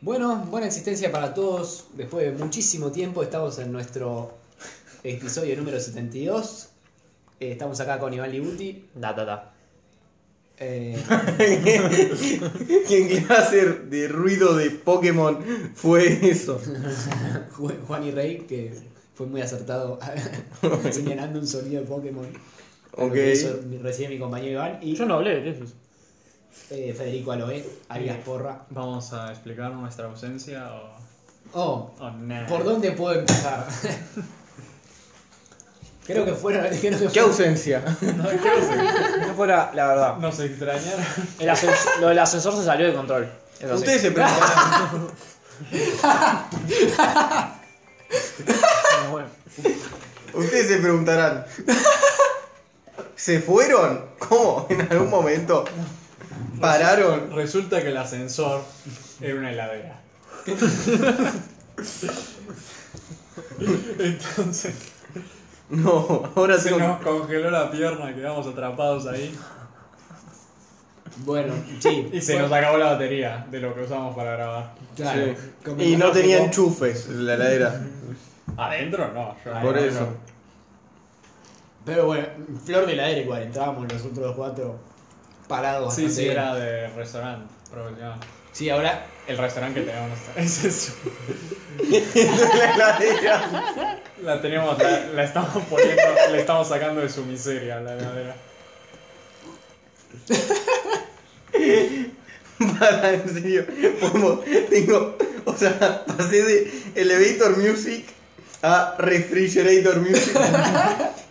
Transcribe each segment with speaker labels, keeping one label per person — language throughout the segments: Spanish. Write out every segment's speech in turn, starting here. Speaker 1: Bueno, buena existencia para todos. Después de muchísimo tiempo estamos en nuestro episodio número 72. Eh, estamos acá con Iván Libuti.
Speaker 2: Da, da, da.
Speaker 1: Eh,
Speaker 3: Quien iba a hacer de ruido de Pokémon fue eso.
Speaker 1: Ju- Juan y Rey, que fue muy acertado señalando un sonido de Pokémon. A lo
Speaker 3: Ok.
Speaker 1: que hizo mi- recién mi compañero Iván y
Speaker 2: Yo no hablé de eso.
Speaker 1: eh, Federico Aloe, alias Porra.
Speaker 4: ¿Vamos a explicar nuestra ausencia o,
Speaker 1: Oh,
Speaker 4: o nada?
Speaker 1: ¿por dónde puedo empezar? creo que fuera. Creo que
Speaker 3: ¡Qué
Speaker 1: fuera-
Speaker 3: ausencia!
Speaker 4: No, ¿qué ausencia?
Speaker 3: No fuera la verdad.
Speaker 4: Nos extrañaron.
Speaker 2: El ascens- lo del ascensor se salió de control. Eso sí.
Speaker 3: Ustedes se preguntarán.
Speaker 2: Bueno, bueno.
Speaker 3: Ustedes se preguntarán. ¿Se fueron? ¿Cómo? ¿En algún momento? ¿Pararon?
Speaker 4: Resulta que el ascensor era una heladera. Entonces
Speaker 3: No, ahora
Speaker 4: se
Speaker 3: tengo.
Speaker 4: nos congeló la pierna, quedamos atrapados ahí
Speaker 1: Bueno, sí.
Speaker 4: y se nos acabó la batería de lo que usamos para grabar.
Speaker 1: Claro.
Speaker 3: Sí.
Speaker 1: Como
Speaker 3: Y no
Speaker 1: conozco-
Speaker 3: tenía enchufes la heladera.
Speaker 4: Adentro no, yo
Speaker 3: Por
Speaker 4: no.
Speaker 3: eso.
Speaker 1: Pero bueno, Flor de la Era igual, entrábamos los otros cuatro parados.
Speaker 4: Sí,
Speaker 1: bastante
Speaker 4: sí,
Speaker 1: bien.
Speaker 4: era de restaurante profesional.
Speaker 1: Sí, ahora
Speaker 4: El restaurante que tenemos es eso.
Speaker 3: La heladera.
Speaker 4: La tenemos, la, la estamos poniendo, le estamos sacando de su miseria la heladera.
Speaker 3: Para, en serio. Como, tengo. O sea, pasé de Elevator Music a Refrigerator Music.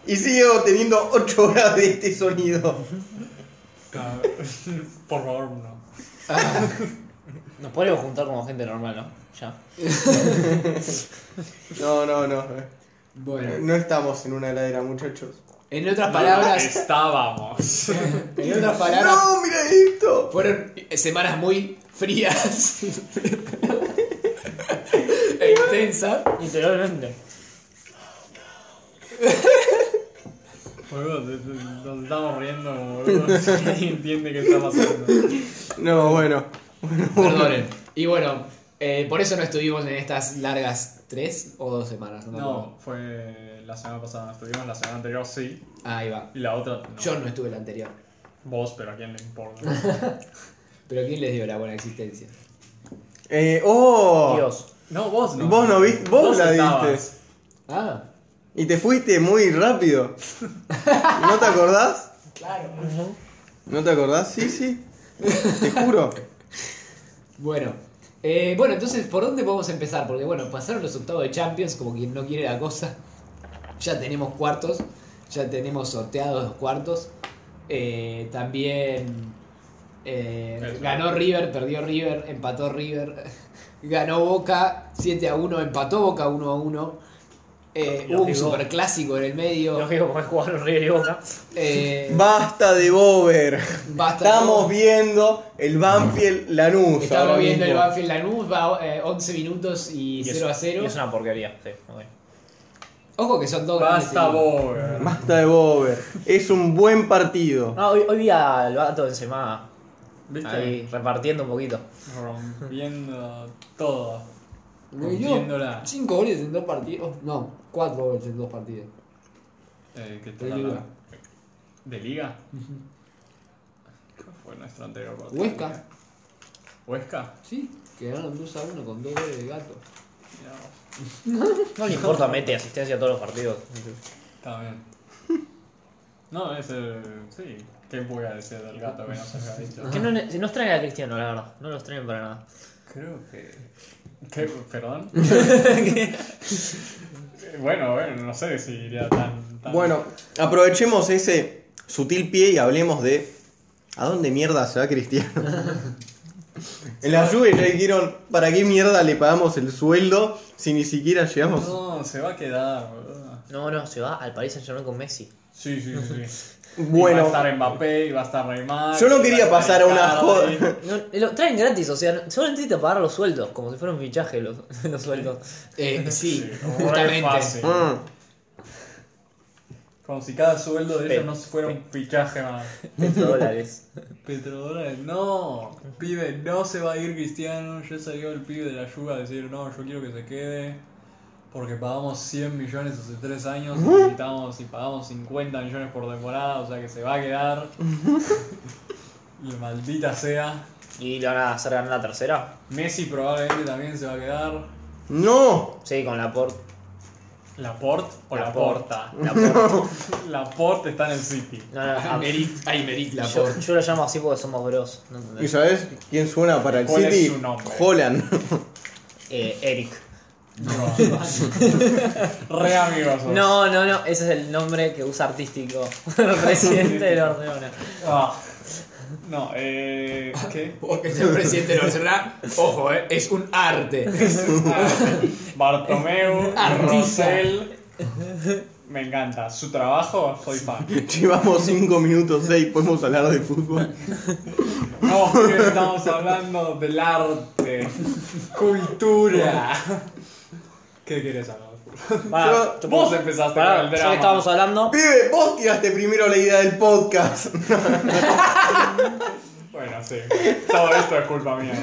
Speaker 3: Y sigo teniendo 8 horas de este sonido.
Speaker 4: No, por favor, no.
Speaker 2: Nos podemos juntar como gente normal, ¿no? Ya.
Speaker 3: No, no, no.
Speaker 1: Bueno,
Speaker 3: No estamos en una heladera, muchachos.
Speaker 1: en otras palabras,
Speaker 4: Estábamos.
Speaker 1: en otras palabras,
Speaker 3: ¡No! ¡Mira esto!
Speaker 1: fueron semanas muy frías e intensas.
Speaker 2: Literalmente.
Speaker 4: Boludo, te- te- nos estamos riendo como boludo. Nadie entiende qué está pasando.
Speaker 3: No, bueno.
Speaker 1: Perdonen. Y bueno, eh, por eso no estuvimos en estas largas tres o dos semanas. No, me acuerdo.
Speaker 4: No, fue la semana pasada, no estuvimos, la semana anterior sí,
Speaker 1: Ahí va.
Speaker 4: y la otra no.
Speaker 1: Yo no estuve la anterior.
Speaker 4: Vos, pero a quién le importa.
Speaker 1: Pero ¿quién les dio la buena existencia?
Speaker 3: Eh, ¡Oh!
Speaker 2: Dios.
Speaker 4: No, vos no.
Speaker 3: Vos no viste, vos, la
Speaker 4: estabas.
Speaker 3: viste.
Speaker 1: Ah,
Speaker 3: Y te fuiste muy rápido. ¿No te acordás?
Speaker 1: claro.
Speaker 3: ¿No te acordás? Sí, sí. Te juro.
Speaker 1: Bueno, eh, bueno, entonces, ¿por dónde podemos empezar? Porque bueno, pasaron los octavos de Champions, como quien no quiere la cosa. Ya tenemos cuartos, ya tenemos sorteados los cuartos. Eh, también eh,
Speaker 4: Eso.
Speaker 1: ganó River, perdió River, empató River, ganó Boca 7 a 1, empató Boca 1 a 1. Eh, hubo un
Speaker 2: Lógico.
Speaker 1: superclásico en el medio.
Speaker 2: Lógico, porque jugaron River y Boca.
Speaker 1: Eh,
Speaker 3: Basta de Bober.
Speaker 1: basta
Speaker 3: Estamos viendo el Banfield Lanús.
Speaker 1: Estamos
Speaker 3: ahora
Speaker 1: viendo el
Speaker 3: mismo.
Speaker 1: Banfield Lanús, va eh, 11 minutos y,
Speaker 2: Y es-
Speaker 1: 0 a 0.
Speaker 2: Y es una porquería, sí. ok.
Speaker 1: Ojo que son dos grandes
Speaker 4: Basta
Speaker 1: equipos.
Speaker 4: vos.
Speaker 3: Basta de Bober. Es un buen partido.
Speaker 2: No, hoy, hoy vi al vato de Ensemada.
Speaker 4: ¿Viste?
Speaker 2: Ahí, repartiendo un poquito.
Speaker 4: Rompiendo todo.
Speaker 1: Me dio
Speaker 4: Rompiéndola.
Speaker 1: Cinco goles en dos partidos. No, cuatro goles en dos partidos.
Speaker 4: Eh, ¿qué
Speaker 1: De
Speaker 4: tal?
Speaker 1: Liga.
Speaker 4: ¿De Liga? ¿Cuál Fue nuestro anterior partido.
Speaker 1: Huesca.
Speaker 4: ¿Huesca?
Speaker 1: Sí, que ganaron 2 a 1 con dos goles de gato.
Speaker 4: Mirá vos.
Speaker 2: No le importa, mete asistencia a todos los partidos.
Speaker 4: Está bien. No, es el. Sí. ¿Qué voy a decir del gato que no se había dicho?
Speaker 2: Que no, ne- si nos traen a Cristiano, la verdad. No los traen para nada.
Speaker 4: Creo que. ¿Qué? ¿Perdón? Eh, bueno, bueno, no sé si iría tan. tan-
Speaker 3: Bueno, aprovechemos ese sutil pie y hablemos de. ¿A dónde mierda se va Cristiano? en la Juve ya dijeron: ¿para qué mierda le pagamos el sueldo si ni siquiera llegamos?
Speaker 4: No, se va a quedar, boludo.
Speaker 2: No, no, se va al Paris Saint Germain con Messi.
Speaker 4: Sí, sí, sí. Y
Speaker 3: Bueno,
Speaker 4: va a estar Mbappé, y va a estar Neymar.
Speaker 3: yo no
Speaker 4: y
Speaker 3: quería
Speaker 4: va a
Speaker 3: pasar
Speaker 4: estar
Speaker 3: a una
Speaker 4: Icardi.
Speaker 3: joda.
Speaker 2: No, eh, lo traen gratis, o sea, no- solo necesita pagar los sueldos, como si fuera un fichaje los, los sueldos.
Speaker 1: Eh, sí,
Speaker 4: Sí, re
Speaker 1: justamente.
Speaker 4: fácil.
Speaker 3: Mm.
Speaker 4: Como si cada sueldo de
Speaker 3: Pe-
Speaker 4: ellos no fuera un fichaje más.
Speaker 2: dólares.
Speaker 4: Petrodólares, no, pibe, no se va a ir Cristiano. Ya salió el pibe de la Juve a decir, no, yo quiero que se quede. Porque pagamos 100 millones hace 3 años y, necesitamos- y pagamos 50 millones por temporada, o sea que se va a quedar. y maldita sea.
Speaker 2: ¿Y le van a hacer ganar la tercera?
Speaker 4: Messi probablemente también se va a quedar.
Speaker 3: ¡No!
Speaker 2: Sí, con la por...
Speaker 4: ¿Laporte o la porta?
Speaker 2: La por...
Speaker 4: Laporte está en el City.
Speaker 2: No, no, a-
Speaker 1: Aymeric, Aymeric
Speaker 2: yo,
Speaker 1: Laporte.
Speaker 2: yo lo llamo así porque somos bros. ¿no entendés?
Speaker 3: ¿Y sabes quién suena para el
Speaker 4: ¿Cuál es
Speaker 3: City?
Speaker 4: su nombre?
Speaker 3: Holland.
Speaker 2: Eh, Eric.
Speaker 4: Re amigos. sos.
Speaker 2: No, no, no, ese es el nombre que usa artístico. Presidente de Barcelona.
Speaker 4: Ah. No, eh. ¿Qué?
Speaker 1: Porque es el presidente de Barcelona, ojo, eh, es un arte.
Speaker 4: Bartomeu,
Speaker 1: Artista.
Speaker 4: Rosell. Me encanta. Su trabajo, soy fan.
Speaker 3: Llevamos 5 minutos 6, podemos hablar de fútbol.
Speaker 4: No, porque estamos hablando del arte, cultura. ¿Qué quieres hablar?
Speaker 2: Pará,
Speaker 3: Yo-
Speaker 4: Vos empezaste
Speaker 2: pará,
Speaker 4: con el
Speaker 2: ya que
Speaker 4: drama.
Speaker 2: estábamos hablando.
Speaker 3: Pibe, vos tiraste primero la idea del podcast.
Speaker 4: Bueno, sí. Todo esto es culpa mía.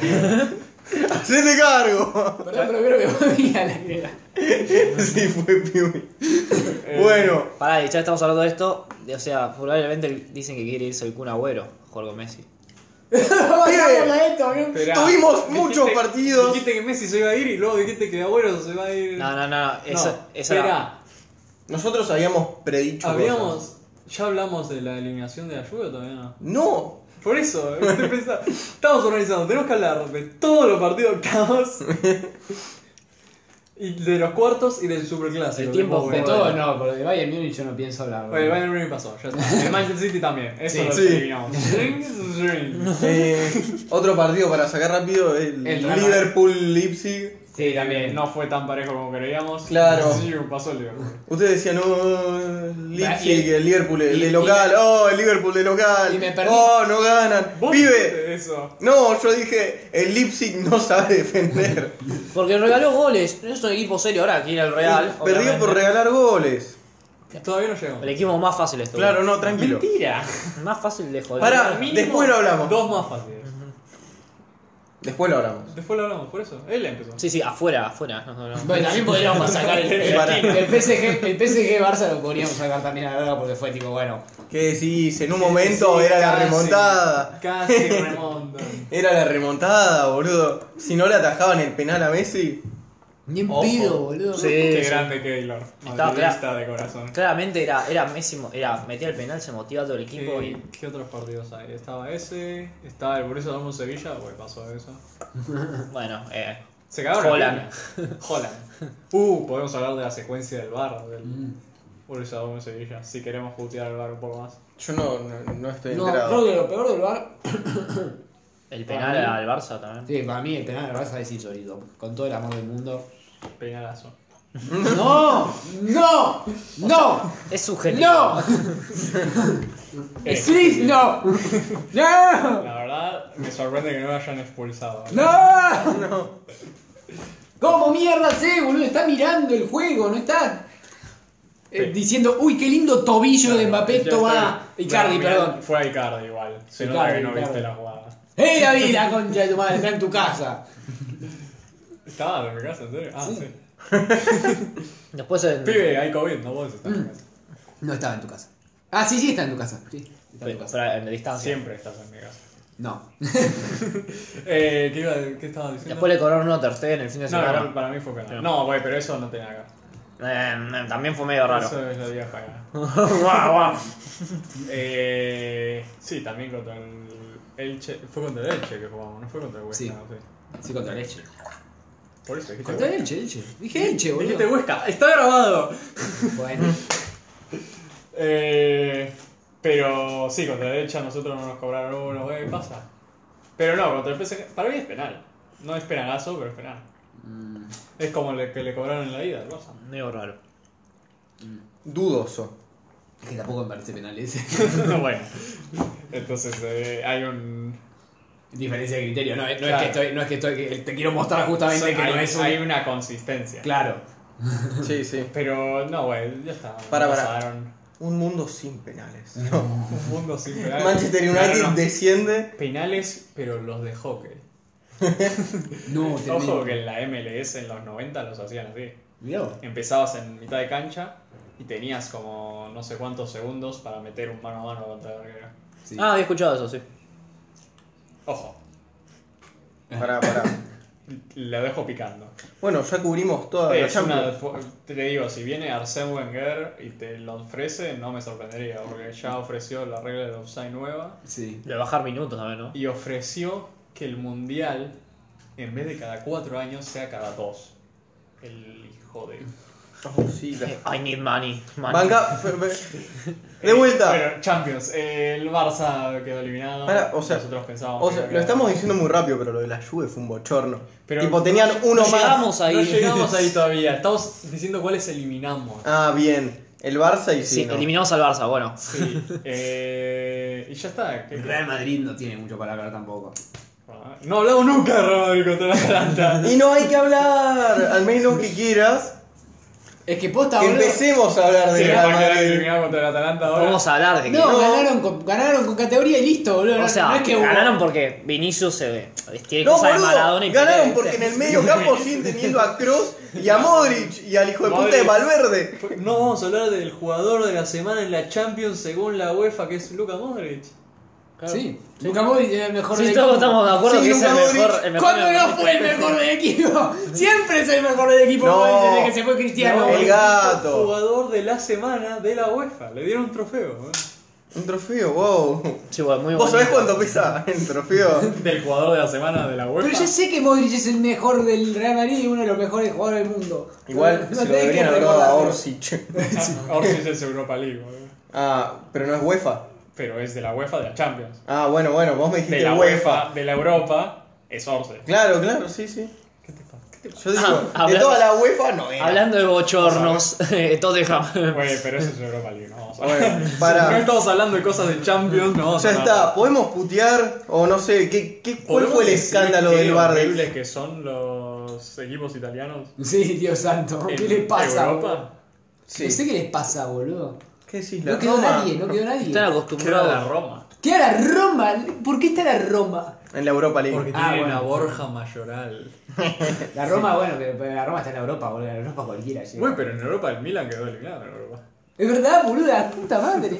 Speaker 3: Hacete cargo.
Speaker 1: Perdón, pero creo que voy a la griega.
Speaker 3: Sí, fue pibe.
Speaker 1: Eh.
Speaker 3: Bueno,
Speaker 2: Pará, y ya que estamos hablando de esto. O sea, probablemente dicen que quiere irse el Kun Agüero a jugar con Messi.
Speaker 4: Esperá.
Speaker 3: Tuvimos muchos partidos.
Speaker 4: Dijiste que Messi se iba a ir y luego dijiste que Agüero se va a ir.
Speaker 2: No, no, no,
Speaker 4: No,
Speaker 2: esa, esa
Speaker 4: esperá.
Speaker 2: era-
Speaker 3: nosotros habíamos predicho. cosas.
Speaker 4: Habíamos. ¿Ya hablamos de la eliminación de la lluvia todavía no?
Speaker 3: No.
Speaker 4: Por eso, eh, estoy pensando- estamos organizando, tenemos que hablar de todos los partidos octavos y de los cuartos y del superclásico.
Speaker 2: El
Speaker 4: que
Speaker 2: tiempo
Speaker 4: fue
Speaker 1: De
Speaker 4: bueno.
Speaker 1: todo no, pero de Bayern Múnich yo no pienso hablar.
Speaker 4: Bueno, el
Speaker 1: boludo.
Speaker 4: Bayern Munich pasó, ya está. El Manchester City también, eso
Speaker 1: Sí.
Speaker 4: lo
Speaker 3: Sí.
Speaker 4: terminamos. Zing, zing.
Speaker 3: Eh, otro partido para sacar rápido: el,
Speaker 1: El Real
Speaker 3: Liverpool Leipzig.
Speaker 1: Sí, también.
Speaker 4: No fue tan parejo como creíamos.
Speaker 3: Claro.
Speaker 4: Sí, pasó el Liverpool.
Speaker 3: Ustedes decían, no, Leipzig,
Speaker 1: Y-
Speaker 3: el Liverpool el
Speaker 1: y-
Speaker 3: de
Speaker 1: y-
Speaker 3: local, oh, el Liverpool de local,
Speaker 1: y me perdí.
Speaker 3: oh, no ganan,
Speaker 4: ¿Vos
Speaker 3: pibe.
Speaker 4: viste Eso.
Speaker 3: No, yo dije, el Leipzig no sabe defender.
Speaker 2: Porque regaló goles. No es un equipo serio ahora, aquí en el Real.
Speaker 3: Perdió por
Speaker 2: obviamente.
Speaker 3: regalar goles.
Speaker 4: Todavía no llegamos.
Speaker 2: El equipo más fácil esto.
Speaker 3: Claro, no, tranquilo.
Speaker 4: Mentira.
Speaker 2: Más fácil de joder.
Speaker 3: Pará,
Speaker 4: Mínimo
Speaker 3: después lo hablamos.
Speaker 4: Dos más fáciles.
Speaker 3: Después lo hablamos.
Speaker 4: Después lo hablamos, por eso. Él empezó.
Speaker 2: Sí, sí, afuera, afuera. No, no, no.
Speaker 1: Bueno, también podríamos sacar el, el,
Speaker 3: Pará.
Speaker 1: el PSG, el PSG Barça lo podríamos sacar también a la verga porque fue tipo, bueno,
Speaker 3: ¿Qué decís? En un momento era la
Speaker 4: Casi,
Speaker 3: remontada.
Speaker 4: Casi remontan.
Speaker 3: Era la remontada, boludo. Si no le atajaban el penal a Messi.
Speaker 1: ni en
Speaker 4: Ojo.
Speaker 1: pedo, boludo.
Speaker 2: Sí,
Speaker 4: Qué
Speaker 2: sí.
Speaker 4: grande Keylor.
Speaker 2: Estaba
Speaker 4: Madridista de corazón.
Speaker 2: Claramente era, era Messi, mo- era, metía el penal, se motiva todo el equipo
Speaker 4: ¿Qué,
Speaker 2: y.
Speaker 4: qué otros partidos hay? Estaba ese, estaba el Borussia Dortmund Sevilla, pues pasó eso.
Speaker 2: Bueno, eh.
Speaker 4: Se cagaron.
Speaker 2: Holland.
Speaker 4: Holland. Uh, podemos hablar de la secuencia del bar del Borussia Dortmund Sevilla, si queremos putear el bar un poco más.
Speaker 3: Yo no, no, no estoy
Speaker 1: No,
Speaker 3: enterado.
Speaker 1: creo que lo peor del bar.
Speaker 2: El
Speaker 1: Para
Speaker 2: penal
Speaker 1: mí-
Speaker 2: al Barça también.
Speaker 1: Sí, para mí el penal del Barça es insólito. Con todo el amor del mundo.
Speaker 4: Peñalazo.
Speaker 1: ¡No! ¡No! ¡No!
Speaker 2: Es subjetivo.
Speaker 1: ¡No! ¡Please, no! ¡No!
Speaker 4: La verdad, me sorprende que no lo hayan expulsado.
Speaker 1: ¡No! ¿Cómo mierda sé, boludo? Está mirando el juego, no está eh, diciendo, uy, qué lindo tobillo de Mbappé
Speaker 4: Ya
Speaker 1: toma.
Speaker 4: estoy-
Speaker 1: Icardi,
Speaker 4: Bueno,
Speaker 1: perdón.
Speaker 4: Fue a Icardi igual. Se
Speaker 1: Icardi,
Speaker 4: nota que no
Speaker 1: Icardi.
Speaker 4: viste la jugada.
Speaker 1: ¡Eh, David, la concha de tu madre! Está en tu casa.
Speaker 4: Estaba en mi casa, ¿en serio? Ah, sí.
Speaker 2: Después el.
Speaker 4: Pibe, hay COVID, no podés estar en mi casa.
Speaker 1: No estaba en tu casa. Ah, sí, sí, está en tu casa. Sí, está en tu
Speaker 2: pero-
Speaker 1: casa.
Speaker 2: pero en distancia.
Speaker 4: Siempre estás en mi casa.
Speaker 1: No.
Speaker 4: Eh, ¿qué, iba, ¿Qué estaba diciendo?
Speaker 2: Después le cobraron uno a Ter Stegen el fin de
Speaker 4: No,
Speaker 2: semana.
Speaker 4: igual para mí fue penal. No, güey, pero eso no tenía acá.
Speaker 2: Eh, también fue medio raro.
Speaker 4: Eso es la vieja acá.
Speaker 2: Guau, guau.
Speaker 4: Eh, sí, también contra el Elche. Fue contra el Elche que jugamos, no fue contra el Huesca.
Speaker 1: Sí.
Speaker 4: no sé.
Speaker 1: Sí, contra Leche.
Speaker 4: Por eso dijiste
Speaker 1: Contra
Speaker 4: Huesca.
Speaker 1: Elche, Elche. Dije Elche,
Speaker 4: Dijiste
Speaker 1: boludo.
Speaker 4: Huesca, está grabado.
Speaker 1: Bueno.
Speaker 4: Eh, pero sí, contra el Elche a nosotros no nos cobraron uno, güey, pasa. Pero no, contra el PSG, para mí es penal. No es penalazo, pero es penal. Es como le, que le cobraron en la ida, pasa.
Speaker 2: Medio raro.
Speaker 3: Dudoso.
Speaker 1: Es que tampoco me parece penal ese.
Speaker 4: bueno, entonces eh, hay un.
Speaker 1: Diferencia de criterio. No, eh, no,
Speaker 4: Claro.
Speaker 1: es que estoy, no es que estoy. que Te quiero mostrar justamente que
Speaker 4: hay,
Speaker 1: no es un.
Speaker 4: hay una consistencia.
Speaker 1: Claro.
Speaker 3: Sí, sí.
Speaker 4: Pero no, güey, ya está.
Speaker 3: Para,
Speaker 4: no
Speaker 3: para.
Speaker 4: pasaron.
Speaker 3: Un mundo sin penales.
Speaker 4: Un mundo sin penales.
Speaker 3: Manchester United
Speaker 4: No, no, no.
Speaker 3: desciende.
Speaker 4: Penales, pero los de hockey.
Speaker 1: No,
Speaker 4: Ojo
Speaker 1: tremendo.
Speaker 4: que en la MLS en los 90 los hacían así.
Speaker 1: Mirá vos.
Speaker 4: Empezabas en mitad de cancha y tenías como no sé cuántos segundos para meter un mano a mano contra el arquero.
Speaker 1: Sí.
Speaker 2: Ah, había escuchado eso, sí.
Speaker 4: Ojo,
Speaker 3: Pará, pará.
Speaker 4: lo dejo picando.
Speaker 3: Bueno, Eh, ya cubrimos toda la
Speaker 4: Es una,
Speaker 3: Champions.
Speaker 4: te digo, si viene Arsène Wenger y te lo ofrece, no me sorprendería, porque ya ofreció la regla de offside nueva
Speaker 1: Sí.
Speaker 2: De bajar minutos también, ¿no?
Speaker 4: y ofreció que el mundial, en vez de cada cuatro años, sea cada dos. El hijo de.
Speaker 3: Oh, sí, la-
Speaker 2: I need money. money.
Speaker 3: Banca. fe- fe- De vuelta.
Speaker 4: Bueno, Champions. eh, el Barça quedó eliminado.
Speaker 3: Pará, o sea,
Speaker 4: Nosotros pensábamos.
Speaker 3: O
Speaker 4: que
Speaker 3: sea,
Speaker 4: iba
Speaker 3: lo
Speaker 4: a quedar.
Speaker 3: estamos diciendo muy rápido, pero lo de la Juve fue un bochorno.
Speaker 4: Pero-
Speaker 3: tipo, tenían uno
Speaker 2: No
Speaker 3: más.
Speaker 2: llegamos ahí.
Speaker 4: No llegamos ahí todavía. Estamos diciendo cuáles eliminamos.
Speaker 3: Ah, bien. El Barça y
Speaker 2: Sí,
Speaker 3: sí, no.
Speaker 2: eliminamos al Barça, bueno.
Speaker 4: Sí. eh, y ya está. ¿qué-
Speaker 1: El Real Madrid no tiene mucho para hablar tampoco.
Speaker 4: Ah, No hablamos nunca de Real Madrid contra el Atalanta.
Speaker 3: Y no hay que hablar, al menos que quieras.
Speaker 1: Es que posta,
Speaker 3: Que
Speaker 1: boludo.
Speaker 3: empecemos a hablar de
Speaker 4: Sí,
Speaker 3: Real
Speaker 4: va a quedar
Speaker 3: Madrid.
Speaker 4: eliminado contra el Atalanta ahora.
Speaker 2: Vamos a hablar de que.
Speaker 1: No, Ganaron, con, ganaron con categoría y listo, boludo. No-
Speaker 2: O sea,
Speaker 1: no es que hubo-
Speaker 2: ganaron porque Vinicius se tiene
Speaker 3: No,
Speaker 2: cosas de
Speaker 3: boludo,
Speaker 2: Maradona y
Speaker 3: ganaron
Speaker 2: Pelé,
Speaker 3: porque en
Speaker 2: ¿viste?
Speaker 3: el medio campo siguen teniendo a Kroos y a Modric y al hijo de puta de
Speaker 4: Modric.
Speaker 3: Valverde.
Speaker 4: No vamos a hablar del jugador de la semana en la Champions según la UEFA, que es Luka Modric.
Speaker 1: Sí. Luka Modric era el mejor
Speaker 2: Sí,
Speaker 1: del
Speaker 2: todos
Speaker 1: equipo.
Speaker 2: estamos de acuerdo
Speaker 3: Sí,
Speaker 2: que es el
Speaker 3: Luka Modric.
Speaker 2: mejor, el mejor.
Speaker 1: ¿Cuándo no fue el mejor del equipo? Siempre es el mejor del equipo
Speaker 3: No.
Speaker 1: Modric, desde que se fue Cristiano.
Speaker 3: No, el
Speaker 1: boludo.
Speaker 3: gato.
Speaker 4: Jugador de la semana de la UEFA. Le dieron un trofeo. ¿eh?
Speaker 3: Un trofeo, wow.
Speaker 2: Sí, bueno, muy
Speaker 3: ¿Vos sabés
Speaker 2: bonito.
Speaker 3: cuánto pesa el trofeo?
Speaker 4: Del jugador de la semana de la UEFA.
Speaker 1: Pero yo sé que Modric es el mejor del Real Madrid y uno de los mejores jugadores del mundo.
Speaker 3: Igual
Speaker 1: No
Speaker 3: se lo
Speaker 1: tenés que
Speaker 3: deberían haber dado a
Speaker 1: recordarlo.
Speaker 3: Orsic.
Speaker 4: Ah, Orsic es Europa League. ¿eh?
Speaker 3: Ah, pero no es UEFA.
Speaker 4: Pero es de la UEFA de la Champions.
Speaker 3: Ah, bueno, bueno, vos me
Speaker 4: De
Speaker 3: dijiste
Speaker 4: la
Speaker 3: UEFA.
Speaker 4: UEFA, de la Europa, es Orce.
Speaker 3: Claro, claro, sí, sí. Yo digo,
Speaker 2: Ah,
Speaker 3: de
Speaker 2: hablando-
Speaker 3: toda la UEFA no era.
Speaker 2: Hablando de bochornos, eh, Tottenham.
Speaker 4: Güey, pero eso es Europa League, no vamos a
Speaker 3: Bueno,
Speaker 4: No
Speaker 3: para.
Speaker 4: estamos hablando de cosas de Champions, no.
Speaker 3: Ya está, podemos putear o no sé, ¿qué, qué, ¿cuál fue el escándalo del bar
Speaker 4: de
Speaker 3: del
Speaker 4: horribles que son los equipos italianos?
Speaker 1: Sí, Dios santo. ¿Qué
Speaker 4: en
Speaker 1: les pasa? boludo?
Speaker 4: Europa.
Speaker 3: Sí.
Speaker 1: No sé qué les pasa, boludo.
Speaker 3: ¿Qué decís? La
Speaker 1: No quedó
Speaker 3: Roma?
Speaker 1: nadie, no quedó nadie.
Speaker 2: Están
Speaker 4: Que era la
Speaker 2: acostumbrados.
Speaker 4: Roma.
Speaker 3: Ah,
Speaker 1: ¿Qué era Roma? ¿Por qué está la Roma?
Speaker 3: En la Europa League.
Speaker 4: Porque
Speaker 1: Ah,
Speaker 4: tienen
Speaker 1: bueno.
Speaker 4: a Borja Mayoral.
Speaker 1: La Roma, bueno, pero- pero la Roma está en Europa, boludo. La Europa cualquiera llega.
Speaker 4: Güey, pero en Europa el Milan quedó eliminado en Europa.
Speaker 1: Es verdad, boludo, la puta madre.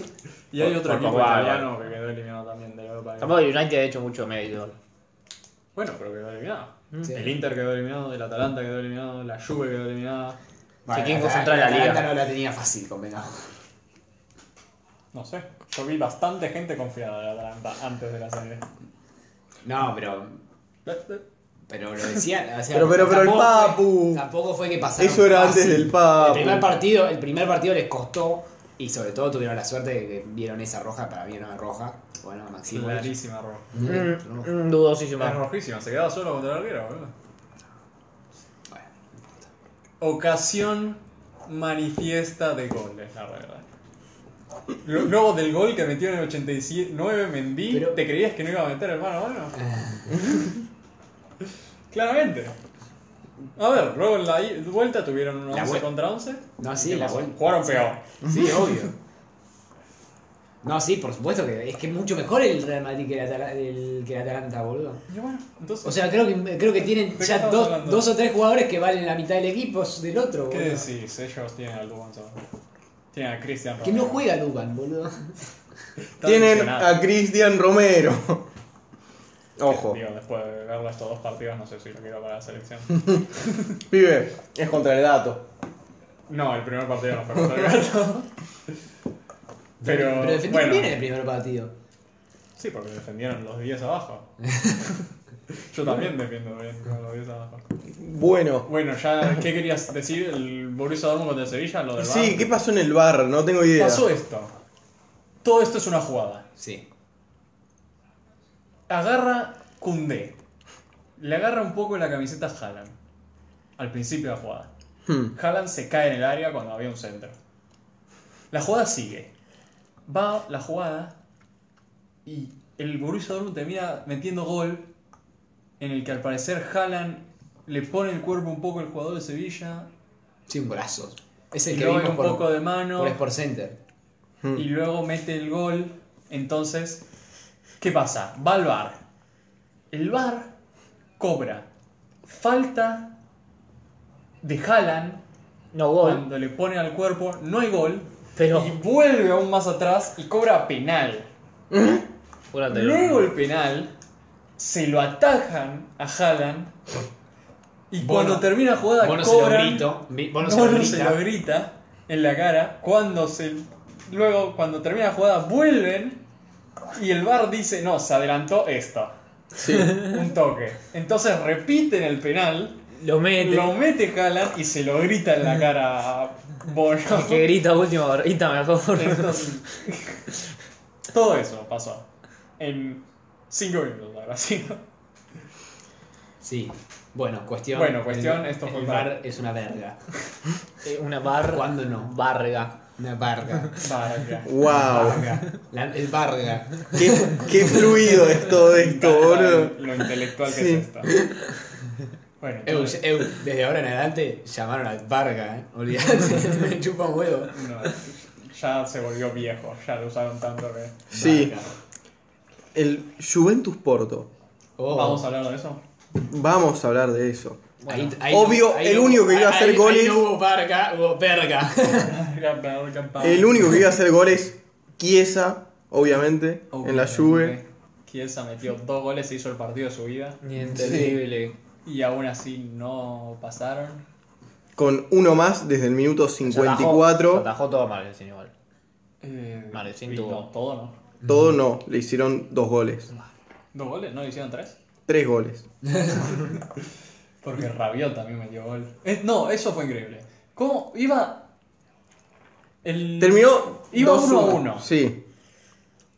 Speaker 4: Y hay
Speaker 2: Por-
Speaker 4: otro
Speaker 2: por
Speaker 4: equipo
Speaker 2: Pogba,
Speaker 4: italiano que quedó eliminado también de Europa.
Speaker 2: Tampoco el United ha hecho mucho mérito.
Speaker 4: Bueno, pero quedó eliminado.
Speaker 1: Sí.
Speaker 4: El Inter quedó eliminado, el Atalanta quedó eliminado, la Juve quedó eliminada.
Speaker 1: Bueno,
Speaker 2: quieren concentrar la
Speaker 1: Atalanta
Speaker 2: liga.
Speaker 1: no la tenía fácil, convengamos.
Speaker 4: No sé, yo vi bastante gente confiada de Atalanta antes de la serie.
Speaker 1: No, pero. Pero lo decía. o sea,
Speaker 3: Pero- pero- pero el
Speaker 1: tampoco fue-
Speaker 3: Papu.
Speaker 1: tampoco fue que pasaron.
Speaker 3: Eso era antes
Speaker 1: fácil.
Speaker 3: del Papu.
Speaker 1: El primer partido, el primer partido les costó. Y sobre todo tuvieron la suerte de que vieron esa roja, para mí no es roja. Bueno, Maximo.
Speaker 4: Clarísima roja.
Speaker 2: Mm,
Speaker 1: No.
Speaker 2: mm,
Speaker 4: Es
Speaker 2: dudosísimo.
Speaker 4: rojísima, se quedaba solo contra el arquero, boludo. Ocasión manifiesta de gol, es la verdad. Lu- Luego del gol que metió en el 89 Mendy,
Speaker 1: Pero-
Speaker 4: ¿te creías que no iba a meter hermano a mano? Claramente. A ver, luego en la i- vuelta tuvieron un
Speaker 1: La
Speaker 4: 11
Speaker 1: vuelta.
Speaker 4: contra 11.
Speaker 1: No, sí,
Speaker 4: ¿Qué
Speaker 1: la
Speaker 4: pasó?
Speaker 1: vuelta.
Speaker 4: Jugaron peor.
Speaker 1: Sí, obvio. No, sí, por supuesto que es que es mucho mejor el Real Madrid que el, Atala- el- que el Atalanta, boludo.
Speaker 4: Y bueno, entonces,
Speaker 1: O sea, creo que, creo que tienen
Speaker 4: ¿De qué
Speaker 1: ya
Speaker 4: estamos
Speaker 1: dos,
Speaker 4: hablando?
Speaker 1: dos o tres jugadores que valen la mitad del equipo del otro,
Speaker 4: ¿qué
Speaker 1: boludo.
Speaker 4: decís? Ellos tienen al Luan Tienen a Cristian
Speaker 1: Que no juega Dugan, boludo.
Speaker 4: Está
Speaker 3: Ah, Tienen
Speaker 4: lesionado.
Speaker 3: a Cristian Romero. Ojo,
Speaker 4: Digo, después de verlo estos dos partidos, no sé si lo quiero para la selección.
Speaker 3: pibe, es contra el dato.
Speaker 4: No, el primer partido no fue contra el gato. Pero,
Speaker 1: Pero defendió
Speaker 4: bueno,
Speaker 1: bien en el primer partido.
Speaker 4: sí, porque defendieron los 10 abajo. Yo también defiendo bien con los 10 abajo.
Speaker 3: Bueno,
Speaker 4: Bueno, ya, ¿qué querías decir? El Borussia Dortmund contra el Sevilla, lo del VAR.
Speaker 3: sí, ¿qué pasó en el bar? No tengo idea.
Speaker 4: pasó esto. Todo esto es una jugada.
Speaker 1: Sí.
Speaker 4: Agarra Kunde. Le agarra un poco la camiseta a Haaland. Al principio de la jugada.
Speaker 3: Hmm.
Speaker 4: Haaland se cae en el área cuando había un centro. La jugada sigue. Va la jugada y el Borussia Dortmund termina metiendo gol en el que al parecer Haaland le pone el cuerpo un poco al jugador de Sevilla.
Speaker 1: Sí, un golazo. Es
Speaker 4: Y
Speaker 1: el que
Speaker 4: luego hay
Speaker 1: vimos
Speaker 4: un
Speaker 1: por,
Speaker 4: poco de mano.
Speaker 1: por Sport Center.
Speaker 2: Mm.
Speaker 3: Hmm.
Speaker 4: y luego mete el gol. Entonces, ¿qué pasa? Va al bar. El bar cobra falta de Haaland
Speaker 2: No gol.
Speaker 4: cuando le pone al cuerpo. No hay gol.
Speaker 2: Pero-
Speaker 4: Y vuelve aún más atrás y cobra penal.
Speaker 2: Gol anterior.
Speaker 4: Luego el penal se lo atajan a Haaland y
Speaker 1: Bono-
Speaker 4: cuando termina la jugada
Speaker 1: Bono se lo
Speaker 4: cobran,
Speaker 1: grito, vi- Bono se lo
Speaker 4: Bono se
Speaker 1: grita.
Speaker 4: lo grita en la cara. Cuando se luego cuando termina la jugada vuelven y el VAR dice, "No, se adelantó esto."
Speaker 3: Sí.
Speaker 4: Un toque. Entonces repiten el penal,
Speaker 2: Lo mete.
Speaker 4: lo mete Haaland y se lo grita en la cara a Bono.
Speaker 2: El Que grita último, grita mejor.
Speaker 4: Entonces, todo eso pasó en 5 minutos, ahora sí.
Speaker 1: Sí. Bueno, cuestión.
Speaker 4: Bueno, cuestión, esto
Speaker 1: el
Speaker 4: fue
Speaker 1: bar
Speaker 4: para-
Speaker 1: es una verga.
Speaker 2: Eh, Una barra.
Speaker 1: ¿Cuándo no?
Speaker 2: Barga.
Speaker 1: Una varga.
Speaker 4: Barca.
Speaker 3: Wow.
Speaker 1: Varga. La- el varga.
Speaker 3: Qué, qué fluido es todo esto, boludo.
Speaker 4: Lo intelectual que
Speaker 3: Sí.
Speaker 4: es esto. Bueno,
Speaker 1: Eu-
Speaker 4: entonces,
Speaker 1: eu- desde ahora en adelante llamaron al varga, ¿eh? Olvídate, me chupa un huevo.
Speaker 4: no, ya se volvió viejo, ya lo usaron tanto que.
Speaker 3: Sí.
Speaker 1: Varga.
Speaker 3: El Juventus Porto.
Speaker 1: Oh.
Speaker 4: Vamos a hablar de eso.
Speaker 3: Vamos a hablar de eso.
Speaker 1: Ahí-
Speaker 2: Bueno,
Speaker 1: ahí
Speaker 3: obvio,
Speaker 1: ahí
Speaker 3: el único que iba a
Speaker 1: ahí-
Speaker 3: hacer
Speaker 1: ahí
Speaker 3: goles-
Speaker 1: no hubo varga, hubo verga.
Speaker 3: El único que iba a hacer goles, Chiesa, obviamente,
Speaker 2: Oh,
Speaker 3: en la Juve.
Speaker 4: Kiesa metió dos goles e hizo el partido de su vida.
Speaker 2: Ni entendible.
Speaker 4: Y aún así no pasaron.
Speaker 3: Con uno más desde el minuto
Speaker 2: Se atajó-
Speaker 3: 54.
Speaker 2: Se atajó todo mal, sin igual.
Speaker 4: Eh,
Speaker 2: Vale, sin
Speaker 4: y
Speaker 2: tuvo.
Speaker 4: no, todo no.
Speaker 3: Todo no, le hicieron dos goles.
Speaker 4: ¿Dos goles? ¿No le hicieron tres?
Speaker 3: Tres goles.
Speaker 4: Porque Rabiot también metió gol. Eh, no, eso fue increíble. ¿Cómo iba? El...
Speaker 3: Terminó.
Speaker 4: Iba
Speaker 3: 2-1.
Speaker 4: uno a uno.
Speaker 3: Sí.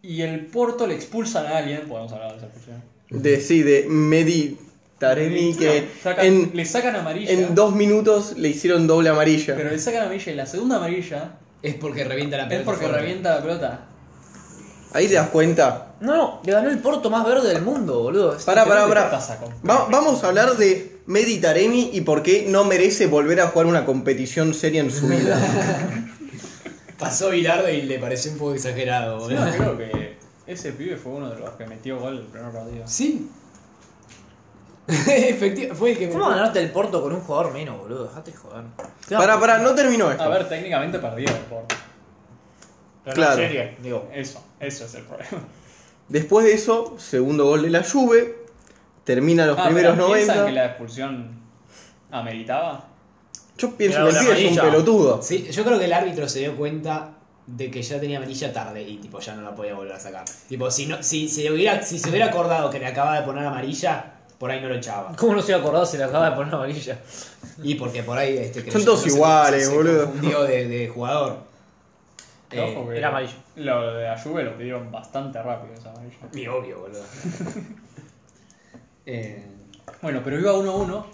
Speaker 4: Y el Porto le expulsan a alguien. Podemos hablar de esa expulsión.
Speaker 3: De, sí, de Medi Taremi, que
Speaker 4: No, saca-
Speaker 3: en,
Speaker 4: le sacan amarilla.
Speaker 3: en dos minutos le hicieron doble amarilla.
Speaker 4: Pero le sacan amarilla y la segunda amarilla
Speaker 1: Es porque revienta la
Speaker 4: es
Speaker 1: pelota.
Speaker 4: porque
Speaker 1: fuerte.
Speaker 4: revienta la pelota.
Speaker 3: Ahí te das cuenta.
Speaker 2: No, no, le ganó el porto más verde del mundo, boludo. Es-
Speaker 3: Pará, pará,
Speaker 4: ¿Qué
Speaker 3: pará.
Speaker 4: pasa con-
Speaker 3: Va- vamos a hablar de Medi Taremi y por qué no merece volver a jugar una competición seria en su vida.
Speaker 1: Pasó Bilardo y le pareció un poco exagerado,
Speaker 4: Sí,
Speaker 1: boludo.
Speaker 4: no, creo que ese pibe fue uno de los que metió gol el primer partido.
Speaker 1: Sí. Efectivamente, fue el que
Speaker 2: ¿Cómo ganaste el porto con un jugador menos, boludo? Dejate de joder.
Speaker 3: Pará, pará, no terminó esto.
Speaker 4: A ver, técnicamente perdió el Porto.
Speaker 3: claro.
Speaker 2: claro. serie, digo.
Speaker 4: Eso, eso es el problema.
Speaker 3: Después de eso, segundo gol de la Juve. Termina los
Speaker 4: Ah,
Speaker 3: primeros
Speaker 4: pero ¿piensan
Speaker 3: 90.
Speaker 4: que la expulsión ameritaba?
Speaker 3: Yo pienso
Speaker 2: Era
Speaker 3: que el
Speaker 2: una
Speaker 3: pibe es un
Speaker 2: amarilla.
Speaker 3: pelotudo.
Speaker 1: Sí, yo creo que el árbitro se dio cuenta de que ya tenía amarilla tarde y tipo ya no la podía volver a sacar. Tipo, si no, si se hubiera, si se hubiera acordado que le acaba de poner amarilla, por ahí no lo echaba.
Speaker 2: ¿Cómo no se iba a acordar si le acaba de poner amarilla?
Speaker 1: Y porque por ahí este creyó-
Speaker 3: Son todos
Speaker 1: no sé,
Speaker 3: iguales,
Speaker 1: se
Speaker 3: boludo.
Speaker 1: confundió de, de jugador. Eh,
Speaker 4: Ojo que
Speaker 2: era amarillo.
Speaker 4: Lo de la Juve lo pidieron bastante rápido esa amarilla.
Speaker 1: y obvio, boludo. Eh,
Speaker 4: Bueno, pero iba 1-1.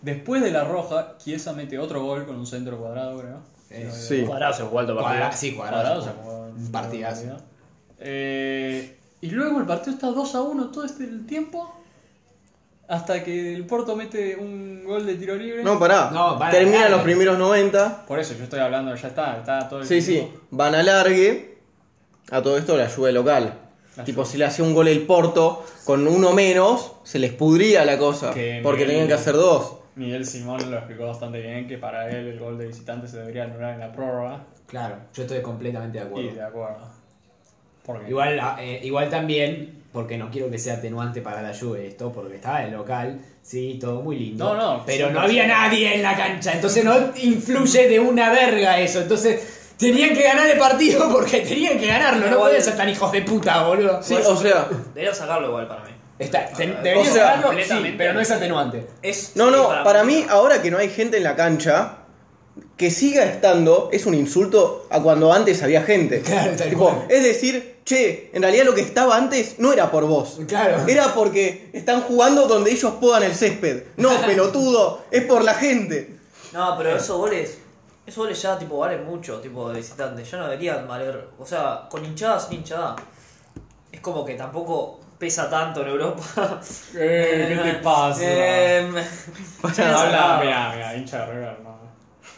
Speaker 4: Después de la roja, Chiesa mete otro gol con un centro cuadrado, creo.
Speaker 1: Eh,
Speaker 3: Sí.
Speaker 2: Cuadrado se jugó alto partido.
Speaker 1: cuadra- sí,
Speaker 4: Cuadrado
Speaker 1: cuadrado.
Speaker 4: se jugó
Speaker 1: Un partidazo.
Speaker 4: Eh, y luego el partido está 2 a 1 todo este el tiempo. Hasta que el Porto mete un gol de tiro libre.
Speaker 3: No, pará.
Speaker 1: No, van a
Speaker 3: Termina
Speaker 1: ganar.
Speaker 3: los primeros 90.
Speaker 4: Por eso yo estoy hablando, ya está, está todo el
Speaker 3: Sí, sí.
Speaker 4: tiempo.
Speaker 3: Van a largue. A todo esto la Juve local.
Speaker 4: La
Speaker 3: tipo, si le hacía un gol el Porto con uno menos, se les pudría la cosa.
Speaker 4: Que
Speaker 3: porque
Speaker 4: me-
Speaker 3: tenían que hacer dos.
Speaker 4: Miguel Simón lo explicó bastante bien que para él el gol de visitante se debería anular en la prórroga.
Speaker 1: Claro, yo estoy completamente de acuerdo.
Speaker 4: Y de acuerdo. Porque
Speaker 1: Igual, eh, igual también, porque no quiero que sea atenuante para la lluvia esto, porque estaba el local, sí, todo muy lindo.
Speaker 4: No, no,
Speaker 1: Pero
Speaker 4: sí,
Speaker 1: no
Speaker 4: sí.
Speaker 1: había nadie en la cancha, entonces no influye de una verga eso. Entonces tenían que ganar el partido porque tenían que ganarlo, no
Speaker 2: Igual-
Speaker 1: podían ser tan hijos de puta, boludo.
Speaker 3: Sí,
Speaker 4: Pues,
Speaker 3: o sea.
Speaker 2: Debería sacarlo igual para mí.
Speaker 1: Está, te-
Speaker 2: O
Speaker 1: deberían
Speaker 3: sea,
Speaker 1: ganarlo, sí,
Speaker 2: completamente.
Speaker 1: pero no es atenuante.
Speaker 2: Es,
Speaker 3: No, no,
Speaker 2: sí,
Speaker 3: para, mí, ahora que no hay gente en la cancha, que siga estando es un insulto a cuando antes había gente.
Speaker 1: Claro, tal
Speaker 3: Tipo,
Speaker 1: cual.
Speaker 3: es decir, che, en realidad lo que estaba antes no era por vos.
Speaker 1: Claro.
Speaker 3: Era porque están jugando donde ellos podan el césped. No, pelotudo, es por la gente.
Speaker 5: No, pero esos goles, esos goles ya tipo valen mucho, tipo de visitantes, ya no deberían valer, o sea, con hinchada sin hinchada, es como que tampoco pesa tanto en Europa.
Speaker 4: Eh, ¿qué te pasa?
Speaker 5: Em, ya no se
Speaker 4: Habla,
Speaker 5: acaba.
Speaker 4: mira, mira, hincha de River, no.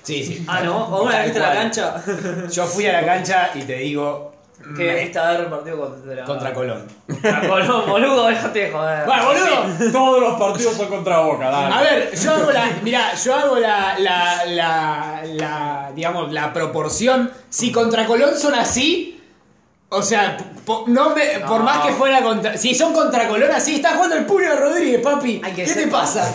Speaker 1: Sí, sí.
Speaker 5: Ah, no, o una
Speaker 6: Tal
Speaker 5: vez viste la
Speaker 6: cual.
Speaker 5: cancha.
Speaker 6: Yo fui a la cancha y te digo
Speaker 5: que esta vez el partido contra.
Speaker 6: contra
Speaker 2: Ah.
Speaker 6: Colón.
Speaker 5: contra Colón, boludo, déjate de joder.
Speaker 6: ¡Va, boludo!
Speaker 4: Todos los partidos son contra Boca, dale.
Speaker 3: Ah,
Speaker 4: Ah,
Speaker 6: A ver, yo hago la. Mirá, yo hago la. la. la. la digamos, la proporción. Si contra Colón son así. O sea, po- no me- por más que fuera contra. Si son contra Colón así, está jugando el Puno Rodríguez, papi.
Speaker 5: Hay que
Speaker 6: ¿Qué
Speaker 5: ser-
Speaker 6: te pasa?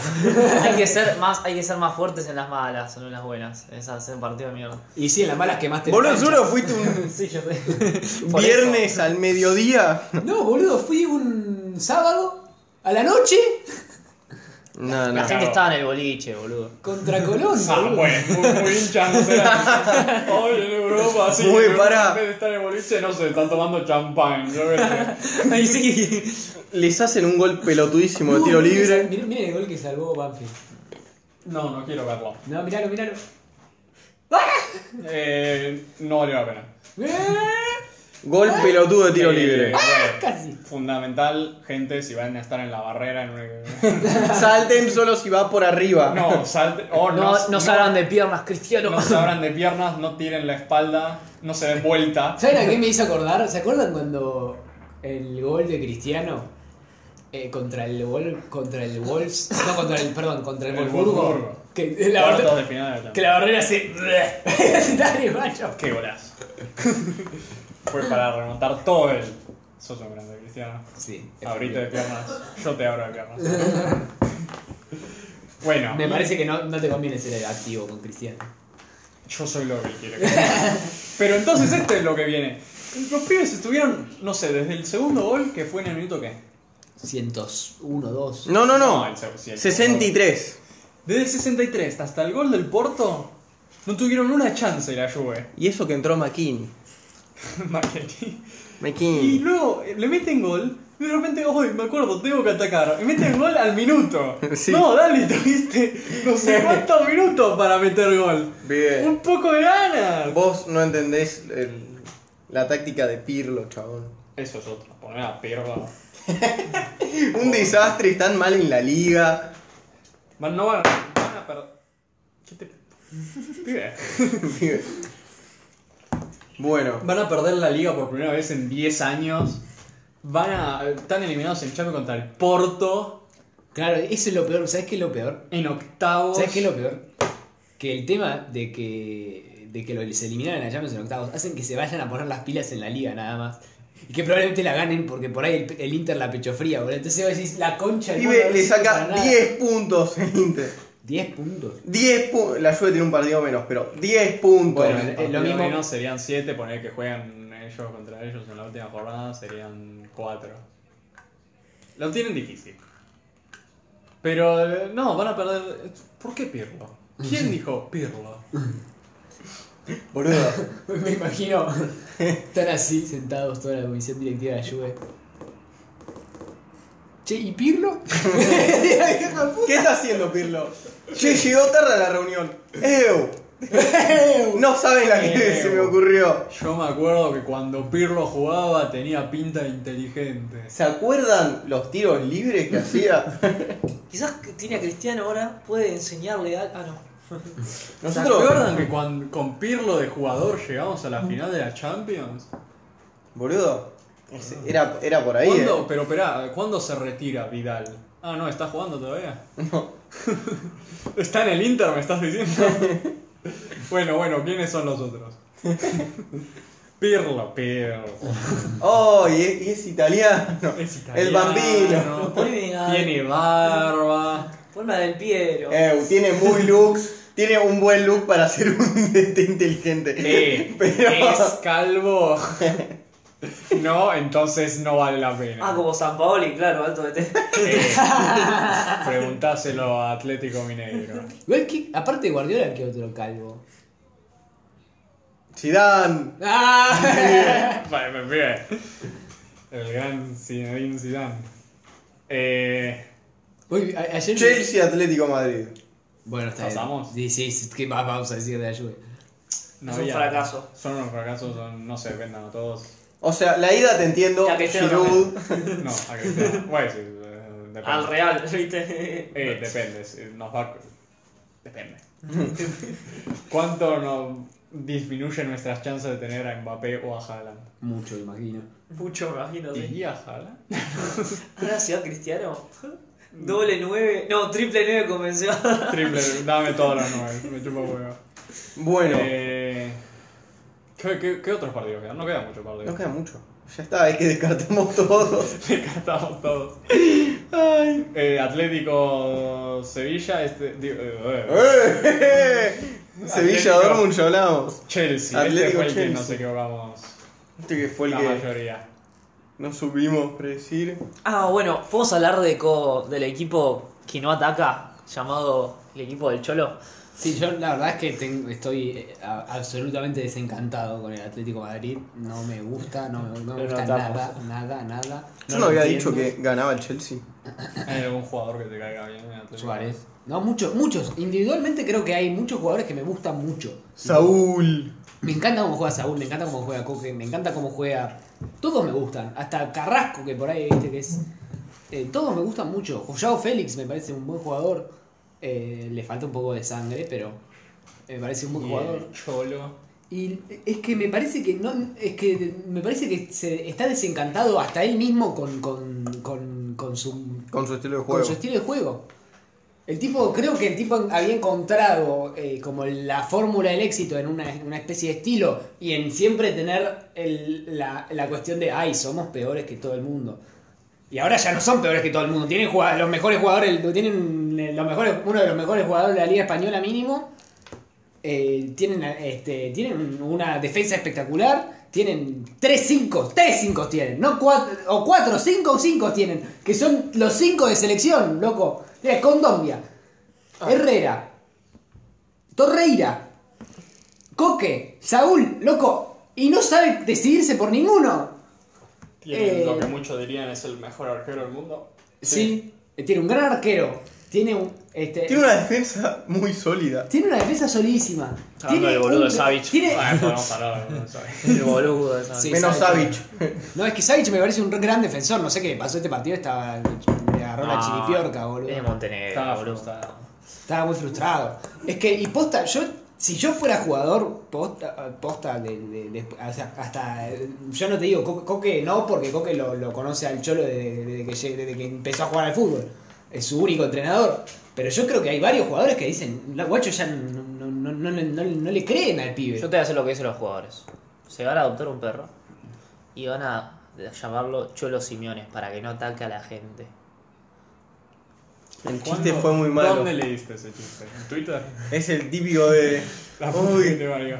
Speaker 5: hay, que ser más, hay que ser más fuertes en las malas, no en las buenas. Es hacer un partido de mierda.
Speaker 1: Y sí, en las malas quemaste. la
Speaker 3: Vos no
Speaker 1: cancha.
Speaker 3: solo fuiste un
Speaker 5: Sí, yo sé. Por
Speaker 3: viernes al mediodía.
Speaker 1: No, boludo, fui un sábado a la noche
Speaker 3: No,
Speaker 5: La
Speaker 3: no.
Speaker 5: gente estaba en el boliche, boludo.
Speaker 1: contra Colón.
Speaker 4: Ah,
Speaker 1: boludo.
Speaker 4: bueno, muy, muy hinchas, o sea, hoy en Europa, sí,
Speaker 3: Muy
Speaker 4: en Europa,
Speaker 3: para.
Speaker 4: en vez de estar en el boliche, no sé, están tomando champán, yo qué sé.
Speaker 5: Ay, sí.
Speaker 3: Les hacen un gol pelotudísimo de
Speaker 1: Uh,
Speaker 3: tiro
Speaker 1: miren esa-
Speaker 3: libre.
Speaker 1: Miren, miren el gol que salvó Banfield.
Speaker 4: No, no quiero verlo.
Speaker 1: No, miralo, miralo.
Speaker 4: Eh, no valió la pena.
Speaker 3: Gol pelotudo de tiro
Speaker 4: Eh,
Speaker 3: libre.
Speaker 4: bueno,
Speaker 1: Casi.
Speaker 4: Fundamental, gente, si van a estar en la barrera, en un-
Speaker 3: Salten solo si va por arriba.
Speaker 4: No, salte. Oh,
Speaker 5: No,
Speaker 4: no,
Speaker 5: no, se abran de piernas, Cristiano.
Speaker 4: No se abran de piernas, no tiren la espalda, no se den vuelta.
Speaker 1: ¿Saben a qué me hizo acordar? ¿Se acuerdan cuando el gol de Cristiano eh, contra el Wol- contra el Wolves, no contra el, perdón, contra el,
Speaker 4: El
Speaker 1: Wolfsburgo,
Speaker 4: Wolfsburgo.
Speaker 1: que la
Speaker 4: Cuartos
Speaker 1: barrera,
Speaker 4: de final de la
Speaker 1: que
Speaker 4: Champions.
Speaker 1: la barrera se dale, macho.
Speaker 4: Qué golazo. Fue para remontar todo el. Sos un grande, Cristiano.
Speaker 1: Sí.
Speaker 4: Abrite de piernas. Yo te abro de piernas. Bueno,
Speaker 1: Me parece que no, no te conviene ser activo con Cristiano.
Speaker 4: yo soy lo que quiere. Pero entonces este es lo que viene. Los pibes estuvieron, no sé, desde el segundo gol que fue en el minuto qué.
Speaker 1: 101, 2.
Speaker 3: No, no,
Speaker 4: el
Speaker 3: no.
Speaker 4: seg- sí, el segundo gol.
Speaker 3: 63.
Speaker 4: Desde el 63 hasta el gol del Porto, no tuvieron una chance la Juve.
Speaker 3: Y eso que entró McKinney.
Speaker 4: Marchetti. Y
Speaker 3: McKinney.
Speaker 4: luego eh, le meten gol. Y de repente, hoy me acuerdo, tengo que atacar. Y meten gol al minuto.
Speaker 3: Sí.
Speaker 4: No, dale, tuviste no sé cuántos minutos para meter gol. Un
Speaker 3: Bien.
Speaker 4: poco de ganas.
Speaker 3: Vos no entendés el- la táctica de Pirlo, chabón.
Speaker 4: Eso es otro, poner a perro.
Speaker 3: Un desastre, están mal en la liga.
Speaker 4: Van, no van, van a perder. ¿Qué te- eh. Pibe.
Speaker 3: Bueno,
Speaker 4: Van a perder la liga por primera vez en 10 años. Van a. Están eliminados en Champions contra el Porto.
Speaker 1: Claro, eso es lo peor, ¿sabes qué es lo peor?
Speaker 4: En octavos.
Speaker 1: ¿Sabes qué es lo peor? Que el tema de que, de que los eliminaran a Champions en octavos hacen que se vayan a poner las pilas en la liga nada más. Y que probablemente la ganen porque por ahí el, el Inter la pecho fría, boludo. Entonces vos decís, la concha del mundo,
Speaker 3: pibe,
Speaker 1: no
Speaker 3: le
Speaker 1: sirve
Speaker 3: saca
Speaker 1: para nada.
Speaker 3: 10 puntos el Inter.
Speaker 1: 10 puntos.
Speaker 3: 10 puntos. La Juve tiene un partido menos, pero 10 puntos.
Speaker 1: Bueno,
Speaker 4: Bueno,
Speaker 1: eh, lo
Speaker 4: lo
Speaker 1: mismo-
Speaker 4: mismo. serían 7, poner que juegan ellos contra ellos en la última jornada serían 4. Lo tienen difícil. Pero eh, no, van a perder. ¿Por qué Pirlo? ¿Quién dijo Pirlo?
Speaker 3: Boludo.
Speaker 1: Me imagino están así sentados toda la comisión directiva de la Juve. Che, ¿y Pirlo?
Speaker 3: ¿Qué está haciendo Pirlo? Che, llegó tarde a la reunión. ¡Ew! No saben la que
Speaker 4: Ew.
Speaker 3: se me ocurrió.
Speaker 4: Yo me acuerdo que cuando Pirlo jugaba tenía pinta de inteligente.
Speaker 3: ¿Se acuerdan los tiros libres que hacía?
Speaker 5: Quizás que tiene a Cristiano ahora, puede enseñarle a. Ah, no.
Speaker 4: ¿Se
Speaker 3: Nosotros.
Speaker 4: acuerdan que cuando, con Pirlo de jugador llegamos a la final de la Champions?
Speaker 3: Boludo. ese- Era, era por ahí.
Speaker 4: ¿Cuándo?
Speaker 3: eh.
Speaker 4: Pero espera, ¿cuándo se retira Vidal? Ah, no, ¿está jugando todavía?
Speaker 3: No.
Speaker 4: Está en el Inter, me estás diciendo. bueno, bueno, ¿quiénes son los otros? Pirlo, Pirlo.
Speaker 3: Oh, y es, y es italiano.
Speaker 4: Es
Speaker 3: El
Speaker 4: italiano,
Speaker 3: bambino.
Speaker 5: Poneme a-
Speaker 4: Tiene barba.
Speaker 5: Ponme a Del Piero.
Speaker 3: Ew, Eh, tiene muy looks. Tiene un buen look para ser un DT inteligente.
Speaker 4: Eh,
Speaker 3: Pero-
Speaker 4: Es calvo. No, entonces no vale la pena.
Speaker 5: Ah, como San Paoli, claro, alto de té.
Speaker 4: Eh, preguntáselo a Atlético Mineiro.
Speaker 1: Igual que, aparte de Guardiola, que otro calvo.
Speaker 3: Zidane.
Speaker 1: ¡Ah!
Speaker 4: Vale, me pide. El gran Zinedine Zidane. Eh,
Speaker 1: Uy, a- ayer...
Speaker 3: Chelsea Atlético Madrid.
Speaker 1: Bueno, está
Speaker 4: ¿Pasamos?
Speaker 1: bien. Sí, sí, ¿qué más vamos a decir de la Juve?
Speaker 4: no
Speaker 5: Es un
Speaker 4: había-
Speaker 5: fracaso.
Speaker 4: Son unos fracasos, son, no sé, vendan a todos.
Speaker 3: O sea, la ida te entiendo.
Speaker 5: Ya que sea,
Speaker 3: Giroud.
Speaker 4: No, a Cristiano. Bueno, sí, eh, depende.
Speaker 5: Al Real, ¿viste?
Speaker 4: Eh, depende, sí, nos va, Depende. ¿Cuánto nos disminuye nuestras chances de tener a Mbappé o a Haaland?
Speaker 1: Mucho, imagino.
Speaker 5: Mucho, me imagino, sí.
Speaker 4: ¿Y a Haaland?
Speaker 5: Ahora se va Cristiano. Doble nueve. No, triple nueve convenció.
Speaker 4: Triple, dame todos los nueve, me chupa huevo.
Speaker 3: Bueno,
Speaker 4: Eh, ¿qué, qué, qué otros partidos quedan? No quedan muchos partidos.
Speaker 3: nos queda mucho. Ya está, hay que descartemos todos.
Speaker 4: Descartamos todos. Ay, eh, Atlético Sevilla, este, digo, eh, eh,
Speaker 3: ¡Eh! Sevilla
Speaker 4: Atlético.
Speaker 3: Dortmund ya hablábamos.
Speaker 4: Chelsea, este
Speaker 3: Atlético
Speaker 4: fue el que nos
Speaker 3: Chelsea.
Speaker 4: equivocamos
Speaker 3: Este que fue el
Speaker 4: la
Speaker 3: que
Speaker 4: mayoría.
Speaker 3: no supimos predecir.
Speaker 5: Ah, bueno, ¿podemos hablar de co- del equipo que no ataca? Llamado el equipo del Cholo.
Speaker 1: Sí, yo la verdad es que ten- estoy eh, a- absolutamente desencantado con el Atlético de Madrid. No me gusta, no me, no me
Speaker 2: Lo
Speaker 1: gusta
Speaker 2: notamos.
Speaker 1: nada, nada, nada. No
Speaker 3: Yo no,
Speaker 1: lo
Speaker 3: había
Speaker 1: entiendo.
Speaker 3: dicho que ganaba el Chelsea.
Speaker 4: Hay algún jugador que te caiga bien en Atlético.
Speaker 1: Suárez. No, muchos, muchos. Individualmente creo que hay muchos jugadores que me gustan mucho.
Speaker 3: Saúl.
Speaker 1: Me encanta cómo juega Saúl, me encanta cómo juega Coque, me encanta cómo juega. Todos me gustan. Hasta Carrasco, que por ahí viste que es. eh, todos me gustan mucho. Joao Félix me parece un buen jugador. Eh, le falta un poco de sangre, pero me parece un buen
Speaker 4: Y
Speaker 1: jugador.
Speaker 4: el Cholo.
Speaker 1: Y es que me parece que no. Es que me parece que se está desencantado hasta él mismo con, con, con, con su
Speaker 3: Con su estilo de
Speaker 1: con
Speaker 3: juego.
Speaker 1: su estilo de juego. El tipo, creo que el tipo había encontrado eh, como la fórmula del éxito en una, en una especie de estilo y en siempre tener el- la, la cuestión de, ay, somos peores que todo el mundo. Y ahora ya no son peores que todo el mundo. Tienen jugad- los mejores jugadores, tienen los mejores, uno de los mejores jugadores de la Liga Española mínimo. Eh, tienen, este, tienen una defensa espectacular. Tienen 3 5 3 5 tienen, no 4 o 4, 5 o 5 tienen, que son los 5 de selección, loco. Mira, Condombia, Herrera, Torreira, Coque, Saúl, loco, y no sabe decidirse por ninguno.
Speaker 4: Tiene
Speaker 1: Eh,
Speaker 4: lo que muchos dirían es el mejor arquero del mundo.
Speaker 1: Sí. Eh, Tiene un gran arquero. Tiene un. Este,
Speaker 3: Tiene una defensa muy sólida.
Speaker 1: tiene una defensa solidísima.
Speaker 2: hablando
Speaker 1: Tiene
Speaker 2: del boludo
Speaker 1: un-
Speaker 2: de Savic.
Speaker 1: tiene-
Speaker 4: Ah, podemos hablar, no sé.
Speaker 2: El boludo de esa-
Speaker 1: Sí,
Speaker 3: Menos
Speaker 1: Savic.
Speaker 3: Savic.
Speaker 1: No, es que Savic me parece un gran defensor. No sé qué le pasó este partido. Estaba. Le agarró la
Speaker 2: Ah,
Speaker 1: chiripiorca,
Speaker 2: Es de
Speaker 1: boludo.
Speaker 2: Montenegro,
Speaker 4: Estaba
Speaker 2: boludo.
Speaker 4: frustrado.
Speaker 1: Estaba muy frustrado. Es que, y posta, yo. Si yo fuera jugador posta, posta de, de- de- o sea, hasta. eh, Yo no te digo, Co- Coque no, porque Coque lo, lo conoce al Cholo desde, desde que, lle- desde que empezó a jugar al fútbol. Es su único entrenador. Pero yo creo que hay varios jugadores que dicen, "No, guacho ya no, no, no, no, no- no- no le creen al pibe.
Speaker 2: Yo te voy a hacer lo que dicen los jugadores. Se van a adoptar un perro y van a llamarlo Cholo Simeones para que no ataque a la gente.
Speaker 3: El chiste
Speaker 4: ¿Cuándo-
Speaker 3: fue muy malo.
Speaker 4: ¿Dónde leíste ese chiste? ¿En Twitter?
Speaker 3: Es el típico de.
Speaker 4: La puta que
Speaker 3: Uy,
Speaker 4: te parió.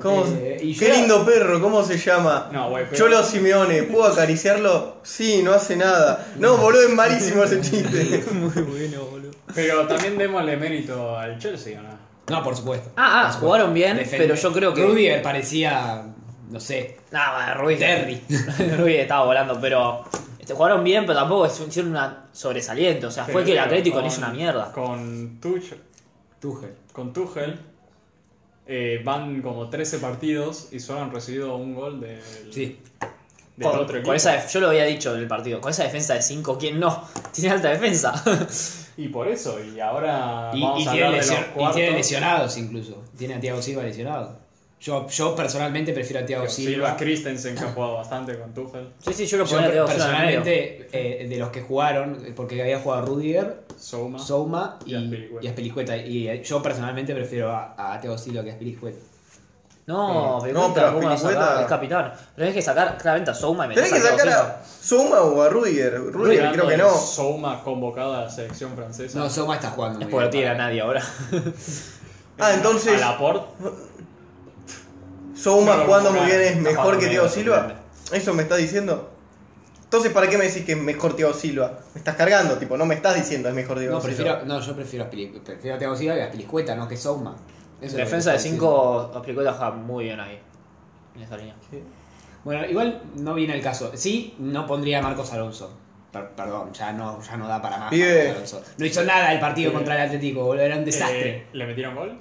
Speaker 3: ¿cómo
Speaker 1: Eh, y
Speaker 3: qué
Speaker 1: yo-
Speaker 3: lindo perro, ¿cómo se llama?
Speaker 4: No, güey, pero-
Speaker 3: Cholo Simeone, ¿puedo acariciarlo? Sí, no hace nada. No, boludo, es malísimo ese chiste.
Speaker 4: Pero también démosle mérito al Chelsea, ¿o no?
Speaker 1: No, por supuesto.
Speaker 2: Ah, ah, jugaron bien,
Speaker 1: Defende.
Speaker 2: pero yo creo que.
Speaker 1: Rudiger parecía, no sé,
Speaker 2: Nah, bueno, Ruiz.
Speaker 1: Terry.
Speaker 2: Ruiz estaba volando, pero. Este, jugaron bien, pero tampoco es- hicieron una sobresaliente. O
Speaker 1: Ah,
Speaker 2: sea, fue
Speaker 4: Pero
Speaker 2: que el
Speaker 4: claro,
Speaker 2: Atlético le
Speaker 4: con-
Speaker 2: hizo una mierda.
Speaker 4: Con Tuchel,
Speaker 1: Tuchel.
Speaker 4: con Tuchel eh, van como 13 partidos y solo han recibido un gol del,
Speaker 1: Sí.
Speaker 4: del
Speaker 2: Con,
Speaker 4: otro equipo.
Speaker 2: con esa, def- yo lo había dicho en el partido, con esa defensa de 5, ¿quién no? Tiene alta defensa.
Speaker 4: Y por eso, y ahora
Speaker 1: Y,
Speaker 4: vamos
Speaker 1: y
Speaker 4: a
Speaker 1: tiene
Speaker 4: hablar de
Speaker 1: lesio-
Speaker 4: los
Speaker 1: y
Speaker 4: cuartos.
Speaker 1: tiene lesionados incluso. Tiene a Thiago Silva lesionado. Yo, yo personalmente prefiero a Thiago
Speaker 4: Silva,
Speaker 1: Silva.
Speaker 4: Christensen, que ha jugado bastante con Tuchel.
Speaker 2: sí, sí, yo lo
Speaker 1: Yo
Speaker 2: ponía de
Speaker 1: personalmente, eh, de los que jugaron, eh, porque había jugado Rudiger,
Speaker 4: Souma.
Speaker 1: Souma y,
Speaker 4: Y Azpilicueta.
Speaker 1: y Azpilicueta. Y eh, yo personalmente prefiero a, a Thiago Silva que a Azpilicueta.
Speaker 2: No, pero
Speaker 3: No, pero
Speaker 2: ¿cómo lo
Speaker 3: Azpilicueta-
Speaker 2: sacás? Es capitán. Pero tenés que sacar claramente a Souma y meter
Speaker 3: Tenés que sacar a Zuma o a Rudiger. Rudiger creo que no.
Speaker 4: Souma convocado a la selección francesa.
Speaker 1: No, Souma está jugando.
Speaker 2: Es
Speaker 1: muy
Speaker 2: porque no
Speaker 1: bien.
Speaker 2: tiene a nadie ahora.
Speaker 3: Ah, entonces
Speaker 4: A Laporte. eh,
Speaker 3: Souma
Speaker 4: Pero
Speaker 3: jugando
Speaker 4: no,
Speaker 3: muy bien es
Speaker 2: no,
Speaker 3: mejor
Speaker 2: no,
Speaker 3: que
Speaker 2: no,
Speaker 3: Thiago
Speaker 2: no,
Speaker 3: Silva. ¿Eso me estás diciendo? Entonces, ¿para qué me decís que es mejor Thiago Silva? Me estás cargando, tipo, no me estás diciendo es mejor Thiago
Speaker 1: No,
Speaker 3: Silva.
Speaker 1: prefiero, no, yo prefiero a, Azpilic- prefiero a Thiago Silva que a Azpilicueta, no que Souma. Eso es lo que
Speaker 2: Defensa de
Speaker 1: estoy diciendo.
Speaker 2: 5, Azpilicueta juega muy bien ahí. En esa línea.
Speaker 1: Bueno, igual no viene el caso. Sí, no pondría a Marcos Alonso. Per- perdón, ya no, ya no da para más.
Speaker 3: Pibe.
Speaker 1: Marcos Alonso. No hizo nada el partido
Speaker 4: Pibe.
Speaker 1: contra el Atlético, boludo. Era un
Speaker 4: Eh,
Speaker 1: desastre.
Speaker 4: ¿Le metieron gol?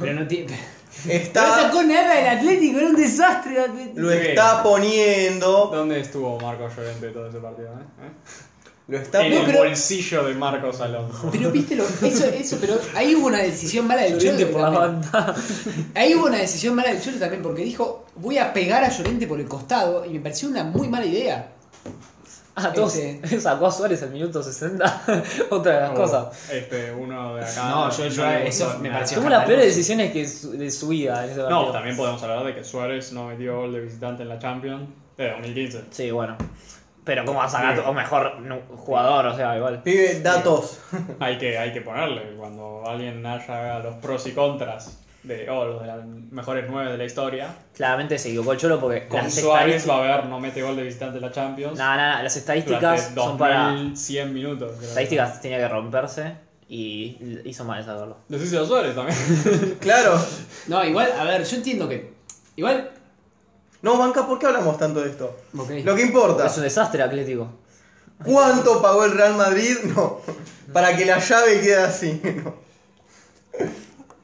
Speaker 1: Pero no tiene. No
Speaker 3: Está,
Speaker 1: tocó nada el Atlético, era un desastre. el Atlético.
Speaker 3: lo está poniendo.
Speaker 4: ¿Dónde estuvo Marco Llorente todo ese partido? eh? ¿Eh?
Speaker 3: Lo está
Speaker 4: en
Speaker 1: No,
Speaker 4: el
Speaker 1: pero-
Speaker 4: bolsillo de Marcos Alonso.
Speaker 1: Pero viste lo, eso, eso, pero ahí hubo una decisión mala del Cholo.
Speaker 2: Llorente por la
Speaker 1: también.
Speaker 2: banda.
Speaker 1: Ahí hubo una decisión mala del Cholo también, porque dijo, voy a pegar a Llorente por el costado, y me pareció una muy mala idea.
Speaker 2: Ah, dos.
Speaker 1: Ese.
Speaker 2: Sacó a Suárez al minuto 60. Otra
Speaker 4: Oh.
Speaker 2: de las cosas.
Speaker 4: Este, uno de acá.
Speaker 1: No, yo- yo-
Speaker 4: le
Speaker 1: eso
Speaker 4: gustó
Speaker 1: me
Speaker 4: nada.
Speaker 1: pareció
Speaker 2: Tuvo las
Speaker 1: escandaloso.
Speaker 2: peores decisiones que su- de su vida en ese partido.
Speaker 4: No, también podemos hablar de que Suárez no metió gol de visitante en la Champions de 2015.
Speaker 2: Sí, bueno. Pero como vas a sacar a un mejor no, jugador, o sea, igual.
Speaker 3: Pibe, datos.
Speaker 4: Hay que, hay que ponerle cuando alguien haya los pros y contras de oh, los de las mejores nueve de la historia.
Speaker 2: Claramente se equivocó el Cholo porque
Speaker 4: Con
Speaker 2: las
Speaker 4: Suárez
Speaker 2: estadísticas.
Speaker 4: va a haber no mete gol de visitante en la Champions.
Speaker 2: Nada, nada, las
Speaker 4: durante
Speaker 2: estadísticas son para.
Speaker 4: 2100 minutos. creo.
Speaker 2: Estadísticas tenía que romperse y hizo mal de sacarlo.
Speaker 4: Decíselo a Suárez también.
Speaker 3: Claro.
Speaker 1: No, igual, a ver, yo entiendo que. Igual.
Speaker 3: No, banca, ¿por qué hablamos tanto de esto?
Speaker 1: ok.
Speaker 3: Lo que importa,
Speaker 2: Es un desastre Atlético.
Speaker 3: ¿cuánto pagó el Real Madrid? No. Para que la llave quede así. No.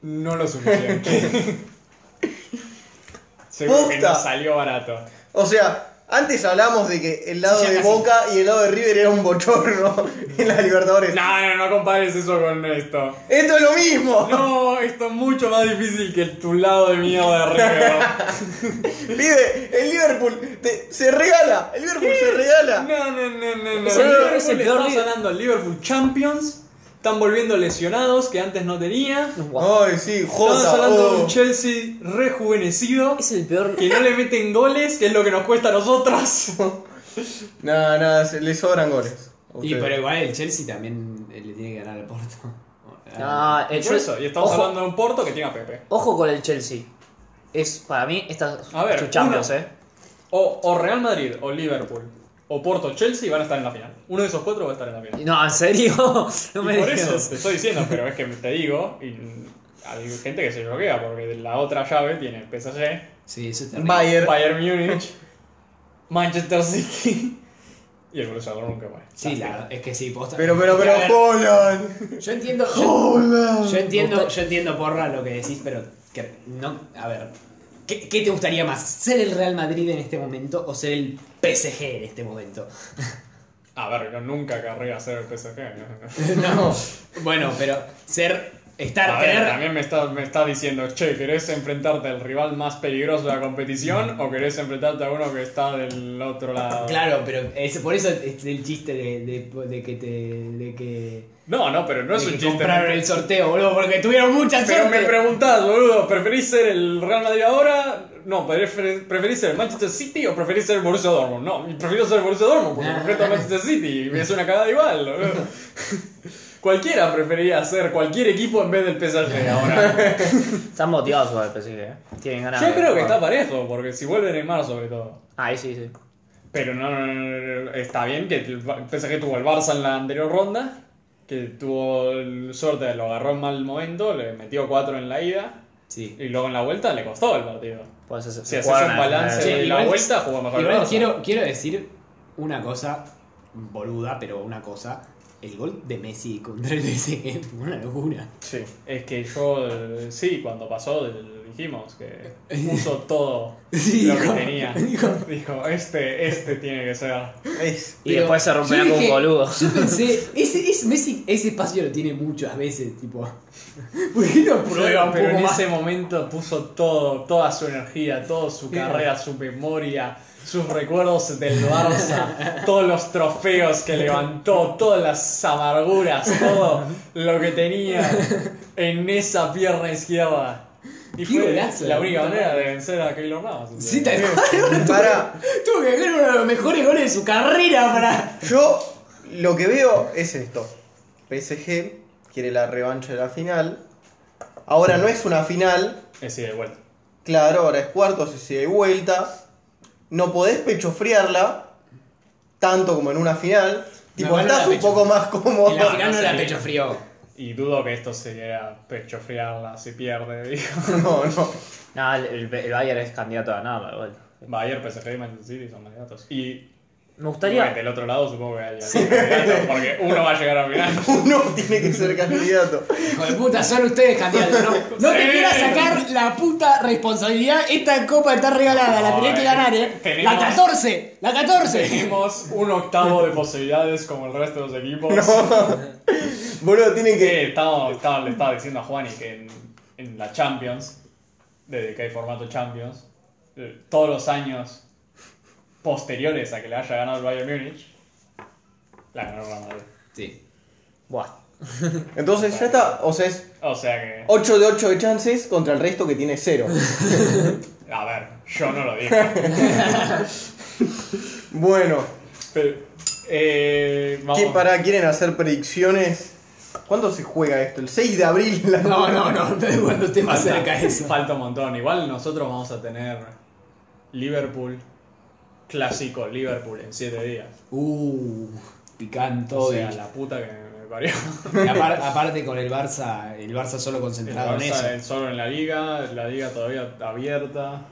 Speaker 4: No lo suficiente. Seguro que
Speaker 3: Posta.
Speaker 4: no salió barato.
Speaker 3: O sea, antes hablamos de que el lado
Speaker 1: Sí, ya
Speaker 3: de
Speaker 1: casi.
Speaker 3: Boca y el lado de River era un bochorno en la Libertadores.
Speaker 4: No, no, no compares eso con esto.
Speaker 3: Esto es lo mismo.
Speaker 4: No, esto es mucho más difícil que el tu lado de mierda de arriba.
Speaker 3: Pibe, el Liverpool te- se regala. El Liverpool se regala.
Speaker 4: No, no, no, no, no.
Speaker 2: Es el-
Speaker 4: Liverpool
Speaker 2: es el
Speaker 4: está
Speaker 2: peor líder.
Speaker 4: sonando al Liverpool Champions. Están volviendo lesionados que antes no tenía.
Speaker 2: Guau.
Speaker 3: Ay, sí,
Speaker 4: Estamos
Speaker 3: Jota.
Speaker 4: hablando de
Speaker 3: oh.
Speaker 4: un Chelsea rejuvenecido
Speaker 2: Es el peor.
Speaker 4: que no le meten goles, que es lo que nos cuesta a nosotros.
Speaker 3: Nada, nada, se- le sobran goles. a
Speaker 1: Y,
Speaker 3: ustedes.
Speaker 1: pero igual el Chelsea también eh, le tiene que ganar al Porto.
Speaker 2: Ah, el
Speaker 4: Por
Speaker 2: Chelsea-
Speaker 4: eso, y estamos
Speaker 2: ojo,
Speaker 4: hablando de un Porto que tiene a Pepe.
Speaker 2: ojo con el Chelsea. Es para mí esta
Speaker 4: A ver,
Speaker 2: su Champions,
Speaker 4: una-
Speaker 2: eh.
Speaker 4: O, o Real Madrid, o Liverpool, o Porto, o Chelsea van a estar en la final. Uno de esos cuatro va a estar en la final.
Speaker 2: No, en serio. no me
Speaker 4: Y por
Speaker 2: digas.
Speaker 4: eso te estoy diciendo, pero es que te digo, y hay gente que se bloquea, porque de la otra llave tiene PSG,
Speaker 1: Sí, eso está
Speaker 3: Bayern.
Speaker 4: Bayern Múnich, Manchester City y el Borussia Dortmund que bueno.
Speaker 1: Sí, la, es que sí, posta.
Speaker 3: Pero, pero,
Speaker 1: Es que,
Speaker 3: pero,
Speaker 1: a ver,
Speaker 3: Holland.
Speaker 1: yo entiendo. Yo, yo
Speaker 3: Holland.
Speaker 1: entiendo, yo entiendo, porra, lo que decís, pero. Que, no, a ver. ¿qué, qué te gustaría más? ¿Ser el Real Madrid en este momento o ser el PSG en este momento?
Speaker 4: A ver, yo nunca querría ser el PSG. ¿no?
Speaker 1: no. Bueno, pero ser. Estar,
Speaker 4: A
Speaker 1: tener.
Speaker 4: ver, también me está, me está diciendo, che, ¿querés enfrentarte al rival más peligroso de la competición o querés enfrentarte a uno que está del otro lado?
Speaker 1: Claro, pero es, por eso es el chiste de, de- de que te. de que.
Speaker 4: No, no, pero no es
Speaker 1: de
Speaker 4: un
Speaker 1: que
Speaker 4: chiste.
Speaker 1: compraron el sorteo, boludo, porque tuvieron mucha
Speaker 4: Pero
Speaker 1: suerte.
Speaker 4: me preguntás, boludo, ¿preferís ser el Real Madrid ahora? No, prefer- ¿preferís ser el Manchester City o preferís ser el Borussia Dortmund? No, prefiero ser el Borussia Dortmund porque enfrento al Manchester City y es una cagada igual, boludo. Cualquiera preferiría ser cualquier equipo en vez del PSG ahora.
Speaker 2: Están motivados por el PSG, eh. Tienen ganas.
Speaker 4: Yo
Speaker 2: de
Speaker 4: creo que está
Speaker 2: jugar.
Speaker 4: parejo, porque si vuelve Neymar sobre todo.
Speaker 2: Ahí sí, sí.
Speaker 4: Pero no, no, no, no, está bien que el Ba- PSG tuvo el Barça en la anterior ronda, que tuvo el- suerte, lo agarró en mal momento, le metió 4 en la ida
Speaker 1: Sí.
Speaker 4: y luego en la vuelta le costó el partido.
Speaker 2: Por eso se,
Speaker 4: Si
Speaker 2: se
Speaker 4: haces
Speaker 2: jugaron
Speaker 4: un
Speaker 2: a-
Speaker 4: balance
Speaker 2: a-
Speaker 4: de la
Speaker 1: igual-
Speaker 4: vuelta, jugó mejor el
Speaker 1: Igual
Speaker 4: Barça.
Speaker 1: quiero, quiero decir una cosa boluda, pero una cosa. El gol de Messi contra el PSG fue una locura.
Speaker 4: Sí, es que yo, eh, sí, cuando pasó del- dijimos que puso todo
Speaker 1: Sí,
Speaker 4: lo que
Speaker 1: dijo-
Speaker 4: tenía.
Speaker 1: dijo-
Speaker 4: Dijo, este, este tiene que ser.
Speaker 3: Es-
Speaker 2: Y
Speaker 1: Pero
Speaker 2: después se
Speaker 1: yo
Speaker 2: romperá con un
Speaker 1: dije-
Speaker 2: boludo.
Speaker 1: Yo pensé, ese, ese- Messi ese espacio lo tiene muchas veces, tipo. ¿Por qué no prueba un
Speaker 4: pero
Speaker 1: poco
Speaker 4: en
Speaker 1: más?
Speaker 4: ese momento puso todo, toda su energía, toda su carrera, su memoria, sus recuerdos del Barça, todos los trofeos que levantó, todas las amarguras, todo lo que tenía en esa pierna izquierda. Y
Speaker 1: Qué
Speaker 4: fue
Speaker 1: golazo,
Speaker 4: la
Speaker 1: la
Speaker 4: única
Speaker 1: puta
Speaker 4: manera de vencer a Keylor Navas.
Speaker 1: Sí, tal cual.
Speaker 3: Para,
Speaker 1: Tuvo que hacer uno de los mejores goles de su carrera para.
Speaker 3: yo lo que veo es esto. PSG quiere la revancha de la final. Ahora no es una final.
Speaker 4: Eh, sí, de vuelta.
Speaker 3: Claro, ahora es cuartos y si hay vuelta. No podés pechofriarla tanto como en una final. Tipo,
Speaker 1: igual no
Speaker 3: estás
Speaker 1: la
Speaker 3: un poco más cómodo.
Speaker 1: En la final no,
Speaker 4: no
Speaker 1: la
Speaker 4: sé.
Speaker 1: pecho frío.
Speaker 4: Y dudo que esto se llegue a pechofriarla si pierde, dijo.
Speaker 3: No, no.
Speaker 2: No, el, el- el Bayern es candidato a nada, igual.
Speaker 4: Bayern, PSG y Manchester City son candidatos. Y
Speaker 2: Me
Speaker 4: Porque
Speaker 2: gustaría.
Speaker 4: Del otro lado supongo que hay algún candidato, porque uno va a llegar al final.
Speaker 3: Uno tiene que ser candidato.
Speaker 1: Hijo de puta, son ustedes candidatos, ¿no?
Speaker 6: No te
Speaker 4: Sí.
Speaker 6: quieras sacar la puta responsabilidad. Esta copa está regalada, la
Speaker 4: No,
Speaker 6: tenés que
Speaker 4: eh,
Speaker 6: ganar, ¿eh?
Speaker 4: tenemos-
Speaker 6: La 14, la 14.
Speaker 4: Tenemos un octavo de posibilidades como el resto de los equipos.
Speaker 3: Boludo, tienen que.
Speaker 4: que estaba, estaba- le estaba diciendo a Juani que en, en la Champions, desde que hay formato Champions, eh, todos los años posteriores a que le haya ganado el Bayern Múnich, la ganó el Real Madrid.
Speaker 1: Sí.
Speaker 2: Buah.
Speaker 3: Entonces ya está. O sea, es
Speaker 4: O sea que,
Speaker 3: 8 de 8 de chances contra el resto que tiene 0.
Speaker 4: a ver, yo no lo dije.
Speaker 3: Bueno,
Speaker 4: Pero, eh, vamos.
Speaker 3: ¿qué, para, ¿quieren hacer predicciones? ¿Cuándo se juega esto? ¿El 6 de abril? La-
Speaker 1: No, no, no, no es cuando esté más
Speaker 4: Falta-
Speaker 1: cerca eso.
Speaker 4: Falta un montón. Igual nosotros vamos a tener Liverpool, clásico Liverpool en 7 días.
Speaker 1: Uh, picanto.
Speaker 4: O sea, la puta que me parió.
Speaker 1: Y apar- aparte con el Barça, el Barça solo
Speaker 4: El
Speaker 1: concentrado en eso.
Speaker 4: Barça en- solo en la liga, la liga todavía abierta.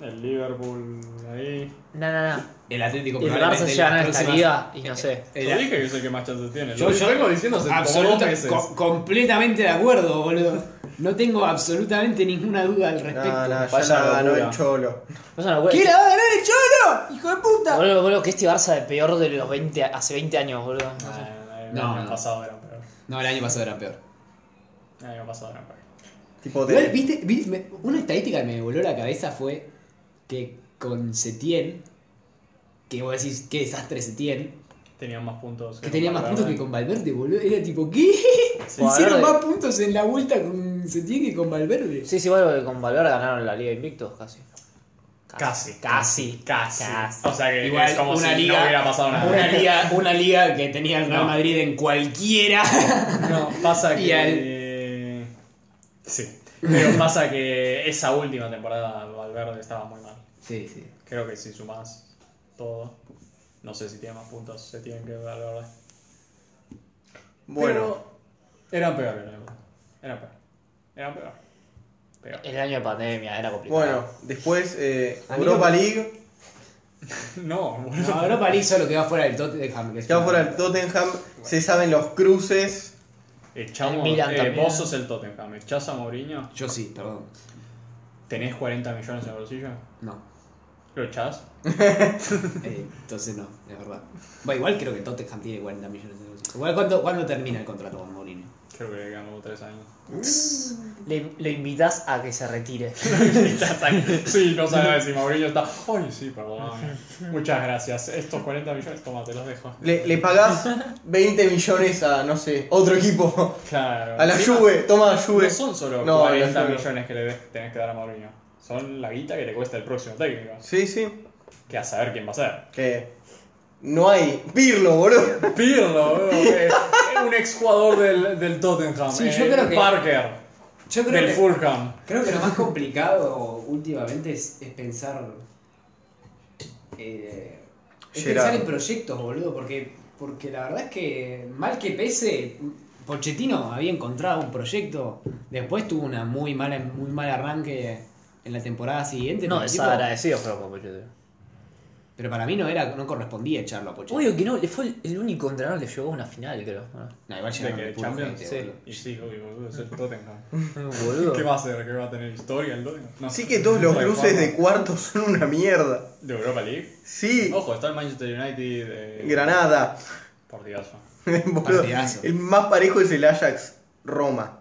Speaker 4: El Liverpool ahí.
Speaker 2: No, no, no.
Speaker 1: El Atlético
Speaker 2: El
Speaker 1: probablemente
Speaker 2: Barça llega a
Speaker 1: en
Speaker 2: ganar
Speaker 1: las
Speaker 2: esta
Speaker 1: próximas-
Speaker 2: liga y no sé.
Speaker 1: El-
Speaker 4: Yo dije que es el que más chances tiene.
Speaker 1: Yo-
Speaker 4: Lo
Speaker 1: yo-
Speaker 4: vengo diciendo hace como dos
Speaker 1: absoluta-
Speaker 4: meses.
Speaker 1: co- completamente de acuerdo, boludo. No tengo absolutamente ninguna duda al respecto.
Speaker 3: No, no, ya
Speaker 4: Vaya
Speaker 3: la ganó
Speaker 4: locura.
Speaker 3: el cholo.
Speaker 2: No es una locura.
Speaker 6: ¿Quién la va a ganar el cholo? ¡Hijo de puta!
Speaker 2: Boludo, boludo, que este Barça de peor de los 20, hace 20 años, boludo. No sé.
Speaker 4: Ah,
Speaker 1: No,
Speaker 4: el año
Speaker 1: no.
Speaker 4: pasado era peor.
Speaker 1: No, el año pasado era peor.
Speaker 4: El año pasado era peor.
Speaker 3: Tipo de.
Speaker 1: Igual, viste, vi- me- una estadística que me voló la cabeza fue que con Setién, que vos decís, qué desastre Setién,
Speaker 4: Tenían más puntos.
Speaker 1: que tenía más puntos que con Valverde, boludo. Era tipo, ¿qué?
Speaker 4: Sí.
Speaker 1: Hicieron
Speaker 2: Valverde.
Speaker 1: más puntos en la vuelta con Setién que con Valverde.
Speaker 2: Sí, sí, bueno, que con Valverde ganaron la Liga Invictos casi.
Speaker 4: Casi.
Speaker 2: Casi.
Speaker 4: Casi.
Speaker 2: Casi.
Speaker 4: O sea que
Speaker 6: Igual,
Speaker 4: Eh, es como
Speaker 6: una
Speaker 4: si
Speaker 6: liga-
Speaker 4: no hubiera pasado nada.
Speaker 6: Una liga, una liga que tenía el Real
Speaker 4: No.
Speaker 6: Madrid en cualquiera.
Speaker 4: No, pasa
Speaker 6: Y
Speaker 4: que. Sí. Pero pasa que esa última temporada Valverde estaba muy mal.
Speaker 1: Sí, sí.
Speaker 4: Creo que si sumas todo, no sé si tiene más puntos, se tienen que ver, la verdad.
Speaker 3: Bueno,
Speaker 4: Pero eran peor, eran peor. Eran peor. Eran peor. Peor.
Speaker 2: El año de pandemia era complicado.
Speaker 3: bueno, después eh,
Speaker 1: A mí
Speaker 3: Europa
Speaker 1: no-
Speaker 3: League.
Speaker 4: No, boludo.
Speaker 1: No, Europa League solo quedó fuera del Tottenham. Que es
Speaker 3: Ya
Speaker 1: una-
Speaker 3: fuera el Tottenham, se saben los cruces.
Speaker 4: Echamos.
Speaker 2: El Milan
Speaker 4: eh,
Speaker 2: también.
Speaker 4: vos sos el Tottenham. Echás a Mourinho.
Speaker 1: Yo sí, perdón.
Speaker 4: ¿Tenés 40 millones en el bolsillo?
Speaker 1: No.
Speaker 4: ¿Lo echás?
Speaker 1: Eh, entonces no, es verdad. Bueno, igual creo que Tottenham tiene 40 millones de euros. Igual, ¿cuándo, cuándo termina el contrato con Mourinho?
Speaker 4: Creo que le quedan como 3 años.
Speaker 2: Le- lo invitas a que se retire.
Speaker 4: sí, no sabes si Mourinho está. Ay, sí, perdón. Muchas gracias. Estos 40 millones, toma, te los dejo.
Speaker 3: Le, le pagás 20 millones a, no sé, otro equipo.
Speaker 4: Claro.
Speaker 3: A la
Speaker 4: Encima-
Speaker 3: Juve, toma a Juve.
Speaker 4: No son solo
Speaker 3: No,
Speaker 4: 40
Speaker 3: la Juve.
Speaker 4: millones que le de- tenés que dar a Mourinho. Son la guita que te cuesta el próximo técnico.
Speaker 3: Sí, sí.
Speaker 4: Que a saber quién va a ser.
Speaker 3: Que no hay. Pirlo, boludo.
Speaker 4: Pirlo, boludo, que es un exjugador del, del Tottenham. eh,
Speaker 1: Sí, yo creo que-
Speaker 4: Parker,
Speaker 1: Yo
Speaker 4: del Fulham.
Speaker 1: Creo que lo más complicado últimamente es, es pensar. eh, es
Speaker 3: Gerard.
Speaker 1: pensar en proyectos, boludo, porque, porque la verdad es que, mal que pese, Pochettino había encontrado un proyecto. Después tuvo una muy mala, muy mal arranque en la temporada siguiente.
Speaker 2: No,
Speaker 1: pero, tipo,
Speaker 2: desagradecido fue con Pochettino.
Speaker 1: pero para mí no era, no correspondía echarlo a Pochettino.
Speaker 2: Obvio que no, le fue el, el único entrenador que llegó a una final, creo. ¿no?
Speaker 1: No, igual
Speaker 4: De
Speaker 1: llegaron
Speaker 4: que
Speaker 1: de puro
Speaker 4: Champions,
Speaker 1: gente,
Speaker 2: sí.
Speaker 1: boludo.
Speaker 4: Y sí, obvio, boludo, es el Tottenham.
Speaker 2: Boludo.
Speaker 4: ¿Qué va a hacer? ¿Qué va a tener historia el Tottenham? No.
Speaker 3: Así que todos los
Speaker 4: No hay
Speaker 3: cruces
Speaker 4: forma.
Speaker 3: de cuartos son una mierda.
Speaker 4: De Europa League.
Speaker 3: Sí.
Speaker 4: Ojo, está el Manchester United. eh,
Speaker 3: Granada.
Speaker 4: Por Dios.
Speaker 3: Boludo,
Speaker 1: Partidazo.
Speaker 3: El más parejo es el Ajax Roma.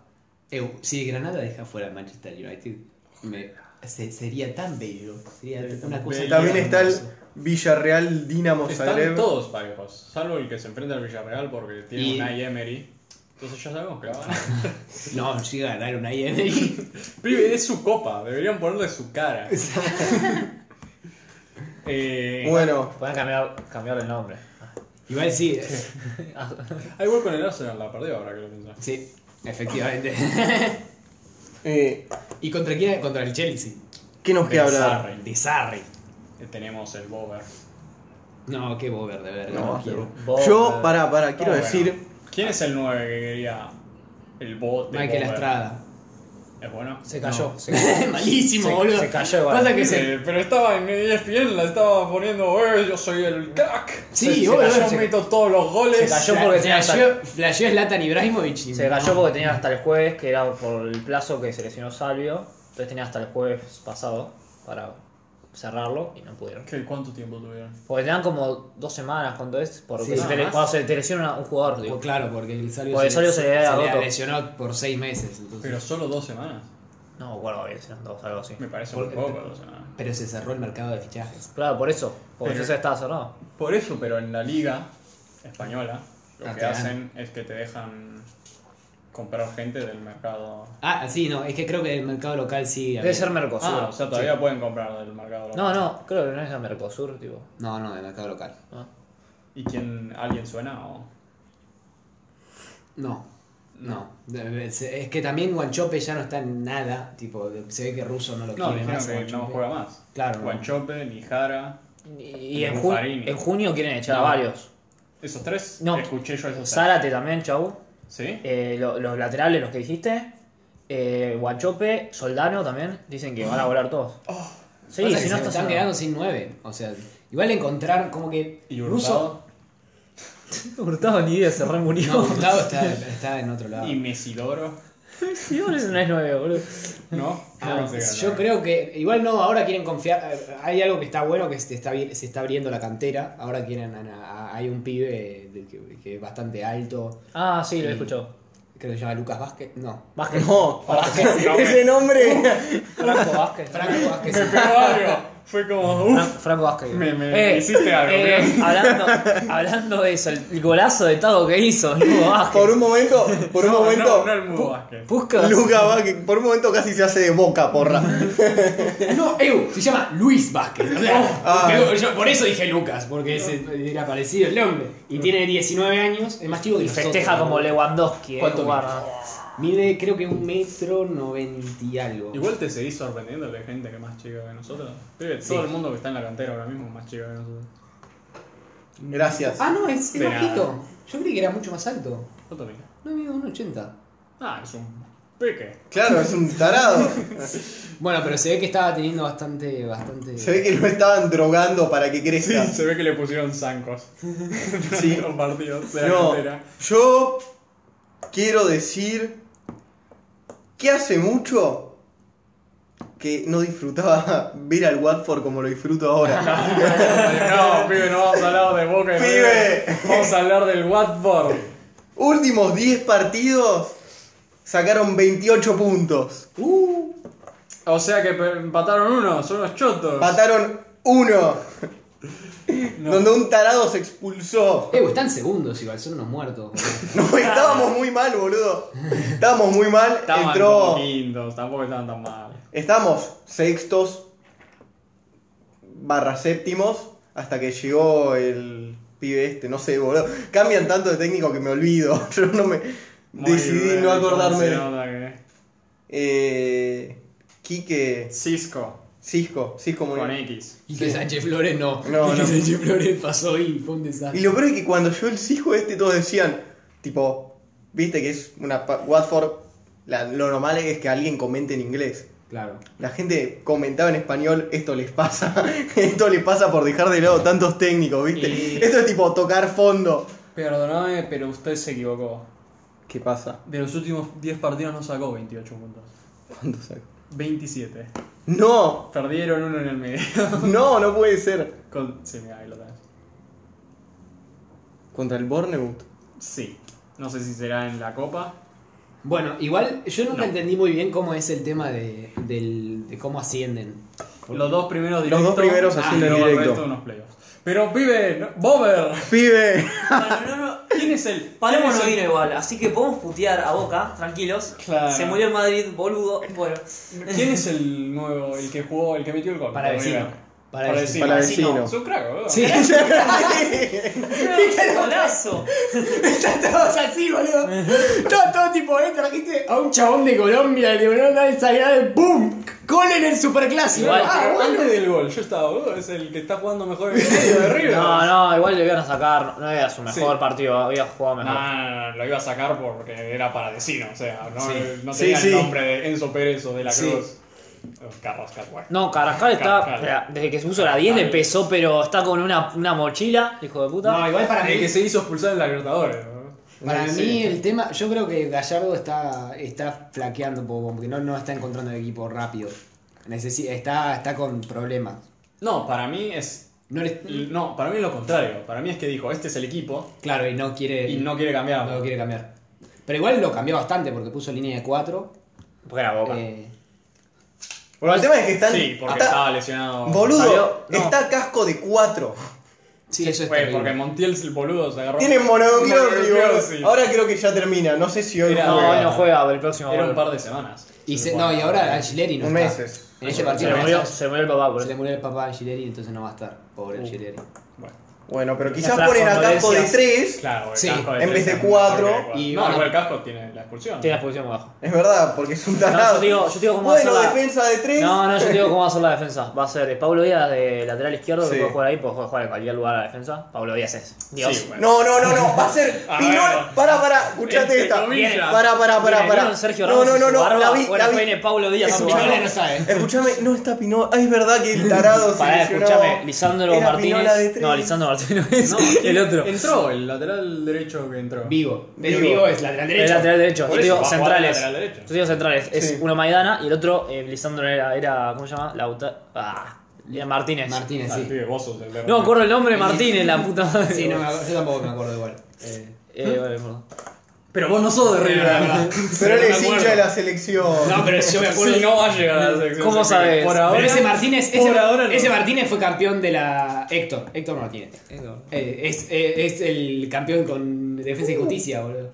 Speaker 1: Eh, si Granada deja fuera a Manchester United, me- se- sería tan bello. Sería
Speaker 4: Sería
Speaker 1: una
Speaker 4: tan
Speaker 1: cosa
Speaker 4: bello.
Speaker 3: También
Speaker 1: tan
Speaker 3: está el
Speaker 1: hermosa.
Speaker 3: Villarreal Dinamo
Speaker 4: Están
Speaker 3: Zagreb.
Speaker 4: todos parejos, salvo el que se enfrenta al Villarreal porque tiene
Speaker 1: Y-
Speaker 4: una Emery. Entonces ya sabemos que la van a
Speaker 1: No, llega a ganar una IMI.
Speaker 4: Pibe, es su copa, deberían ponerle su cara. eh,
Speaker 3: Bueno,
Speaker 2: Pueden cambiar, cambiar el nombre.
Speaker 1: Igual sí.
Speaker 4: Ah, igual con el Arsenal la perdió ahora que lo pensás.
Speaker 1: Sí, efectivamente.
Speaker 3: eh,
Speaker 1: ¿Y contra quién? era? Contra el Chelsea.
Speaker 3: ¿qué nos queda hablar?
Speaker 4: Sarri.
Speaker 1: El de Sarri.
Speaker 4: Eh, Tenemos el Bover.
Speaker 1: No, qué bober de verga. No,
Speaker 3: No,
Speaker 1: quiero.
Speaker 2: Bob,
Speaker 3: yo,
Speaker 2: eh,
Speaker 3: pará, pará, quiero
Speaker 4: No, bueno.
Speaker 3: decir.
Speaker 4: ¿Quién es el 9 que quería el bot de
Speaker 1: Michael
Speaker 4: Bober?
Speaker 1: Estrada.
Speaker 4: Es bueno.
Speaker 1: Se cayó.
Speaker 2: No.
Speaker 1: se cayó.
Speaker 2: Se-
Speaker 1: Malísimo, boludo.
Speaker 2: se cayó igual.
Speaker 1: Pasa que se.
Speaker 4: Eh, pero estaba en ESPN, la estaba poniendo, eh, yo soy el crack.
Speaker 1: Sí,
Speaker 4: Se- se,
Speaker 1: boludo,
Speaker 4: cayó,
Speaker 1: se-
Speaker 4: meto todos los goles.
Speaker 2: se cayó porque tenía
Speaker 1: Flasheó flasheó Zlatan Ibrahimovic. y-
Speaker 2: Se cayó porque tenía hasta el jueves, que era por el plazo que seleccionó Salvio. Entonces tenía hasta el jueves pasado para cerrarlo y no pudieron.
Speaker 4: ¿Qué, ¿Cuánto tiempo tuvieron?
Speaker 2: Porque te dan como dos semanas cuando es, porque
Speaker 1: Sí,
Speaker 2: se
Speaker 1: nada
Speaker 2: tele-
Speaker 1: más.
Speaker 2: cuando se selecciona un jugador, digo.
Speaker 1: Pues claro, porque el Salvio
Speaker 2: Porque Salvio se le había
Speaker 1: le
Speaker 2: roto.
Speaker 1: lesionó por seis meses. entonces-
Speaker 4: Pero solo dos semanas.
Speaker 2: No me acuerdo bien, eran dos, algo así.
Speaker 4: Me parece muy
Speaker 1: Por-
Speaker 4: poco dos semanas.
Speaker 1: pero se cerró el mercado de fichajes.
Speaker 2: Claro, por eso, porque
Speaker 4: Pero-
Speaker 2: eso estaba cerrado.
Speaker 4: Por eso, pero en la liga española, lo
Speaker 1: Ah,
Speaker 4: que
Speaker 1: te dan.
Speaker 4: hacen es que te dejan comprar gente del mercado.
Speaker 1: Ah, sí, no, es que creo que el mercado local sí.
Speaker 2: Debe ser Mercosur.
Speaker 4: Ah, o sea, todavía pueden comprar del mercado.
Speaker 2: No,
Speaker 4: local.
Speaker 2: no, creo que no es a Mercosur, tipo.
Speaker 1: No, no, el mercado local.
Speaker 2: ¿no?
Speaker 4: ¿Y quién, alguien suena o...?
Speaker 1: No, no. Es es que también Guanchope ya no está en nada. Tipo, se ve que Russo no lo
Speaker 4: No,
Speaker 1: quiere
Speaker 4: dijeron
Speaker 1: más.
Speaker 4: que no
Speaker 1: Guanchope.
Speaker 4: juega más.
Speaker 1: Claro, no.
Speaker 4: Guanchope, Nijara,
Speaker 2: Y, y en, ju-
Speaker 4: Buffarini.
Speaker 2: en junio quieren echar
Speaker 1: No.
Speaker 2: a varios.
Speaker 4: esos tres,
Speaker 2: No.
Speaker 4: escuché yo esos
Speaker 2: Zárate también, chau.
Speaker 4: tres. ¿Sí?
Speaker 2: Eh, lo- los laterales, los que dijiste. Eh, Guachope, Soldano también. Dicen que van a volar todos.
Speaker 1: Pasa
Speaker 2: Sí, si
Speaker 1: que
Speaker 2: no
Speaker 1: se
Speaker 2: estás
Speaker 1: están quedando sin nueve. O sea, igual encontrar como que
Speaker 4: ¿Y
Speaker 1: Russo.
Speaker 4: Hurtado?
Speaker 2: Hurtado ni idea, se re murió.
Speaker 1: No, Hurtado está, está en otro lado.
Speaker 4: ¿Y Mesidoro?
Speaker 2: Sí, boludo, eso no es nueve, boludo.
Speaker 4: ¿No?
Speaker 1: Ah,
Speaker 4: no sé qué
Speaker 1: yo
Speaker 4: hablar.
Speaker 1: creo que igual no, ahora quieren confiar, eh, hay algo que está bueno que se está, abri- se está abriendo la cantera, ahora quieren, a- a- hay un pibe de- que, que es bastante alto,
Speaker 2: Ah, sí, lo he escuchado.
Speaker 1: creo que se llama Lucas Vázquez, no,
Speaker 2: Vázquez.
Speaker 3: No,
Speaker 4: eh.
Speaker 3: ese nombre.
Speaker 2: Franco Vázquez. Franco,
Speaker 1: Franco Vázquez,
Speaker 4: Me pegó algo. Fue como, uff.
Speaker 2: Franco Vázquez. Eh,
Speaker 4: Me- me hiciste algo, creo.
Speaker 2: hablando, hablando de eso, el golazo de Tago que hizo, Hugo Vázquez.
Speaker 3: Por un momento, por un
Speaker 4: no,
Speaker 3: momento.
Speaker 4: No, no el Mudo Vázquez.
Speaker 2: Puskas.
Speaker 3: Luca va, que por un momento casi se hace de boca, porra.
Speaker 1: Ah, no, Ew, se llama Luis Vázquez, o sea,
Speaker 3: Ah.
Speaker 1: digo, yo por eso dije Lucas, porque es, era parecido el nombre, y tiene 19 años, es más chico que
Speaker 2: Y
Speaker 1: nosotros,
Speaker 2: festeja
Speaker 1: ¿no?
Speaker 2: como Lewandowski, eh,
Speaker 4: ¿Cuánto
Speaker 2: guarda.
Speaker 1: mide creo que un metro noventa y algo,
Speaker 4: Igual te seguís sorprendiendo que hay gente que es más chica que nosotros. Pibe, todo el mundo que está en la cantera ahora mismo es más chico que nosotros.
Speaker 3: Gracias.
Speaker 1: ah no, es, es
Speaker 4: De nada.
Speaker 1: bajito, yo creí que era mucho más alto,
Speaker 4: Yo también.
Speaker 1: no mide 1,80.
Speaker 4: Ah, es un peque.
Speaker 3: Claro, es un tarado.
Speaker 1: Bueno, pero se ve que estaba teniendo bastante, bastante.
Speaker 3: Se ve que lo estaban drogando para que crezca.
Speaker 4: se ve que le pusieron zancos.
Speaker 3: Sí.
Speaker 4: Los partidos de la
Speaker 3: No,
Speaker 4: cantera.
Speaker 3: yo quiero decir que hace mucho que no disfrutaba ver al Watford como lo disfruto ahora.
Speaker 4: No, pibe, no vamos a hablar de Boca y
Speaker 3: Pibe.
Speaker 4: River. Vamos a hablar del Watford.
Speaker 3: Últimos 10 partidos sacaron 28 puntos.
Speaker 1: Uh,
Speaker 4: O sea que pe- empataron uno, son unos chotos.
Speaker 3: Mataron uno,
Speaker 4: No.
Speaker 3: donde un tarado se expulsó.
Speaker 1: Eh, están segundos igual, son unos muertos. boludo.
Speaker 3: No, estábamos muy mal, boludo. Estábamos muy mal.
Speaker 4: Estaban
Speaker 3: Entró.
Speaker 4: como quintos, tampoco estaban tan mal.
Speaker 3: Estamos sextos barra séptimos hasta que llegó el pibe este, no sé, boludo. Cambian tanto de técnico que me olvido. Yo no me
Speaker 4: Muy
Speaker 3: decidí
Speaker 4: bien,
Speaker 3: no
Speaker 4: ¿cómo
Speaker 3: acordarme.
Speaker 4: se
Speaker 3: de-
Speaker 4: nota que-
Speaker 3: Eh, Quique
Speaker 4: Cisco,
Speaker 3: Cisco, Cisco Muñoz.
Speaker 4: con X.
Speaker 1: Y que Sánchez Flores no.
Speaker 3: No,
Speaker 1: y que
Speaker 3: no.
Speaker 1: Sánchez Flores pasó y fue un
Speaker 3: Y
Speaker 1: desastre.
Speaker 3: lo peor es que cuando llegó el Cisco este todos decían, tipo, viste que es una pa- Watford, la- lo normal es que alguien comente en inglés.
Speaker 1: Claro.
Speaker 3: La gente comentaba en español, esto les pasa, esto les pasa por dejar de lado tantos técnicos, ¿viste?
Speaker 4: Y-
Speaker 3: Esto es tipo tocar fondo.
Speaker 4: Perdóname, pero usted se equivocó.
Speaker 3: ¿Qué pasa?
Speaker 4: De los últimos 10 partidos no sacó 28 puntos.
Speaker 3: ¿Cuánto saco?
Speaker 4: 27.
Speaker 3: No,
Speaker 4: Perdieron uno en el medio.
Speaker 3: no, no puede ser.
Speaker 4: Con... Sí, mira, ahí lo tenés.
Speaker 3: Contra el Bournemouth.
Speaker 4: Sí. No sé si será en la copa.
Speaker 1: Bueno, igual yo nunca
Speaker 4: No.
Speaker 1: entendí muy bien cómo es el tema de, del, de cómo ascienden.
Speaker 4: Los dos primeros
Speaker 3: Los
Speaker 4: directos.
Speaker 3: dos primeros ascienden
Speaker 4: luego
Speaker 3: directo.
Speaker 4: El resto unos playoffs. Pero pibe, no- Bober.
Speaker 3: Pibe,
Speaker 7: Bueno, no, no.
Speaker 4: ¿Quién es el?
Speaker 7: Palermo no
Speaker 4: quién es el-
Speaker 7: vino igual, así que podemos putear a Boca, tranquilos.
Speaker 4: Claro.
Speaker 7: Se murió el Madrid, boludo. Bueno,
Speaker 4: ¿Quién es el nuevo, el que jugó, el que metió el gol?
Speaker 1: Para
Speaker 4: River.
Speaker 1: vecino. Para
Speaker 4: Para
Speaker 1: vecino.
Speaker 4: vecino.
Speaker 3: para
Speaker 7: así no.
Speaker 3: vecino.
Speaker 4: Es un crack, boludo.
Speaker 1: Sí.
Speaker 7: golazo.
Speaker 1: Están todos así, boludo. Todo, todo tipo, eh, trajiste a un chabón de Colombia, le digo, no, nadie sabía de ¡Bum!
Speaker 6: Gol en el superclásico.
Speaker 2: Igual-
Speaker 4: Ah, antes del gol, yo estaba, "Oh, es el que está jugando mejor en el medio de River.
Speaker 2: No, no, igual le iban a sacar. No era su mejor
Speaker 4: Sí.
Speaker 2: partido, había jugado mejor.
Speaker 4: No, no, no, lo iba a sacar porque era para vecino, o sea, no, no
Speaker 3: Sí,
Speaker 4: tenía
Speaker 3: sí.
Speaker 4: el nombre de Enzo Pérez o de la
Speaker 6: Sí.
Speaker 4: Cruz. Oh, Carrascal, bueno.
Speaker 2: No, Carrascal está.
Speaker 4: Carrascal.
Speaker 2: o sea, Desde que se puso la 10 le pesó, pero está con una, una mochila, hijo de puta.
Speaker 1: No, igual para
Speaker 4: El
Speaker 1: mí.
Speaker 4: que se hizo expulsar en la Libertadores. ¿no?
Speaker 1: Para
Speaker 4: Sí.
Speaker 1: mí el tema, yo creo que Gallardo está, está flaqueando un poco, porque no, no está encontrando el equipo rápido. Necesi- está, está con problemas.
Speaker 4: No, para mí es.
Speaker 1: No le-
Speaker 4: No, para mí es lo contrario. Para mí es que dijo, este es el equipo
Speaker 1: claro, y no quiere,
Speaker 4: y no quiere cambiar.
Speaker 1: no quiere cambiar. Pero igual lo cambió bastante porque puso línea de 4.
Speaker 2: Porque era boca.
Speaker 1: Eh,
Speaker 3: Bueno, el tema es que están.
Speaker 4: Sí, porque
Speaker 3: está-
Speaker 4: estaba lesionado.
Speaker 3: Boludo,
Speaker 2: Salió- no.
Speaker 3: está casco de 4.
Speaker 1: sí, eso es
Speaker 4: Fue
Speaker 1: terrible.
Speaker 4: porque Montiel, el boludo, se agarró.
Speaker 3: Tiene monoclorosis,
Speaker 4: Monoclorosis.
Speaker 3: boludo. Ahora creo que ya termina. No sé si hoy
Speaker 4: Era-
Speaker 2: No,
Speaker 3: juega.
Speaker 2: hoy no juega, pero el próximo.
Speaker 4: Era
Speaker 2: gol.
Speaker 4: un par de semanas.
Speaker 1: Y se- no, y ahora Angileri no
Speaker 3: Un
Speaker 1: está.
Speaker 3: meses.
Speaker 1: En este
Speaker 2: Se
Speaker 1: partido
Speaker 2: le
Speaker 1: no
Speaker 2: murió,
Speaker 1: está.
Speaker 2: se le murió el papá, por
Speaker 1: Se le
Speaker 2: eso.
Speaker 1: murió el papá a Angileri, entonces no va a estar. Pobre Angileri.
Speaker 4: Bueno,
Speaker 3: Bueno, pero quizás
Speaker 2: Nuestras
Speaker 3: ponen a casco de
Speaker 2: condolencias.
Speaker 3: 3.
Speaker 4: claro, el
Speaker 1: Sí,
Speaker 4: casco
Speaker 3: en vez de
Speaker 4: Tristan,
Speaker 3: cuatro,
Speaker 4: porque-
Speaker 1: y
Speaker 4: no,
Speaker 1: bueno.
Speaker 4: igual el casco tiene la expulsión.
Speaker 2: Tiene la posición muy baja.
Speaker 3: Es verdad, porque es un
Speaker 2: No,
Speaker 3: tarado.
Speaker 2: yo te digo, yo te digo cómo
Speaker 3: bueno,
Speaker 2: va a ser la-
Speaker 3: defensa de 3.
Speaker 2: No, no, yo te digo cómo va a ser la defensa. Va a ser eh, Pablo Díaz de lateral izquierdo,
Speaker 3: Sí.
Speaker 2: que puede jugar ahí, puede jugar en cualquier lugar a la defensa. Pablo Díaz es. Dios.
Speaker 4: Sí, bueno.
Speaker 3: No, no, no, no, va a ser
Speaker 1: Ah,
Speaker 4: A
Speaker 3: Pinol.
Speaker 4: ver.
Speaker 3: Para, para, escuchate
Speaker 4: Entre
Speaker 3: esta.
Speaker 4: comillas.
Speaker 3: Para, para,
Speaker 2: Viene-
Speaker 3: para, para.
Speaker 2: viene Sergio
Speaker 3: No,
Speaker 2: Ramos
Speaker 3: no,
Speaker 2: y
Speaker 3: no,
Speaker 2: su
Speaker 3: no,
Speaker 2: barba.
Speaker 3: la vi,
Speaker 2: Bueno,
Speaker 3: la
Speaker 2: después
Speaker 3: vi.
Speaker 2: viene Pablo Díaz
Speaker 3: Es
Speaker 2: a su
Speaker 3: un
Speaker 2: barba.
Speaker 3: Pinol.
Speaker 1: no sabe.
Speaker 3: Escuchame, no está Pinol. Ay, es verdad que el tarado se
Speaker 2: Pará,
Speaker 3: lesionó.
Speaker 2: escuchame, Lisandro
Speaker 3: Era Pinola de
Speaker 2: Martínez.
Speaker 3: tres.
Speaker 2: No, Lisandro Martínez.
Speaker 4: No,
Speaker 2: el otro.
Speaker 4: Entró, el lateral derecho que entró.
Speaker 1: Vivo. Pero
Speaker 3: Vigo.
Speaker 1: Vigo, es lateral
Speaker 2: El
Speaker 1: derecho.
Speaker 2: lateral derecho. Yo
Speaker 4: Por eso,
Speaker 2: digo
Speaker 4: va a jugar
Speaker 2: centrales.
Speaker 4: lateral derecho.
Speaker 2: Yo digo centrales. Es
Speaker 3: Sí.
Speaker 2: uno Maidana y el otro, eh, Lisandro era, era. ¿Cómo se llama? Lauta. Ah, era Martínez.
Speaker 1: Martínez,
Speaker 4: Ah,
Speaker 1: sí.
Speaker 4: pibe, vos sos el de-
Speaker 2: No, corro el nombre Martínez, la puta madre.
Speaker 1: Sí, no me acuerdo- yo tampoco me acuerdo igual. Eh,
Speaker 2: Eh, vale, perdón.
Speaker 4: Pero vos no sos de River, la verdad.
Speaker 3: Pero él
Speaker 1: no me
Speaker 3: es hincha
Speaker 1: acuerdo.
Speaker 3: de la selección.
Speaker 1: No, pero yo me acuerdo.
Speaker 4: Sí, no va a llegar a la selección.
Speaker 2: ¿Cómo
Speaker 4: Sé que
Speaker 2: sabes?
Speaker 4: Por ahora.
Speaker 1: Pero ese Martínez, ese,
Speaker 4: por ahora no.
Speaker 1: ese Martínez fue campeón de la. Héctor, Héctor Martínez. Eh, es, eh, es el campeón con Defensa y Justicia, boludo.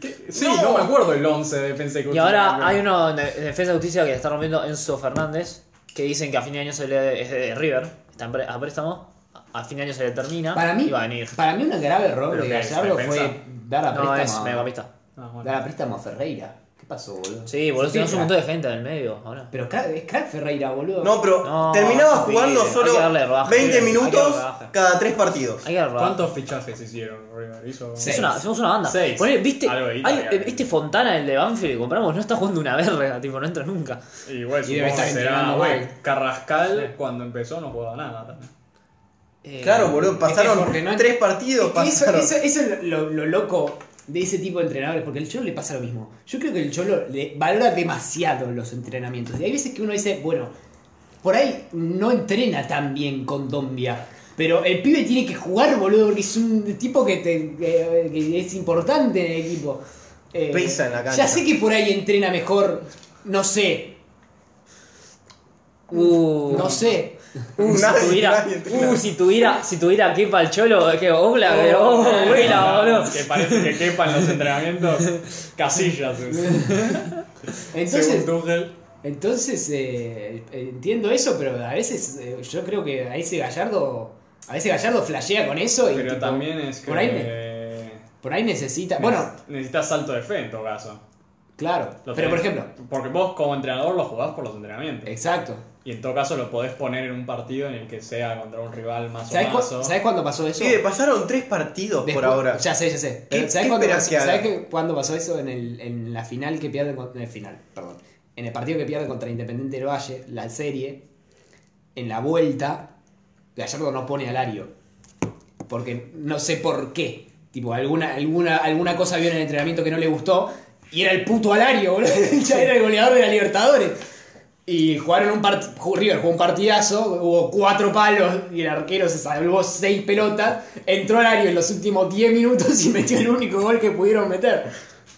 Speaker 4: ¿Qué? Sí, no. me acuerdo el 11 de defensa
Speaker 2: Y ahora hay uno en en Defensa de Justicia que está rompiendo Enzo Fernández, que dicen que a fin de año se le, es de River, está en pre- a préstamo, a fin de año se le termina
Speaker 1: Para mí,
Speaker 2: y va a venir.
Speaker 1: para mí un grave error
Speaker 4: ¿Pero
Speaker 1: de
Speaker 4: qué es,
Speaker 1: Gallardo
Speaker 4: defensa?
Speaker 1: fue dar a
Speaker 2: No, es
Speaker 1: préstamo.
Speaker 2: mediocampista.
Speaker 4: Ah,
Speaker 1: dar a préstamo a Ferreira. ¿Qué pasó, boludo?
Speaker 2: Sí, boludo,
Speaker 1: Sí,
Speaker 2: tenemos un
Speaker 1: crack.
Speaker 2: montón de gente en el medio ahora.
Speaker 1: Pero crack- es crack Ferreira, boludo.
Speaker 3: No, pero
Speaker 2: No,
Speaker 3: terminaba
Speaker 2: sí,
Speaker 3: jugando
Speaker 2: hay que
Speaker 3: solo
Speaker 2: darle rodaje,
Speaker 3: 20
Speaker 2: hay que
Speaker 3: minutos
Speaker 2: darle rodaje.
Speaker 3: cada 3 partidos.
Speaker 2: Hay que dar rodaje.
Speaker 4: ¿Cuántos fichajes hicieron River? Hizo...
Speaker 1: Sí.
Speaker 2: Es una, somos una banda.
Speaker 4: Seis.
Speaker 2: Poné, ¿viste,
Speaker 4: Algo de guita,
Speaker 2: hay-
Speaker 4: digamos.
Speaker 2: este Fontana, el de Banfield que compramos, no está jugando una verga, tipo, no entra nunca.
Speaker 4: Y bueno,
Speaker 1: Y debe
Speaker 4: supongo
Speaker 1: estar
Speaker 4: que será,
Speaker 1: entrenando
Speaker 4: güey,
Speaker 1: mal.
Speaker 4: Carrascal cuando empezó no jugaba nada también.
Speaker 2: Eh,
Speaker 3: Claro, boludo, pasaron
Speaker 1: porque no ent-
Speaker 3: 3 partidos.
Speaker 1: Es que eso,
Speaker 3: pasaron.
Speaker 1: eso- eso es lo, lo loco de ese tipo de entrenadores, porque al Cholo le pasa lo mismo. Yo creo que el Cholo le valora demasiado los entrenamientos. Y hay veces que uno dice, bueno, por ahí no entrena tan bien con Dombia. Pero el pibe tiene que jugar, boludo, porque es un tipo que, te- que- que es importante en el equipo. Eh,
Speaker 3: Pesa en la cancha.
Speaker 1: Ya sé que por ahí entrena mejor, no sé,
Speaker 2: Uh,
Speaker 1: no sé.
Speaker 2: Uh,
Speaker 3: Nadie,
Speaker 2: si tuviera,
Speaker 3: nadie entrena.
Speaker 2: uh, si tuviera, si tuviera Kepa el Cholo, que hola, pero, oh, hola, boludo.
Speaker 4: Que parece que quepan los entrenamientos casillas. es-
Speaker 1: Entonces,
Speaker 4: Según Tuchel.
Speaker 1: Entonces, eh, entiendo eso, pero a veces eh, yo creo que a ese Gallardo, a ese Gallardo flashea con eso y
Speaker 4: Pero
Speaker 1: tipo,
Speaker 4: también es que...
Speaker 1: por ahí ne- por ahí necesita, bueno,
Speaker 4: Necesitas salto de fe en todo caso.
Speaker 1: claro,
Speaker 4: Lo
Speaker 1: pero por
Speaker 4: tenés-
Speaker 1: ejemplo,
Speaker 4: Porque vos como entrenador lo jugás por los entrenamientos.
Speaker 1: exacto.
Speaker 4: Y en todo caso lo podés poner en un partido en el que sea contra un rival más o
Speaker 1: ¿Sabes, cu-
Speaker 4: menos.
Speaker 1: ¿sabes cuándo pasó eso?
Speaker 3: Sí, de- pasaron 3 partidos
Speaker 1: Después-
Speaker 3: por ahora.
Speaker 1: Ya sé, ya sé.
Speaker 3: ¿Qué-
Speaker 1: Pero
Speaker 3: qué
Speaker 1: ¿Sabes, cuándo
Speaker 3: esperás
Speaker 1: pasó,
Speaker 3: que haga?
Speaker 1: sabés que- cuándo pasó eso en, el, en la final que pierde con- en el final, perdón. En el partido que pierde contra Independiente del Valle, la serie, en la vuelta, Gallardo no pone a Lario. Porque no sé por qué. Tipo, alguna, alguna, alguna cosa vio en el entrenamiento que no le gustó. Y era el puto Alario, boludo. Ya era el goleador de la Libertadores. Y jugaron un partido. River jugó un partidazo. Hubo cuatro palos. Y el arquero se salvó seis pelotas. Entró Alario en los últimos 10 minutos y metió el único gol que pudieron meter.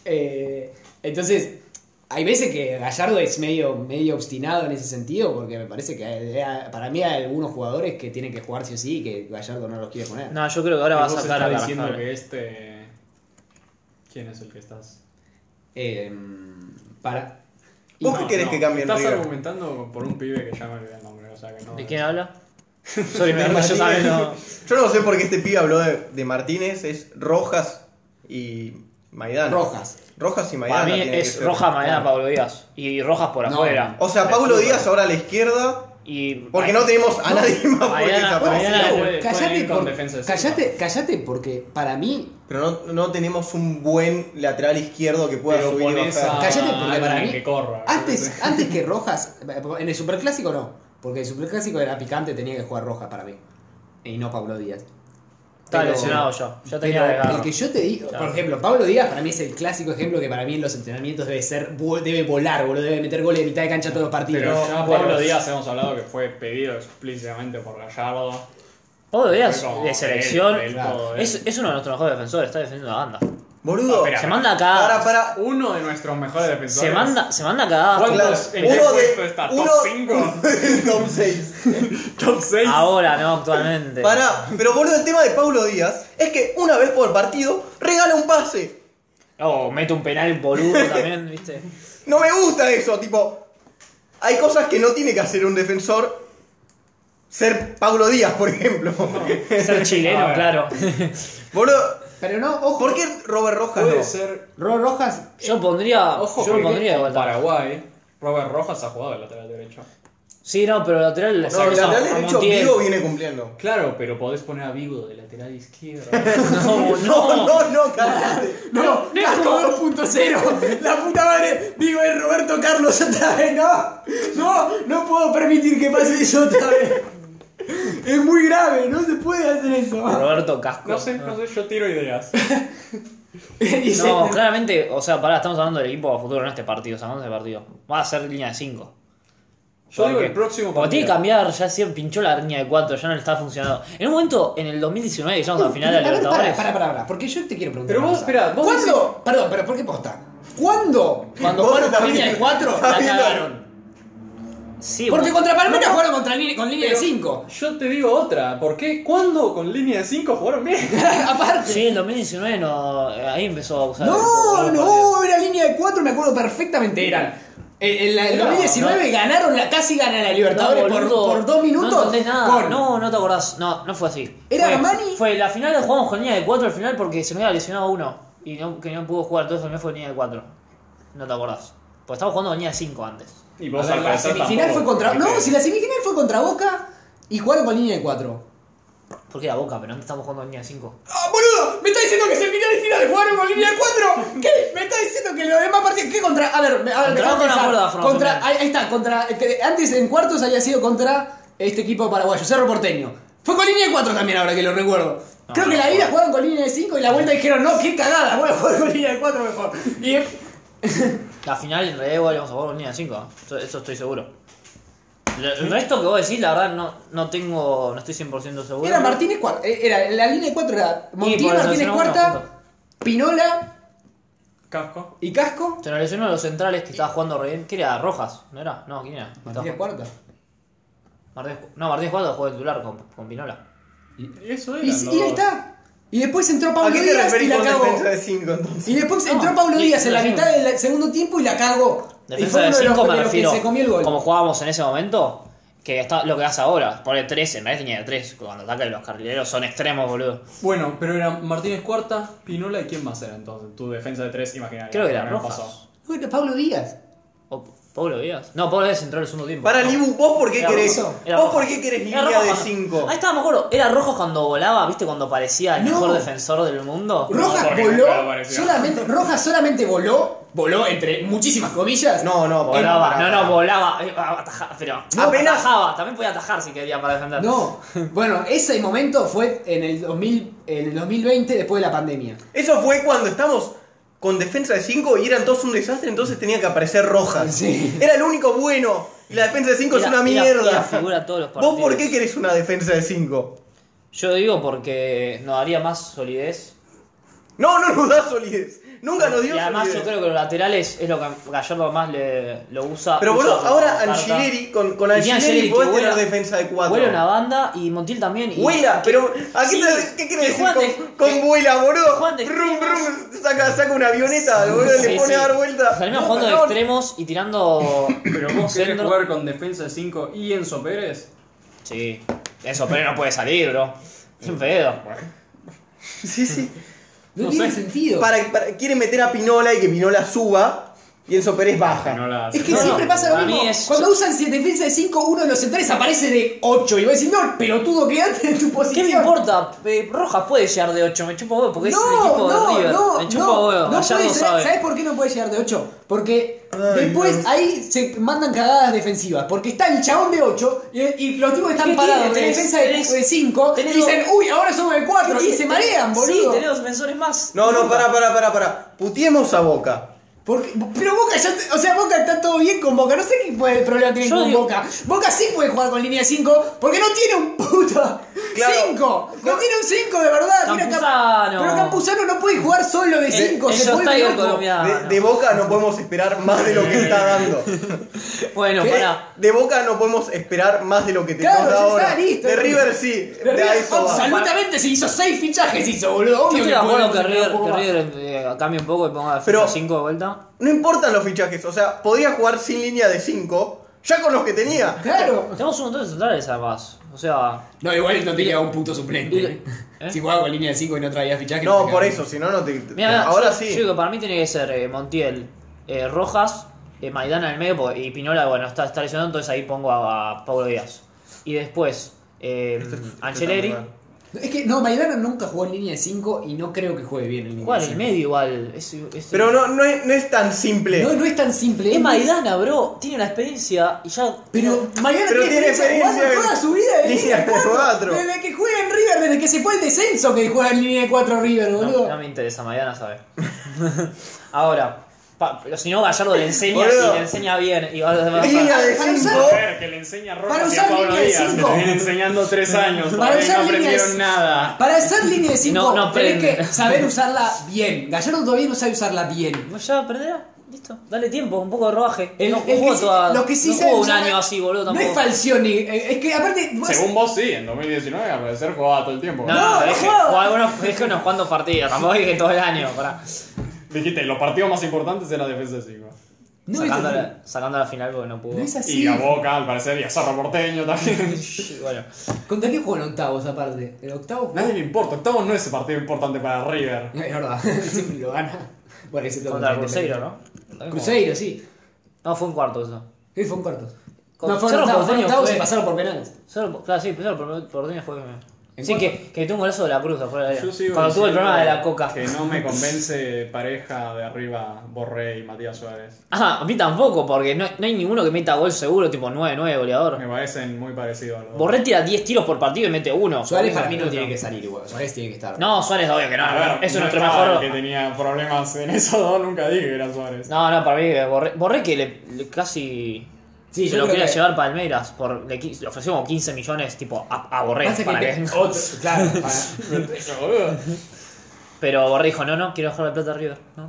Speaker 1: Eh, entonces. Hay veces que Gallardo es medio, medio obstinado en ese sentido, porque me parece que eh, para mí hay algunos jugadores que tienen que jugar sí o sí y que Gallardo no los quiere poner.
Speaker 2: No, yo creo que ahora va a
Speaker 4: Y vos
Speaker 2: sacar a
Speaker 4: estás diciendo
Speaker 2: Carvajal.
Speaker 4: que este... ¿Quién es el que estás...?
Speaker 1: Eh, para.
Speaker 3: ¿Vos qué querés que cambie en
Speaker 4: Estás
Speaker 3: River?
Speaker 4: argumentando por un pibe que ya me olvidé el nombre, o sea que no...
Speaker 2: ¿De quién habla? Soy
Speaker 3: De
Speaker 2: mierda, yo
Speaker 3: Martínez.
Speaker 2: también no.
Speaker 3: Yo no sé por qué este pibe habló de, de Martínez, es Rojas y Maidana.
Speaker 1: Rojas.
Speaker 3: Rojas y Maidana.
Speaker 2: Para mí
Speaker 3: tienen que
Speaker 2: es
Speaker 3: ser.
Speaker 2: roja mañana Pablo Díaz. Y rojas por
Speaker 1: No.
Speaker 2: afuera.
Speaker 3: O sea, Pablo Díaz ahora a la izquierda.
Speaker 2: Y
Speaker 3: Porque no tenemos a nadie más porque
Speaker 2: Maidana-
Speaker 3: desapareció.
Speaker 2: Maidana-
Speaker 8: Bueno,
Speaker 1: Cállate,
Speaker 8: ir con
Speaker 1: por-
Speaker 8: defensa de
Speaker 1: cállate, cállate porque para mí
Speaker 3: Pero no, no tenemos un buen lateral izquierdo que pueda
Speaker 4: Pero
Speaker 3: subir y
Speaker 4: pones
Speaker 3: bajar.
Speaker 4: a
Speaker 1: Cállate, porque
Speaker 4: alguien
Speaker 1: para mí-
Speaker 4: que corra.
Speaker 1: Antes, antes que Rojas, en el Superclásico no, porque el Superclásico era picante, tenía que jugar Rojas para mí, y no Pablo Díaz.
Speaker 2: Estaba
Speaker 1: Pero-
Speaker 2: lesionado yo. Yo tenía
Speaker 1: Pero
Speaker 2: desgarro.
Speaker 1: el que yo te digo,
Speaker 2: Ya.
Speaker 1: por ejemplo, Pablo Díaz para mí es el clásico ejemplo que para mí en los entrenamientos debe ser vo- debe volar, boludo, debe meter goles de mitad de cancha todos los partidos.
Speaker 4: Pero ya
Speaker 1: Bueno,
Speaker 4: Pablo Díaz hemos hablado que fue pedido explícitamente por Gallardo.
Speaker 2: Pablo Díaz
Speaker 4: Fue como
Speaker 2: de selección.
Speaker 4: él, él,
Speaker 1: claro.
Speaker 4: todo él.
Speaker 2: es, es uno de nuestros mejores defensores, está defendiendo la banda.
Speaker 3: Boludo,
Speaker 4: Ah, espera.
Speaker 2: Se manda acá.
Speaker 3: para, para.
Speaker 4: uno de nuestros mejores defensores.
Speaker 2: se manda, se manda cagadas.
Speaker 4: ¿Cuántos?
Speaker 3: Claro,
Speaker 4: ¿En qué
Speaker 3: uno
Speaker 4: puesto
Speaker 3: de-
Speaker 4: está?
Speaker 3: uno-
Speaker 4: ¿Top 5?
Speaker 3: Top 6.
Speaker 4: ¿Top 6?
Speaker 2: Ahora, no, actualmente.
Speaker 3: Pará, pero boludo, el tema de Pablo Díaz es que una vez por partido regala un pase.
Speaker 2: Oh, mete un penal boludo también, viste.
Speaker 3: No me gusta eso, tipo. Hay cosas que no tiene que hacer un defensor. Ser Pablo Díaz, por ejemplo.
Speaker 2: Ser
Speaker 4: A
Speaker 2: chileno,
Speaker 4: ver.
Speaker 2: claro.
Speaker 3: Boludo,
Speaker 1: Pero no, ojo,
Speaker 3: ¿por qué Robert Rojas
Speaker 4: Puede
Speaker 3: no?
Speaker 4: ser.
Speaker 1: Ro- Rojas,
Speaker 2: Yo pondría.
Speaker 4: Ojo,
Speaker 2: yo lo
Speaker 4: porque
Speaker 2: pondría de
Speaker 4: en
Speaker 2: vuelta.
Speaker 4: Paraguay, Robert Rojas ha jugado de lateral derecho.
Speaker 2: Sí, no, pero lateral.
Speaker 3: No, el
Speaker 2: sacas a-
Speaker 3: lateral
Speaker 2: a
Speaker 3: derecho
Speaker 2: Montiel.
Speaker 3: Vigo viene cumpliendo.
Speaker 4: Claro, pero podés poner a Vigo de lateral izquierdo.
Speaker 2: No,
Speaker 3: No,
Speaker 2: no.
Speaker 3: no, no, cállate.
Speaker 1: no, Casco 2.0, la puta madre, digo es Roberto Carlos otra vez, no, no, no puedo permitir que pase eso otra vez. Es muy grave, no se puede hacer eso.
Speaker 2: Roberto Casco.
Speaker 4: No sé, no sé, yo tiro ideas.
Speaker 1: Dice-
Speaker 2: No, claramente, o sea, pará, estamos hablando del equipo a futuro en este partido, o sea, no este partido. Va a ser línea de 5.
Speaker 4: Yo digo el próximo
Speaker 2: Porque tiene que
Speaker 4: partido.
Speaker 2: cambiar, ya se pinchó la línea de 4, ya no le está funcionando. En un momento, en el 2019, que llegamos a la final de
Speaker 1: A
Speaker 2: la
Speaker 1: ver,
Speaker 2: Libertadores.
Speaker 1: Para, para, para, para, porque yo te quiero preguntar.
Speaker 4: Pero
Speaker 1: una
Speaker 4: vos,
Speaker 1: cosa.
Speaker 4: esperá, vos
Speaker 1: ¿Cuándo? Perdón, pero ¿por qué posta? ¿Cuándo? Cuando
Speaker 3: Vos
Speaker 1: jugaron con
Speaker 3: también-
Speaker 1: línea de 4, la
Speaker 3: también-
Speaker 1: cagaron.
Speaker 2: Sí,
Speaker 1: Porque
Speaker 2: bueno,
Speaker 1: contra Palmeiras jugaron contra li- con línea de
Speaker 4: Pero
Speaker 1: 5.
Speaker 4: Yo te digo otra. ¿Por qué? ¿Cuándo con línea de 5 jugaron bien?
Speaker 1: Aparte.
Speaker 2: Sí, en 2019 no, ahí empezó a usar.
Speaker 1: no, no, era línea de 4, me acuerdo perfectamente. Eran. eh, En en la- en
Speaker 4: No,
Speaker 1: 2019 ganaron la, casi ganan la Libertadores por, por dos
Speaker 2: No
Speaker 1: minutos.
Speaker 2: entendés nada.
Speaker 1: con-
Speaker 2: No, no te acordás. No, no fue así.
Speaker 1: Era
Speaker 2: fue,
Speaker 1: Armani.
Speaker 2: Fue la final, jugamos con línea de 4 al final porque se me había lesionado uno. Y no, que no pudo jugar, entonces también fue línea de 4. No te acordás. Porque estábamos jugando con línea de 5 antes.
Speaker 4: Y
Speaker 1: A
Speaker 4: vos
Speaker 1: ver,
Speaker 4: al
Speaker 1: la
Speaker 4: parecer
Speaker 1: semifinal fue
Speaker 4: tampoco,
Speaker 1: contra.
Speaker 4: porque
Speaker 1: No,
Speaker 4: te-
Speaker 1: si la semifinal fue contra Boca y jugaron con línea de 4.
Speaker 2: Porque era Boca, pero antes estábamos jugando con línea de 5.
Speaker 1: ¡Ah, boludo! ¿Me está diciendo que semifinal y final jugaron con línea de 4? ¿Qué? ¿Me está diciendo que los demás partidos. ¿Qué contra.? A ver, me- a ver,
Speaker 2: Contra
Speaker 1: dejame
Speaker 2: Boca no
Speaker 1: pensar.
Speaker 2: acuerdo, Afro,
Speaker 1: Contra.
Speaker 2: también.
Speaker 1: Ahí, ahí está, contra. que antes en cuartos había sido contra este equipo paraguayo, Cerro Porteño. Fue con línea de 4 también, ahora que lo recuerdo. Creo que la ida jugaron con línea de 5 y la vuelta dijeron, no, qué cagada, voy a jugar con línea de 4 mejor. Y es-
Speaker 2: La final en realidad igual íbamos a jugar con línea de 5. Eso, eso estoy seguro. Lo- El resto que vos decís, la verdad, no, no tengo. No estoy 100% seguro.
Speaker 1: era Martínez cuarta. Era, la línea de 4 era
Speaker 2: por
Speaker 1: Montiel,
Speaker 2: eso
Speaker 1: Martínez
Speaker 2: hicieron uno,
Speaker 1: cuarta, Pinola
Speaker 4: Casco.
Speaker 1: y Casco.
Speaker 2: Se nos lesionó los centrales que estaba jugando re bien. ¿Qué era? ¿Rojas? ¿No era? No, ¿quién era?
Speaker 1: Martínez
Speaker 2: Estaba-
Speaker 1: cuarta.
Speaker 2: Martínez Ju- No, Martínez Cuarto jugó de titular con, con Pinola.
Speaker 4: Y eso
Speaker 1: Y,
Speaker 4: era.
Speaker 1: y ahí está. Y después entró
Speaker 3: ¿A
Speaker 1: Pablo
Speaker 3: qué te
Speaker 1: Díaz y
Speaker 3: referís
Speaker 1: la
Speaker 3: con
Speaker 1: cagó.
Speaker 3: defensa de 5 entonces?
Speaker 1: Y después
Speaker 2: No,
Speaker 1: entró Pablo
Speaker 2: y-
Speaker 1: Díaz en la
Speaker 2: sí.
Speaker 1: mitad del segundo tiempo y la cagó. y
Speaker 2: Defensa
Speaker 1: fue
Speaker 2: de
Speaker 1: uno de los
Speaker 2: 5 me
Speaker 1: primeros que
Speaker 2: refiero.
Speaker 1: se comió el gol.
Speaker 2: Como jugábamos en ese momento, que está lo que hace ahora. Pone 3, en realidad tenía 3. Cuando ataca y los carrileros son extremos, boludo.
Speaker 4: Bueno, pero era Martínez Cuarta, Pinola y quién más era entonces. Tu defensa de 3, imaginaria.
Speaker 2: Creo que era
Speaker 4: Me lo
Speaker 2: Rojas.
Speaker 4: pasó.
Speaker 1: No, era Pablo Díaz.
Speaker 2: ¿O Oh, Pablo Díaz? No, Pablo Díaz entró en el segundo tiempo.
Speaker 3: Para
Speaker 2: No.
Speaker 3: Libu, ¿vos por qué
Speaker 2: Era
Speaker 3: querés?
Speaker 2: rojo, era
Speaker 3: ¿Vos
Speaker 2: rojo.
Speaker 3: por qué querés
Speaker 2: Era
Speaker 3: línea de
Speaker 2: rojo.
Speaker 3: 5?
Speaker 2: Ahí estaba, me acuerdo. Era Rojas cuando volaba, ¿viste? Cuando parecía el
Speaker 1: No.
Speaker 2: mejor defensor del mundo.
Speaker 1: Rojas
Speaker 4: porque
Speaker 1: voló.
Speaker 4: nunca apareció.
Speaker 1: Solamente, Rojas solamente voló. Voló entre muchísimas comillas.
Speaker 3: No, no,
Speaker 2: Volaba,
Speaker 3: pará,
Speaker 2: no, no,
Speaker 3: pará.
Speaker 2: volaba, eh, atajaba, pero
Speaker 3: No,
Speaker 2: apenas
Speaker 3: apenas-
Speaker 2: atajaba, también podía atajar si quería para defender.
Speaker 1: No. Bueno, ese momento fue en el, 2000, en el 2020, después de la pandemia.
Speaker 3: Eso fue cuando estamos con defensa de 5 y eran todos un desastre, entonces tenía que aparecer Rojas.
Speaker 1: Sí.
Speaker 3: Era el único bueno. Y la defensa de 5
Speaker 2: Y
Speaker 3: es
Speaker 2: la-
Speaker 3: una
Speaker 2: y la-
Speaker 3: mierda.
Speaker 2: y la figura de todos los
Speaker 3: ¿Vos por
Speaker 2: partidos.
Speaker 3: qué querés una defensa de 5?
Speaker 2: Yo digo porque nos daría más solidez.
Speaker 3: No, no nos da solidez. Nunca nos dio
Speaker 2: y además
Speaker 3: solidez.
Speaker 2: yo creo que los laterales es lo que Gallardo más le, lo usa.
Speaker 3: Pero
Speaker 2: usa
Speaker 3: boludo,
Speaker 2: como
Speaker 3: ahora
Speaker 2: carta.
Speaker 3: Angileri, con, con
Speaker 2: Y tiene
Speaker 3: Angileri
Speaker 2: Angileri
Speaker 3: podés
Speaker 2: que
Speaker 3: tener
Speaker 2: vuela-
Speaker 3: defensa de 4.
Speaker 2: Vuela una banda y Montiel también. y-
Speaker 3: Vuela, pero ¿a qué,
Speaker 2: Sí,
Speaker 3: te- qué
Speaker 2: que
Speaker 3: querés decir
Speaker 2: Juan
Speaker 3: con,
Speaker 2: de-
Speaker 3: con
Speaker 2: que-
Speaker 3: vuela, boludo?
Speaker 2: Juan de
Speaker 3: Rum,
Speaker 2: extremos.
Speaker 3: rum, saca, saca una avioneta, boludo,
Speaker 2: Sí,
Speaker 3: le pone
Speaker 2: sí.
Speaker 3: a dar vuelta.
Speaker 2: Salimos
Speaker 3: No,
Speaker 2: jugando de
Speaker 3: no,
Speaker 2: extremos y tirando.
Speaker 4: Pero vos querés
Speaker 2: centro.
Speaker 4: jugar con defensa de 5 y Enzo Pérez.
Speaker 2: Sí. Eso, pero no puede salir, bro. Sin pedo.
Speaker 3: Sí, sí.
Speaker 9: No,
Speaker 4: No
Speaker 9: tiene
Speaker 4: sé.
Speaker 9: sentido.
Speaker 3: Para, para- quieren meter a Pinola y que Pinola suba y Enzo Pérez baja.
Speaker 4: No la
Speaker 1: Es que
Speaker 10: No,
Speaker 1: siempre
Speaker 10: no,
Speaker 1: pasa lo
Speaker 10: para
Speaker 1: mismo.
Speaker 10: mí es-
Speaker 1: Cuando usan si- defensa de 5, uno de los centrales aparece de 8. Y vos decís, no, pelotudo, quedate en tu
Speaker 2: ¿Qué
Speaker 1: posición.
Speaker 2: me importa? Eh, Rojas puede llegar de 8, me chupa huevo porque es el equipo de River. me chupa huevo,
Speaker 1: no
Speaker 2: Gallardo
Speaker 1: puede llegar-
Speaker 2: sabe.
Speaker 1: ¿Sabes por qué no puede llegar de 8? Porque
Speaker 3: Ay,
Speaker 1: después
Speaker 3: Dios.
Speaker 1: ahí se mandan cagadas defensivas. Porque está el chabón de 8 y, y los tipos que están
Speaker 2: ¿Qué
Speaker 1: parados
Speaker 2: tiene?
Speaker 1: en
Speaker 2: Tenés-
Speaker 1: defensa de-
Speaker 2: tenés-
Speaker 1: de 5
Speaker 2: tenés
Speaker 1: dicen,
Speaker 2: dos-
Speaker 1: uy, ahora somos de 4 y
Speaker 2: Sí,
Speaker 1: se marean,
Speaker 2: eh, Sí,
Speaker 1: boludo.
Speaker 2: tenemos defensores más.
Speaker 3: No, no, pará, pará, pará, pará. Putiemos a Boca.
Speaker 1: Porque- pero Boca ya, o sea, Boca está todo bien con Boca. No sé qué puede- problema tiene
Speaker 2: Yo
Speaker 1: con
Speaker 2: digo-
Speaker 1: Boca. Boca sí puede jugar con línea 5 porque no tiene un puto 5.
Speaker 3: Claro.
Speaker 1: No tiene un 5 de verdad. tiene a Cap-
Speaker 2: Campuzano. Eh,
Speaker 1: pero Campuzano no puede jugar solo de 5.
Speaker 2: el
Speaker 1: Se
Speaker 2: John
Speaker 1: vuelve
Speaker 2: Tiger
Speaker 1: loco.
Speaker 2: colombiano.
Speaker 3: De, de Boca no podemos esperar más de lo que está dando.
Speaker 2: Bueno,
Speaker 3: ¿Qué?
Speaker 2: pará.
Speaker 3: De Boca no podemos esperar más de lo que te
Speaker 1: Claro,
Speaker 3: hemos
Speaker 1: ya
Speaker 3: dado
Speaker 1: está,
Speaker 3: ahora.
Speaker 1: listo.
Speaker 3: de River sí.
Speaker 1: De
Speaker 3: de a
Speaker 1: River,
Speaker 3: eso va.
Speaker 1: absolutamente se hizo 6 fichajes, hizo, boludo.
Speaker 2: Yo
Speaker 1: Obvio
Speaker 2: estoy
Speaker 1: que
Speaker 2: de acuerdo
Speaker 1: puede
Speaker 2: que River,
Speaker 1: un
Speaker 2: que
Speaker 1: poco más.
Speaker 2: River eh, cambie un poco y ponga
Speaker 3: Pero-
Speaker 2: 5 de vuelta.
Speaker 3: No importan los fichajes. O sea, podría jugar sin línea de 5 ya con los que tenía.
Speaker 1: Claro.
Speaker 2: Tenemos un montón de centrales además. O sea,
Speaker 1: No, igual no te queda un puto suplente.
Speaker 2: ¿Eh?
Speaker 1: Si jugaba con línea de 5 y no traía fichajes.
Speaker 3: No,
Speaker 1: te
Speaker 3: por
Speaker 1: queda.
Speaker 3: eso, si no, no te.
Speaker 2: mira, mira,
Speaker 3: ahora
Speaker 2: yo-
Speaker 3: sí.
Speaker 2: Yo digo, para mí tiene que ser eh, Montiel, eh, Rojas, eh, Maidana en el medio porque- y Pinola, bueno, está, está lesionado, entonces ahí pongo a, a Paulo Díaz. Y después, eh,
Speaker 3: Esto Este es- esto está
Speaker 2: Anceleri.
Speaker 3: muy mal.
Speaker 1: Es que no, Maidana nunca jugó en línea de 5 y no creo que juegue bien en línea
Speaker 2: ¿Cuál?
Speaker 1: de
Speaker 2: El
Speaker 1: cinco.
Speaker 2: medio igual. Es, es-
Speaker 3: Pero no, no, es, no es tan simple.
Speaker 1: No, no es tan simple.
Speaker 2: Es
Speaker 1: es muy-
Speaker 2: Maidana, bro. Tiene una experiencia y ya.
Speaker 1: Pero Mariano
Speaker 3: Pero
Speaker 1: tiene
Speaker 3: tiene
Speaker 1: experiencia
Speaker 3: experiencia
Speaker 1: jugando
Speaker 3: en-
Speaker 1: toda su vida de
Speaker 3: línea
Speaker 1: línea
Speaker 3: de
Speaker 1: 4.
Speaker 3: cuatro.
Speaker 1: Desde que juega en River, desde que se fue el descenso que juega en línea de 4 River, boludo.
Speaker 2: No, no me interesa, Maidana sabe. Ahora, pa- pero si no, Gallardo le enseña
Speaker 3: Boludo.
Speaker 2: y le enseña bien. Y va- va- va-
Speaker 3: Línea de
Speaker 1: Para
Speaker 3: 5.
Speaker 1: usar-
Speaker 4: que le enseña a
Speaker 1: Para
Speaker 4: Rojas y
Speaker 1: usar
Speaker 4: a Pablo
Speaker 1: línea de
Speaker 4: Díaz.
Speaker 1: cinco.
Speaker 4: Le viene enseñando tres años.
Speaker 1: Para
Speaker 4: Para mí no
Speaker 1: usar línea de
Speaker 4: aprendieron
Speaker 1: c-
Speaker 4: nada.
Speaker 1: Para hacer línea de 5
Speaker 2: No, no
Speaker 1: tenés
Speaker 2: aprende.
Speaker 1: que saber usarla bien. Gallardo todavía no sabe usarla bien.
Speaker 2: Pues ya perderá. Listo. Dale tiempo, un poco de rodaje.
Speaker 1: El-
Speaker 2: no
Speaker 1: el que
Speaker 2: jugó
Speaker 1: sí-
Speaker 2: toda-
Speaker 1: lo que sí
Speaker 2: no
Speaker 1: sabe
Speaker 2: jugó un
Speaker 1: usarla-
Speaker 2: año así, boludo,
Speaker 1: No
Speaker 2: tampoco.
Speaker 1: es Falcioni, eh, es que aparte vos-
Speaker 4: Según vos, sí, en 2019 al parecer jugaba todo el tiempo.
Speaker 2: no,
Speaker 4: ¿verdad?
Speaker 2: no, pero es que
Speaker 1: no.
Speaker 2: jugó algunos, es que unos cuantos partidos, tampoco es que todo el año, pará.
Speaker 4: Dijiste, los partidos más importantes eran defensa 5.
Speaker 1: no, es,
Speaker 2: sacando,
Speaker 1: no
Speaker 2: la, sacando la final porque no pudo.
Speaker 1: es
Speaker 4: Y
Speaker 1: así.
Speaker 4: a Boca, al parecer, y a Cerro Porteño también.
Speaker 2: Bueno,
Speaker 1: ¿Contra quién juegan octavos aparte? ¿El octavo?
Speaker 4: Nadie le importa, octavo no es el partido importante para River.
Speaker 1: No, es verdad. Siempre lo gana. Bueno, excepto
Speaker 2: contra el Cruzeiro, ¿no?
Speaker 1: Cruzeiro, sí.
Speaker 2: No, fue un cuarto eso.
Speaker 1: Sí, fue un cuarto.
Speaker 2: Con-
Speaker 1: no, fueron
Speaker 2: Cerro
Speaker 1: octavos, fueron
Speaker 2: Porteño
Speaker 1: octavos y
Speaker 2: fue-
Speaker 1: pasaron por penales.
Speaker 2: Solo, claro, sí, pero por, por Ordeña fue.
Speaker 1: ¿En
Speaker 2: Sí,
Speaker 1: cuánto?
Speaker 2: que, que tuvo un golazo de la cruz afuera del área.
Speaker 4: Yo sigo
Speaker 2: Cuando tuvo el
Speaker 4: diciendo
Speaker 2: problema de la coca.
Speaker 4: Que no me convence pareja de arriba Borré y Matías Suárez.
Speaker 2: Ah, a mí tampoco, porque no, no hay ninguno que meta gol seguro, tipo 9-9
Speaker 4: Me
Speaker 2: goleador.
Speaker 4: parecen muy parecidos a los dos.
Speaker 2: Borré tira 10 tiros por partido y mete uno.
Speaker 1: Suárez para mí no tiene que salir, igual. Suárez tiene que estar.
Speaker 2: No, Suárez obvio que no.
Speaker 4: A ver,
Speaker 2: es
Speaker 4: no
Speaker 2: nuestro
Speaker 4: estaba
Speaker 2: mejor.
Speaker 4: el que tenía problemas en esos dos, nunca dije que era Suárez.
Speaker 2: No, no, para mí eh, Borré, Borré que le, le casi
Speaker 1: Sí,
Speaker 2: se
Speaker 1: yo
Speaker 2: lo
Speaker 1: creo
Speaker 2: quería
Speaker 1: que-
Speaker 2: llevar Palmeiras. Por, le, qui- le ofreció como 15 millones tipo a, a Borré.
Speaker 1: Pasa que
Speaker 2: para
Speaker 1: te-
Speaker 2: que-
Speaker 1: otro- claro, para-
Speaker 2: Pero Borré dijo, no, no, quiero dejar la plata a River. No,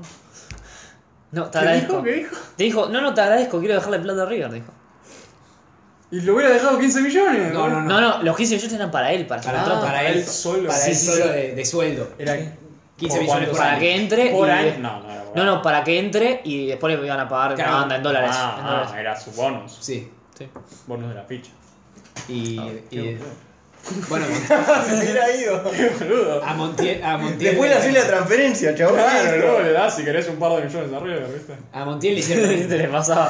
Speaker 2: no te agradezco.
Speaker 4: dijo?
Speaker 2: Te dijo, no, no, te agradezco, quiero dejarle plata a River, dijo.
Speaker 4: Y le hubiera dejado 15 millones.
Speaker 1: No, no, no.
Speaker 2: No, no, los 15 millones eran para él, para su
Speaker 1: para,
Speaker 2: contrato.
Speaker 1: para él solo. Para
Speaker 4: Sí,
Speaker 1: él
Speaker 4: sí,
Speaker 1: solo
Speaker 4: sí.
Speaker 1: de, de sueldo.
Speaker 4: Era
Speaker 1: 15 millones por
Speaker 2: para
Speaker 1: año.
Speaker 2: que entre.
Speaker 4: por
Speaker 2: y-
Speaker 4: año. No, no, era por
Speaker 2: No,
Speaker 4: año.
Speaker 2: no, para que entre y después le iban a pagar
Speaker 1: Claro.
Speaker 2: una banda en dólares. en
Speaker 4: Ah,
Speaker 2: dólares.
Speaker 4: ah, era su bonus.
Speaker 1: Sí.
Speaker 2: Sí.
Speaker 4: Bonus de la ficha.
Speaker 1: Y.
Speaker 2: Ah,
Speaker 1: y- bueno,
Speaker 3: Se hubiera ido.
Speaker 4: Boludo.
Speaker 1: a Montiel. A Montiel
Speaker 3: Después le haces la transferencia, chabón.
Speaker 4: Claro,
Speaker 3: Listo.
Speaker 4: luego le das si querés un par de millones a River, ¿viste?
Speaker 1: a Montiel le hicieron lo mismo.
Speaker 2: Te le pasaba.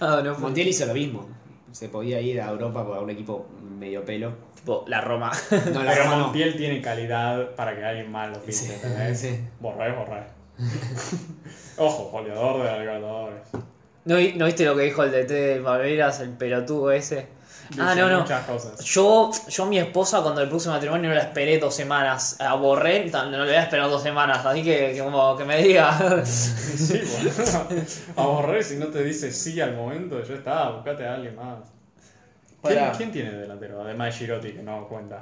Speaker 2: Ah, no, fue
Speaker 1: Montiel hizo lo mismo. Se podía ir a Europa por un equipo medio pelo.
Speaker 2: tipo la Roma.
Speaker 1: No, la
Speaker 4: Pero
Speaker 1: Roma no.
Speaker 4: Montiel tiene calidad para que alguien más lo pinte, ¿entendés?
Speaker 1: sí.
Speaker 4: Borré, borré. Ojo, goleador de la Libertadores.
Speaker 2: ¿No, vi- no viste lo que dijo el DT de Palmeiras, el pelotudo ese? Ah,
Speaker 4: Dice
Speaker 2: no, no.
Speaker 4: Muchas cosas.
Speaker 2: Yo, yo mi esposa cuando el puse matrimonio no la esperé dos semanas. A Borré tan- no le voy a esperar dos semanas, así que, que como que me diga.
Speaker 4: Sí, bueno. A borré si no te dice sí al momento, ya está, buscate a alguien más. ¿Quién,
Speaker 3: Pará.
Speaker 4: quién tiene delantero? Además de Girotti, que no cuenta.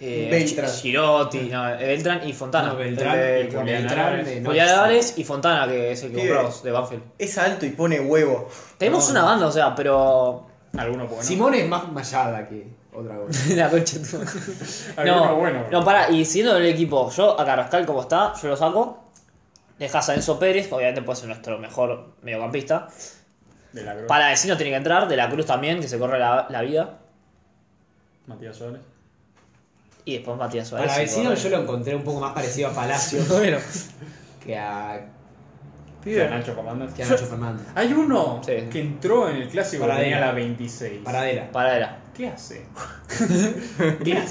Speaker 2: Eh,
Speaker 3: Beltrán.
Speaker 2: Gi- Girotti, no, eh, Beltrán y Fontana.
Speaker 1: No, Beltrán,
Speaker 2: El de-
Speaker 1: y
Speaker 4: Julián
Speaker 1: Beltrán
Speaker 4: Álvarez.
Speaker 1: de- no,
Speaker 2: Julián
Speaker 1: sí.
Speaker 2: Álvarez y Fontana, que es el que
Speaker 3: Pibe.
Speaker 2: compramos de Banfield.
Speaker 3: Es alto y pone huevo.
Speaker 2: Tenemos una banda, o sea, pero.
Speaker 4: Alguno bueno.
Speaker 1: Simón es más mallada que otra cosa.
Speaker 2: La concha de tu-
Speaker 4: Alguno
Speaker 2: No,
Speaker 4: bueno.
Speaker 2: no, para, y siendo el equipo, yo a Carrascal como está, yo lo saco. Dejas a Enzo Pérez, que obviamente puede ser nuestro mejor mediocampista.
Speaker 4: De la Cruz.
Speaker 2: Para vecino tiene que entrar, de la Cruz también, que se corre la, la vida.
Speaker 4: Matías Suárez.
Speaker 2: Y después Matías Suárez.
Speaker 1: Para
Speaker 2: y
Speaker 1: vecino
Speaker 2: Borré.
Speaker 1: yo lo encontré un poco más parecido a Palacios
Speaker 2: Bueno,
Speaker 1: que a,
Speaker 2: pibe.
Speaker 4: Nacho Comandas.
Speaker 1: que a Nacho Fernández.
Speaker 4: Hay uno
Speaker 2: Sí.
Speaker 4: que entró en el clásico que
Speaker 1: Paradela.
Speaker 4: tenía la 26.
Speaker 1: Paradera.
Speaker 2: Paradera.
Speaker 4: ¿Qué hace?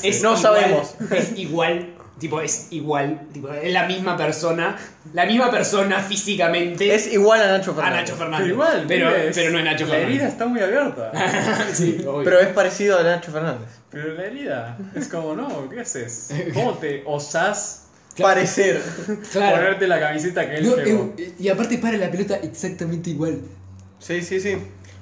Speaker 11: Es
Speaker 3: No
Speaker 11: igual-
Speaker 3: sabemos.
Speaker 11: Es igual, tipo, es igual, tipo, es la misma persona, la misma persona físicamente
Speaker 3: Es igual a Nacho
Speaker 11: a
Speaker 3: Fernández.
Speaker 11: Nacho Fernández.
Speaker 4: Pero igual,
Speaker 11: pero,
Speaker 4: pibes,
Speaker 11: pero no es Nacho
Speaker 4: La herida
Speaker 11: Fernández.
Speaker 4: está muy abierta.
Speaker 1: Ah.
Speaker 11: Sí, obvio.
Speaker 3: Pero es parecido a Nacho Fernández.
Speaker 4: Pero la herida es como, no, ¿qué haces? ¿Cómo te osás
Speaker 3: Parecer.
Speaker 1: Claro.
Speaker 4: ponerte la camiseta que él
Speaker 1: No,
Speaker 4: llevó?
Speaker 1: eh, y aparte para la pelota exactamente igual.
Speaker 3: Sí, sí, sí.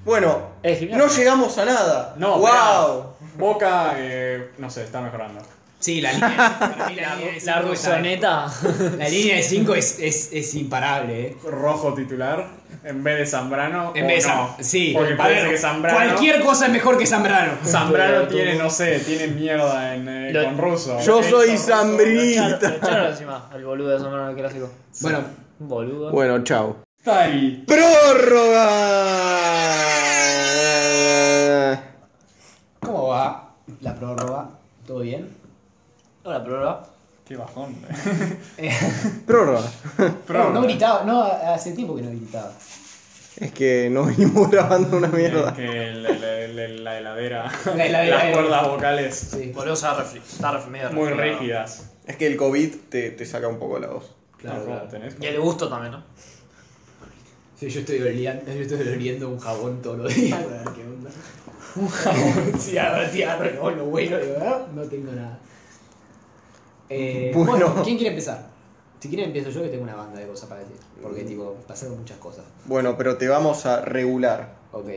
Speaker 3: Bueno,
Speaker 2: Es genial.
Speaker 3: no llegamos a nada.
Speaker 4: No,
Speaker 3: wow.
Speaker 4: esperá. Boca, eh, no sé, está mejorando.
Speaker 11: Sí, la línea. para mí la, línea de
Speaker 2: La
Speaker 11: cinco está-
Speaker 2: rusoneta.
Speaker 11: La línea de 5 es, es, es imparable, eh.
Speaker 4: Rojo titular en vez de Zambrano.
Speaker 11: En
Speaker 4: o
Speaker 11: vez de Zam-
Speaker 4: no.
Speaker 11: sí,
Speaker 4: Porque
Speaker 11: a
Speaker 4: parece
Speaker 11: ver,
Speaker 4: que Zambrano.
Speaker 11: Cualquier cosa es mejor que Zambrano.
Speaker 4: Zambrano tiene, no sé, tiene mierda en, eh,
Speaker 2: Lo-
Speaker 4: con ruso.
Speaker 3: Yo
Speaker 4: Eso,
Speaker 3: soy
Speaker 4: ruso,
Speaker 3: Zambrini.
Speaker 2: Claro, claro, encima. El boludo de Zambrano del clásico.
Speaker 1: Bueno,
Speaker 2: Un Boludo.
Speaker 3: Bueno, chao.
Speaker 4: Está ahí.
Speaker 3: ¡Prórroga!
Speaker 1: ¿cómo va la prórroga? ¿Todo bien?
Speaker 2: Hola, prueba.
Speaker 4: Qué bajón.
Speaker 3: Prórroga.
Speaker 1: No, no
Speaker 4: Prórroga.
Speaker 1: gritaba, no, hace tiempo que no gritaba.
Speaker 3: Es que no venimos grabando una
Speaker 4: Es
Speaker 3: mierda.
Speaker 4: que la, la- la- la heladera,
Speaker 1: La heladera.
Speaker 4: las cuerdas vocales
Speaker 1: Sí,
Speaker 12: Boludo, está refri, está refri- medio
Speaker 4: muy
Speaker 12: refrigerado.
Speaker 4: rígidas.
Speaker 3: Es que el COVID te, te saca un poco la voz.
Speaker 1: claro,
Speaker 4: No,
Speaker 1: claro.
Speaker 4: tenés-
Speaker 12: Y el gusto también, ¿no?
Speaker 1: Sí, yo estoy oliendo, yo estoy oliendo un jabón todos los días para ver qué onda. Un jabón, si ahora si ahora no lo bueno, de verdad, no tengo nada. Eh,
Speaker 3: Bueno.
Speaker 1: bueno. ¿quién quiere empezar? Si quieren empiezo yo que tengo una banda de cosas para decir. Porque tipo, pasaron muchas cosas.
Speaker 3: Bueno, pero te vamos a regular.
Speaker 1: Ok.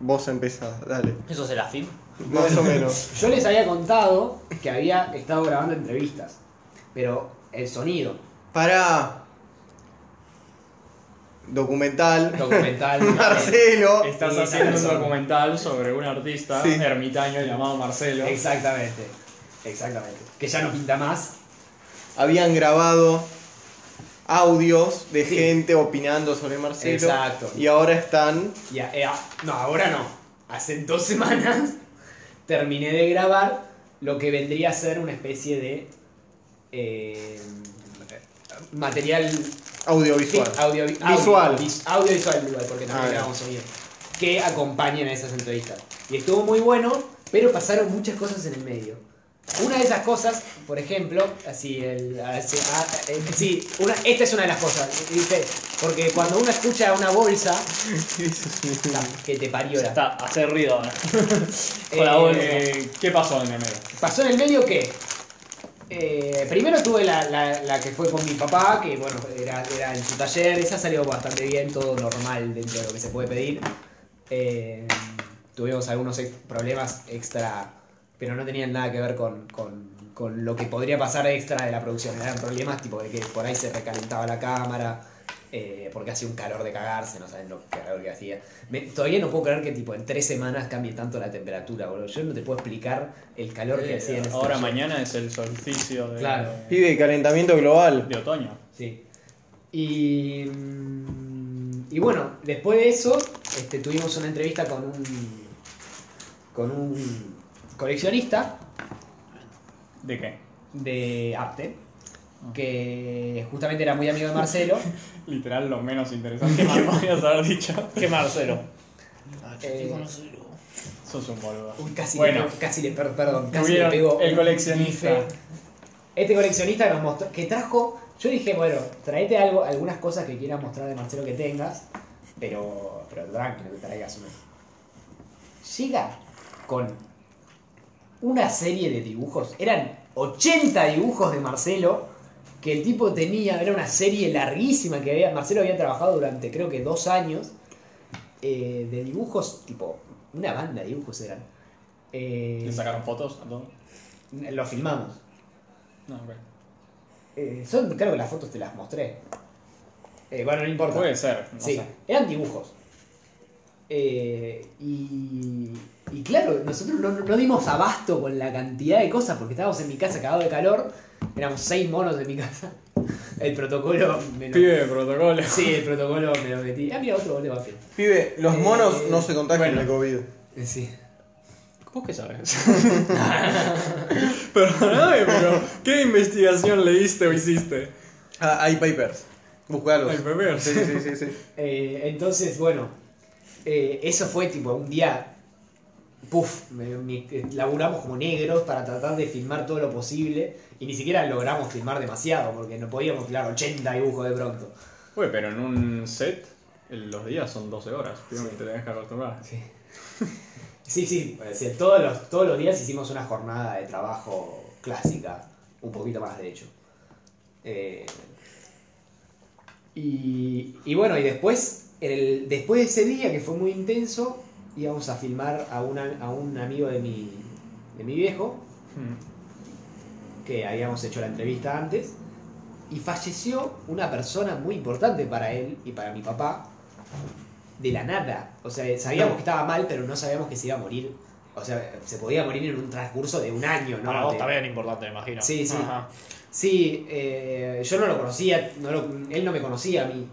Speaker 3: Vos empezás, dale.
Speaker 2: Eso será fin.
Speaker 3: Más o menos.
Speaker 1: Yo les había contado que había estado grabando entrevistas. Pero el sonido,
Speaker 3: Para. Documental.
Speaker 1: documental,
Speaker 3: Marcelo.
Speaker 4: Estás
Speaker 1: Ah, Sí,
Speaker 4: haciendo
Speaker 1: tenés
Speaker 4: un
Speaker 1: razón.
Speaker 4: documental sobre un artista
Speaker 3: Sí.
Speaker 4: ermitaño llamado Marcelo.
Speaker 1: Exactamente, exactamente. Que ya no pinta más.
Speaker 3: Habían grabado audios de gente opinando sobre Marcelo.
Speaker 1: Exacto.
Speaker 3: Y ahora están.
Speaker 1: Y a- eh, a- no, ahora no. Hace dos semanas terminé de grabar lo que vendría a ser una especie de eh, material
Speaker 3: Audiovisual.
Speaker 1: fi- audio-
Speaker 3: Visual.
Speaker 1: audio- vis- audiovisual, igual, porque
Speaker 3: Ah,
Speaker 1: también
Speaker 3: bien.
Speaker 1: grabamos sonido, que acompañen a esas entrevistas. Y estuvo muy bueno, pero pasaron muchas cosas en el medio. Una de esas cosas, por ejemplo, así, el, así, ah, eh, sí, una, esta es una de las cosas, ¿viste? porque cuando uno escucha una bolsa, la que te parió
Speaker 2: Ya
Speaker 1: la-
Speaker 2: está, hace ruido ahora.
Speaker 1: Eh,
Speaker 2: Con la bolsa.
Speaker 4: Eh, ¿Qué pasó en enero?
Speaker 1: Pasó en el medio que eh, primero tuve la, la- la que fue con mi papá, que bueno, era, era en su taller, esa salió bastante bien, todo normal dentro de lo que se puede pedir. Eh, tuvimos algunos ex- problemas extra, pero no tenían nada que ver con, con- con lo que podría pasar extra de la producción. Eran problemas tipo de que por ahí se recalentaba la cámara, eh, porque hacía un calor de cagarse, no saben lo calor que hacía. Me- todavía no puedo creer que tipo en tres semanas cambie tanto la temperatura, boludo. Yo no te puedo explicar el calor que hacía en este
Speaker 4: Eh, Ahora
Speaker 1: taller.
Speaker 4: mañana es el solsticio de,
Speaker 1: Claro.
Speaker 3: Pibe, calentamiento global.
Speaker 4: de otoño.
Speaker 1: Sí. Y, mm, y bueno, después de eso, este, tuvimos una entrevista con un, con un coleccionista
Speaker 4: ¿De qué?
Speaker 1: de Apte, Ah. que justamente era muy amigo de Marcelo.
Speaker 4: Literal lo menos interesante que podías haber dicho.
Speaker 2: Qué Marcelo. Ah,
Speaker 1: Eh,
Speaker 4: Sos un boludo.
Speaker 1: uy, casi,
Speaker 4: Bueno.
Speaker 1: le, casi le- per- perdón, casi le
Speaker 4: Tuvieron
Speaker 1: pegó
Speaker 4: el
Speaker 1: un
Speaker 4: coleccionista.
Speaker 1: bife. Este coleccionista que nos mostró, que trajo, yo dije, bueno, traete algo, algunas cosas que quieras mostrar de Marcelo que tengas, pero, pero tranquilo que traigas una. Llega con una serie de dibujos, eran 80 dibujos de Marcelo, que el tipo tenía, era una serie larguísima que había, Marcelo había trabajado durante creo que dos años, eh, de dibujos, tipo, una banda de dibujos eran. Eh,
Speaker 4: ¿Le sacaron fotos a todo?
Speaker 1: lo filmamos.
Speaker 4: No, ok.
Speaker 1: Eh, son, creo que las fotos te las mostré. Eh, bueno, no importa.
Speaker 4: Puede ser, no
Speaker 1: sí,
Speaker 4: sé.
Speaker 1: eran dibujos. Eh, y, y claro, nosotros no, no dimos abasto con la cantidad de cosas porque estábamos en mi casa cagado de calor. Éramos seis monos en mi casa. El protocolo me lo-
Speaker 4: Pibe de protocolo.
Speaker 1: Sí, el protocolo me lo metí. Ah, mira, otro gol de Banfield.
Speaker 3: Pibe, los
Speaker 1: Eh,
Speaker 3: monos no se contagian
Speaker 1: bueno.
Speaker 3: de COVID.
Speaker 1: Eh, Sí.
Speaker 13: ¿Vos qué sabes? Perdóname, pero ¿qué investigación leíste o hiciste?
Speaker 3: Ah, hay papers. Buscalos.
Speaker 13: Ay, bebé,
Speaker 3: Sí, sí, sí, sí.
Speaker 1: Eh, entonces, bueno, eh, eso fue tipo un día. Puf, me- me- eh, laburamos como negros para tratar de filmar todo lo posible y ni siquiera logramos filmar demasiado porque no podíamos filmar 80 dibujos de pronto.
Speaker 13: Uy, pero en un set el- los días son 12 horas. Primero te tenés que acostumbrar.
Speaker 1: Sí, sí, sí o sea, todos, los, todos los días hicimos una jornada de trabajo clásica, un poquito más de hecho. Eh, y, y bueno, y después, en el, después de ese día que fue muy intenso, íbamos a filmar a, una- a un amigo de mi, de mi viejo,
Speaker 4: Mm.
Speaker 1: que habíamos hecho la entrevista antes, y falleció una persona muy importante para él y para mi papá, de la nada. O sea, sabíamos que estaba mal, pero no sabíamos que se iba a morir. O sea, se podía morir en un transcurso de un año, ¿no?
Speaker 2: Para vos
Speaker 1: De-
Speaker 2: también importante, me imagino.
Speaker 1: Sí, sí.
Speaker 2: Ajá.
Speaker 1: Sí, eh, yo no lo conocía, no lo- él no me conocía a mí.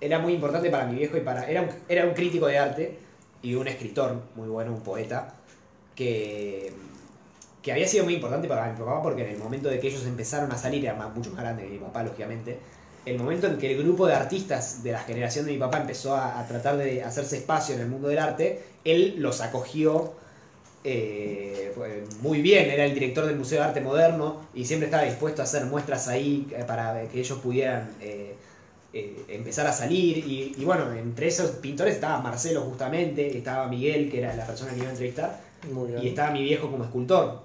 Speaker 1: Era muy importante para mi viejo y para. Era un, era un crítico de arte y un escritor muy bueno, un poeta, que, que había sido muy importante para mi papá porque en el momento de que ellos empezaron a salir, era más- mucho más grande que mi papá, lógicamente. El momento en que el grupo de artistas de la generación de mi papá empezó a, a tratar de hacerse espacio en el mundo del arte, él los acogió eh, fue muy bien, era el director del Museo de Arte Moderno y siempre estaba dispuesto a hacer muestras ahí eh, para que ellos pudieran eh, eh, empezar a salir. Y, y bueno, entre esos pintores estaba Marcelo justamente, estaba Miguel, que era la persona que iba a entrevistar,
Speaker 3: Muy
Speaker 1: y
Speaker 3: bien.
Speaker 1: estaba mi viejo como escultor.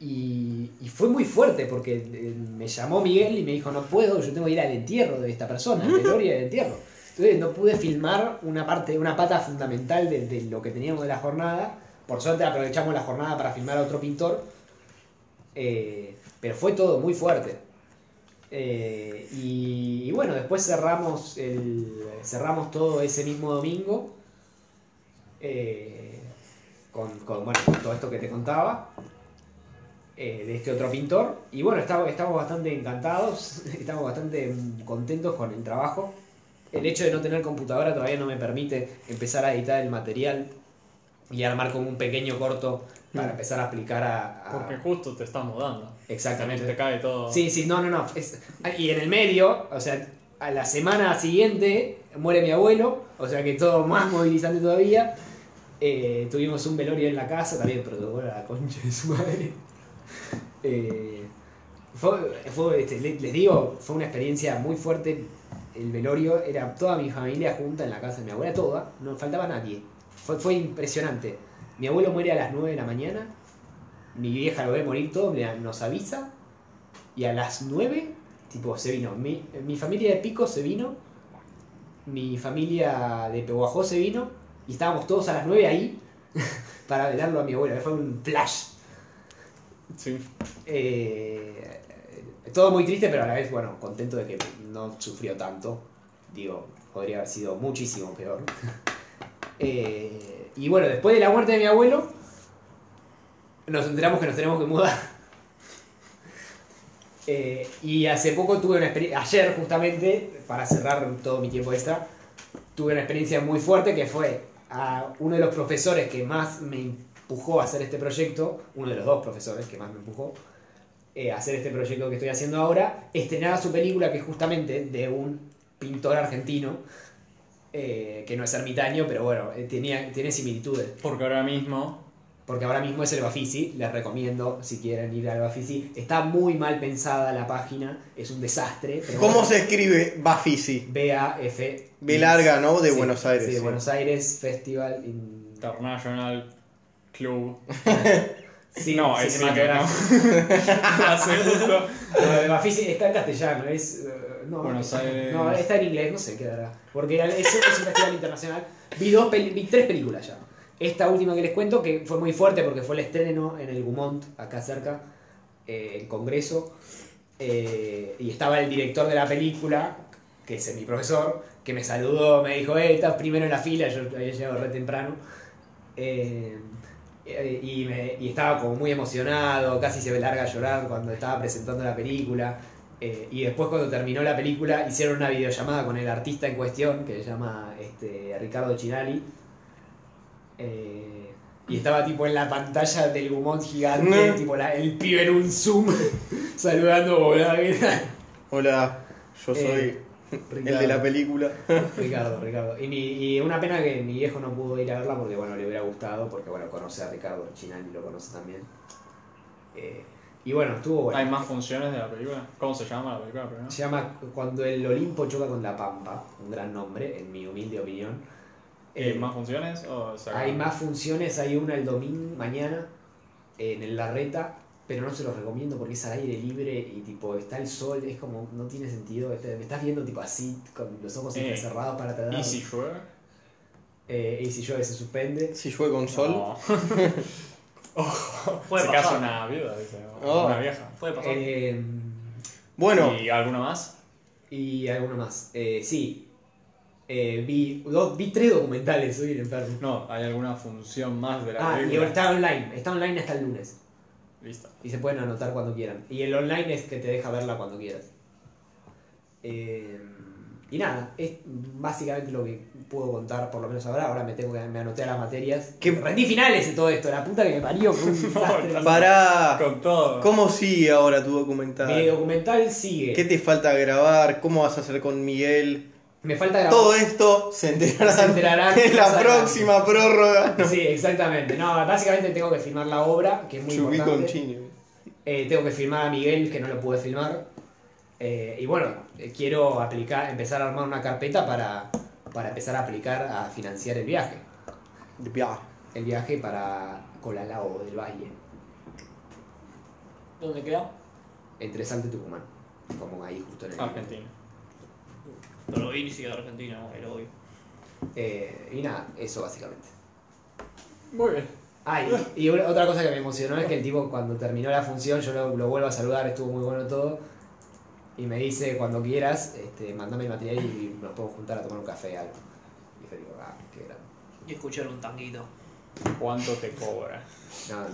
Speaker 1: Y, y fue muy fuerte porque eh, me llamó Miguel y me dijo, no puedo, yo tengo que ir al entierro de esta persona, al velorio del entierro. Entonces no pude filmar una parte, una pata fundamental de, de lo que teníamos de la jornada. Por suerte aprovechamos la jornada para filmar a otro pintor. Eh, pero fue todo muy fuerte. Eh, y, y bueno, después cerramos, el, cerramos todo ese mismo domingo. eh, con, con, bueno, con todo esto que te contaba, eh, de este otro pintor. Y bueno, está- estamos bastante encantados, estamos bastante mm, contentos con el trabajo. El hecho de no tener computadora todavía no me permite empezar a editar el material y armar como un pequeño corto para empezar a aplicar a... a-
Speaker 13: Porque justo te estás mudando. También te
Speaker 1: Ah. exactamente.
Speaker 13: cae todo.
Speaker 1: Sí, sí, no, no, no. es- ah, y en el medio, o sea, a la semana siguiente muere mi abuelo, o sea que todo más movilizante todavía. Eh, tuvimos un velorio en la casa, también protocolo a la concha de su madre. Eh, fue, fue, este, le- les digo, fue una experiencia muy fuerte. El velorio era toda mi familia junta en la casa de mi abuela, toda, no faltaba nadie. Fue, fue impresionante. Mi abuelo muere a las 9 de la mañana, mi vieja lo ve morir todo, me- nos avisa, y a las 9, tipo, se vino. Mi, mi familia de Pico se vino. Mi familia de Peguajó se vino. Y estábamos todos a las 9 ahí para velarlo a mi abuela. Fue un flash.
Speaker 13: Sí.
Speaker 1: Eh, todo muy triste, pero a la vez, bueno, contento de que no sufrió tanto. Digo, podría haber sido muchísimo peor. Eh, y bueno, después de la muerte de mi abuelo, nos enteramos que nos tenemos que mudar. Eh, y hace poco tuve una experiencia, ayer justamente, para cerrar todo mi tiempo extra, tuve una experiencia muy fuerte que fue a uno de los profesores que más me empujó a hacer este proyecto, uno de los dos profesores que más me empujó eh, a hacer este proyecto que estoy haciendo ahora, estrenaba su película que es justamente de un pintor argentino, eh, que no es ermitaño, pero bueno, eh, tenía, tiene similitudes.
Speaker 13: Porque ahora mismo
Speaker 1: Porque ahora mismo es el Bafisi, les recomiendo si quieren ir al Bafisi. Está muy mal pensada la página, es un desastre. pero
Speaker 3: ¿Cómo
Speaker 1: bueno,
Speaker 3: se escribe Bafisi?
Speaker 1: B-A-F.
Speaker 3: B larga, ¿no? De
Speaker 1: Sí,
Speaker 3: Buenos Aires.
Speaker 1: Sí, de
Speaker 3: sí.
Speaker 1: Buenos Aires Festival. in-
Speaker 13: International Club.
Speaker 1: Sí,
Speaker 13: no, es sí que no.
Speaker 1: cinematográfico.
Speaker 13: Hace justo.
Speaker 1: No, el Bafisi está en castellano, es. eh, no,
Speaker 13: Buenos
Speaker 1: no,
Speaker 13: Aires.
Speaker 1: No, está en inglés, no sé qué dará. Porque es, es un festival internacional. Vi, dos peli- vi tres películas ya. Esta última que les cuento, que fue muy fuerte porque fue el estreno en el Gumont, acá cerca, eh, en Congreso. Eh, y estaba el director de la película, que es mi profesor, que me saludó, me dijo, eh, estás primero en la fila, yo había llegado re temprano. Eh, eh, y, me- y estaba como muy emocionado, casi se me larga a llorar cuando estaba presentando la película. Eh, y después cuando terminó la película hicieron una videollamada con el artista en cuestión, que se llama este, Ricardo Chinali. Eh, Y estaba tipo en la pantalla del Gumón gigante,
Speaker 3: Mm.
Speaker 1: tipo la- el pibe en un zoom, saludando hola, mira.
Speaker 3: Hola, yo soy
Speaker 1: Eh,
Speaker 3: el de la película.
Speaker 1: Ricardo, Ricardo. Y, mi- y una pena que mi viejo no pudo ir a verla porque, bueno, le hubiera gustado, porque, bueno, conoce a Ricardo Chinani, lo conoce también. Eh, y bueno, estuvo bueno.
Speaker 4: ¿Hay más funciones de la película? ¿Cómo se llama la película primero?
Speaker 1: Se llama Cuando el Olimpo choca con la Pampa, un gran nombre, en mi humilde opinión.
Speaker 4: ¿Hay
Speaker 1: Eh,
Speaker 4: más funciones? O se
Speaker 1: hay
Speaker 4: acaba?
Speaker 1: más funciones, hay una el domingo mañana en el Larreta, pero no se los recomiendo porque es al aire libre y tipo está el sol, es como no tiene sentido, este, me estás viendo tipo así con los ojos
Speaker 4: Eh,
Speaker 1: cerrados para tratar.
Speaker 4: ¿Y si llueve?
Speaker 1: Eh, y si llueve se suspende.
Speaker 3: Si llueve con sol.
Speaker 4: No. Oh,
Speaker 2: Puede
Speaker 4: se
Speaker 2: pasar.
Speaker 4: casa una viuda, dice. o
Speaker 3: Oh.
Speaker 4: Una vieja.
Speaker 2: Puede pasar.
Speaker 1: Eh,
Speaker 3: Bueno,
Speaker 4: ¿Y alguna más?
Speaker 1: y alguno más. Eh, sí. Eh, vi, do- vi tres documentales, soy el enfermo.
Speaker 4: No, hay alguna función más de la
Speaker 1: Ah, y
Speaker 4: película.
Speaker 1: está online, está online hasta el lunes.
Speaker 4: Listo.
Speaker 1: Y se pueden anotar cuando quieran. Y el online es que te deja verla cuando quieras. Eh, y nada, es básicamente lo que puedo contar, por lo menos ahora. Ahora me tengo que me anoté a las materias.
Speaker 3: ¿Qué-
Speaker 1: Rendí finales en todo esto, la puta que me parió. Fue un desastre.
Speaker 3: pará.
Speaker 4: Con todo.
Speaker 3: ¿Cómo sigue ahora tu
Speaker 1: Mi
Speaker 3: documental?
Speaker 1: documental sigue.
Speaker 3: ¿Qué te falta grabar? ¿Cómo vas a hacer con Miguel?
Speaker 1: Me falta grabar.
Speaker 3: Todo esto se enterarán,
Speaker 1: Se enterarán
Speaker 3: en
Speaker 1: más
Speaker 3: la
Speaker 1: adelante.
Speaker 3: próxima prórroga.
Speaker 1: Sí, exactamente. No, básicamente tengo que filmar la obra, que es muy
Speaker 3: Chubí con
Speaker 1: importante.
Speaker 3: Chino.
Speaker 1: Eh, tengo que filmar a Miguel, que no lo pude filmar. Eh, y bueno, eh, quiero aplicar, empezar a armar una carpeta para, para empezar a aplicar a financiar el viaje.
Speaker 3: Ya.
Speaker 1: El viaje para Colalao del Valle,
Speaker 2: ¿Dónde queda?
Speaker 1: entre Salta y Tucumán. Como ahí justo en el.
Speaker 4: Argentina.
Speaker 2: No lo vi ni siquiera de Argentina, mujer, obvio.
Speaker 1: Eh, y nada, eso básicamente.
Speaker 4: Muy bien.
Speaker 1: Ah, y, y una- otra cosa que me emocionó es que el tipo cuando terminó la función, yo lo, lo vuelvo a saludar, estuvo muy bueno todo. Y me dice, cuando quieras, este, mandame el material y nos podemos juntar a tomar un café algo. Y yo digo, ah, qué grande.
Speaker 2: Y escuchar un tanguito.
Speaker 4: ¿Cuánto te cobra?
Speaker 1: No, no.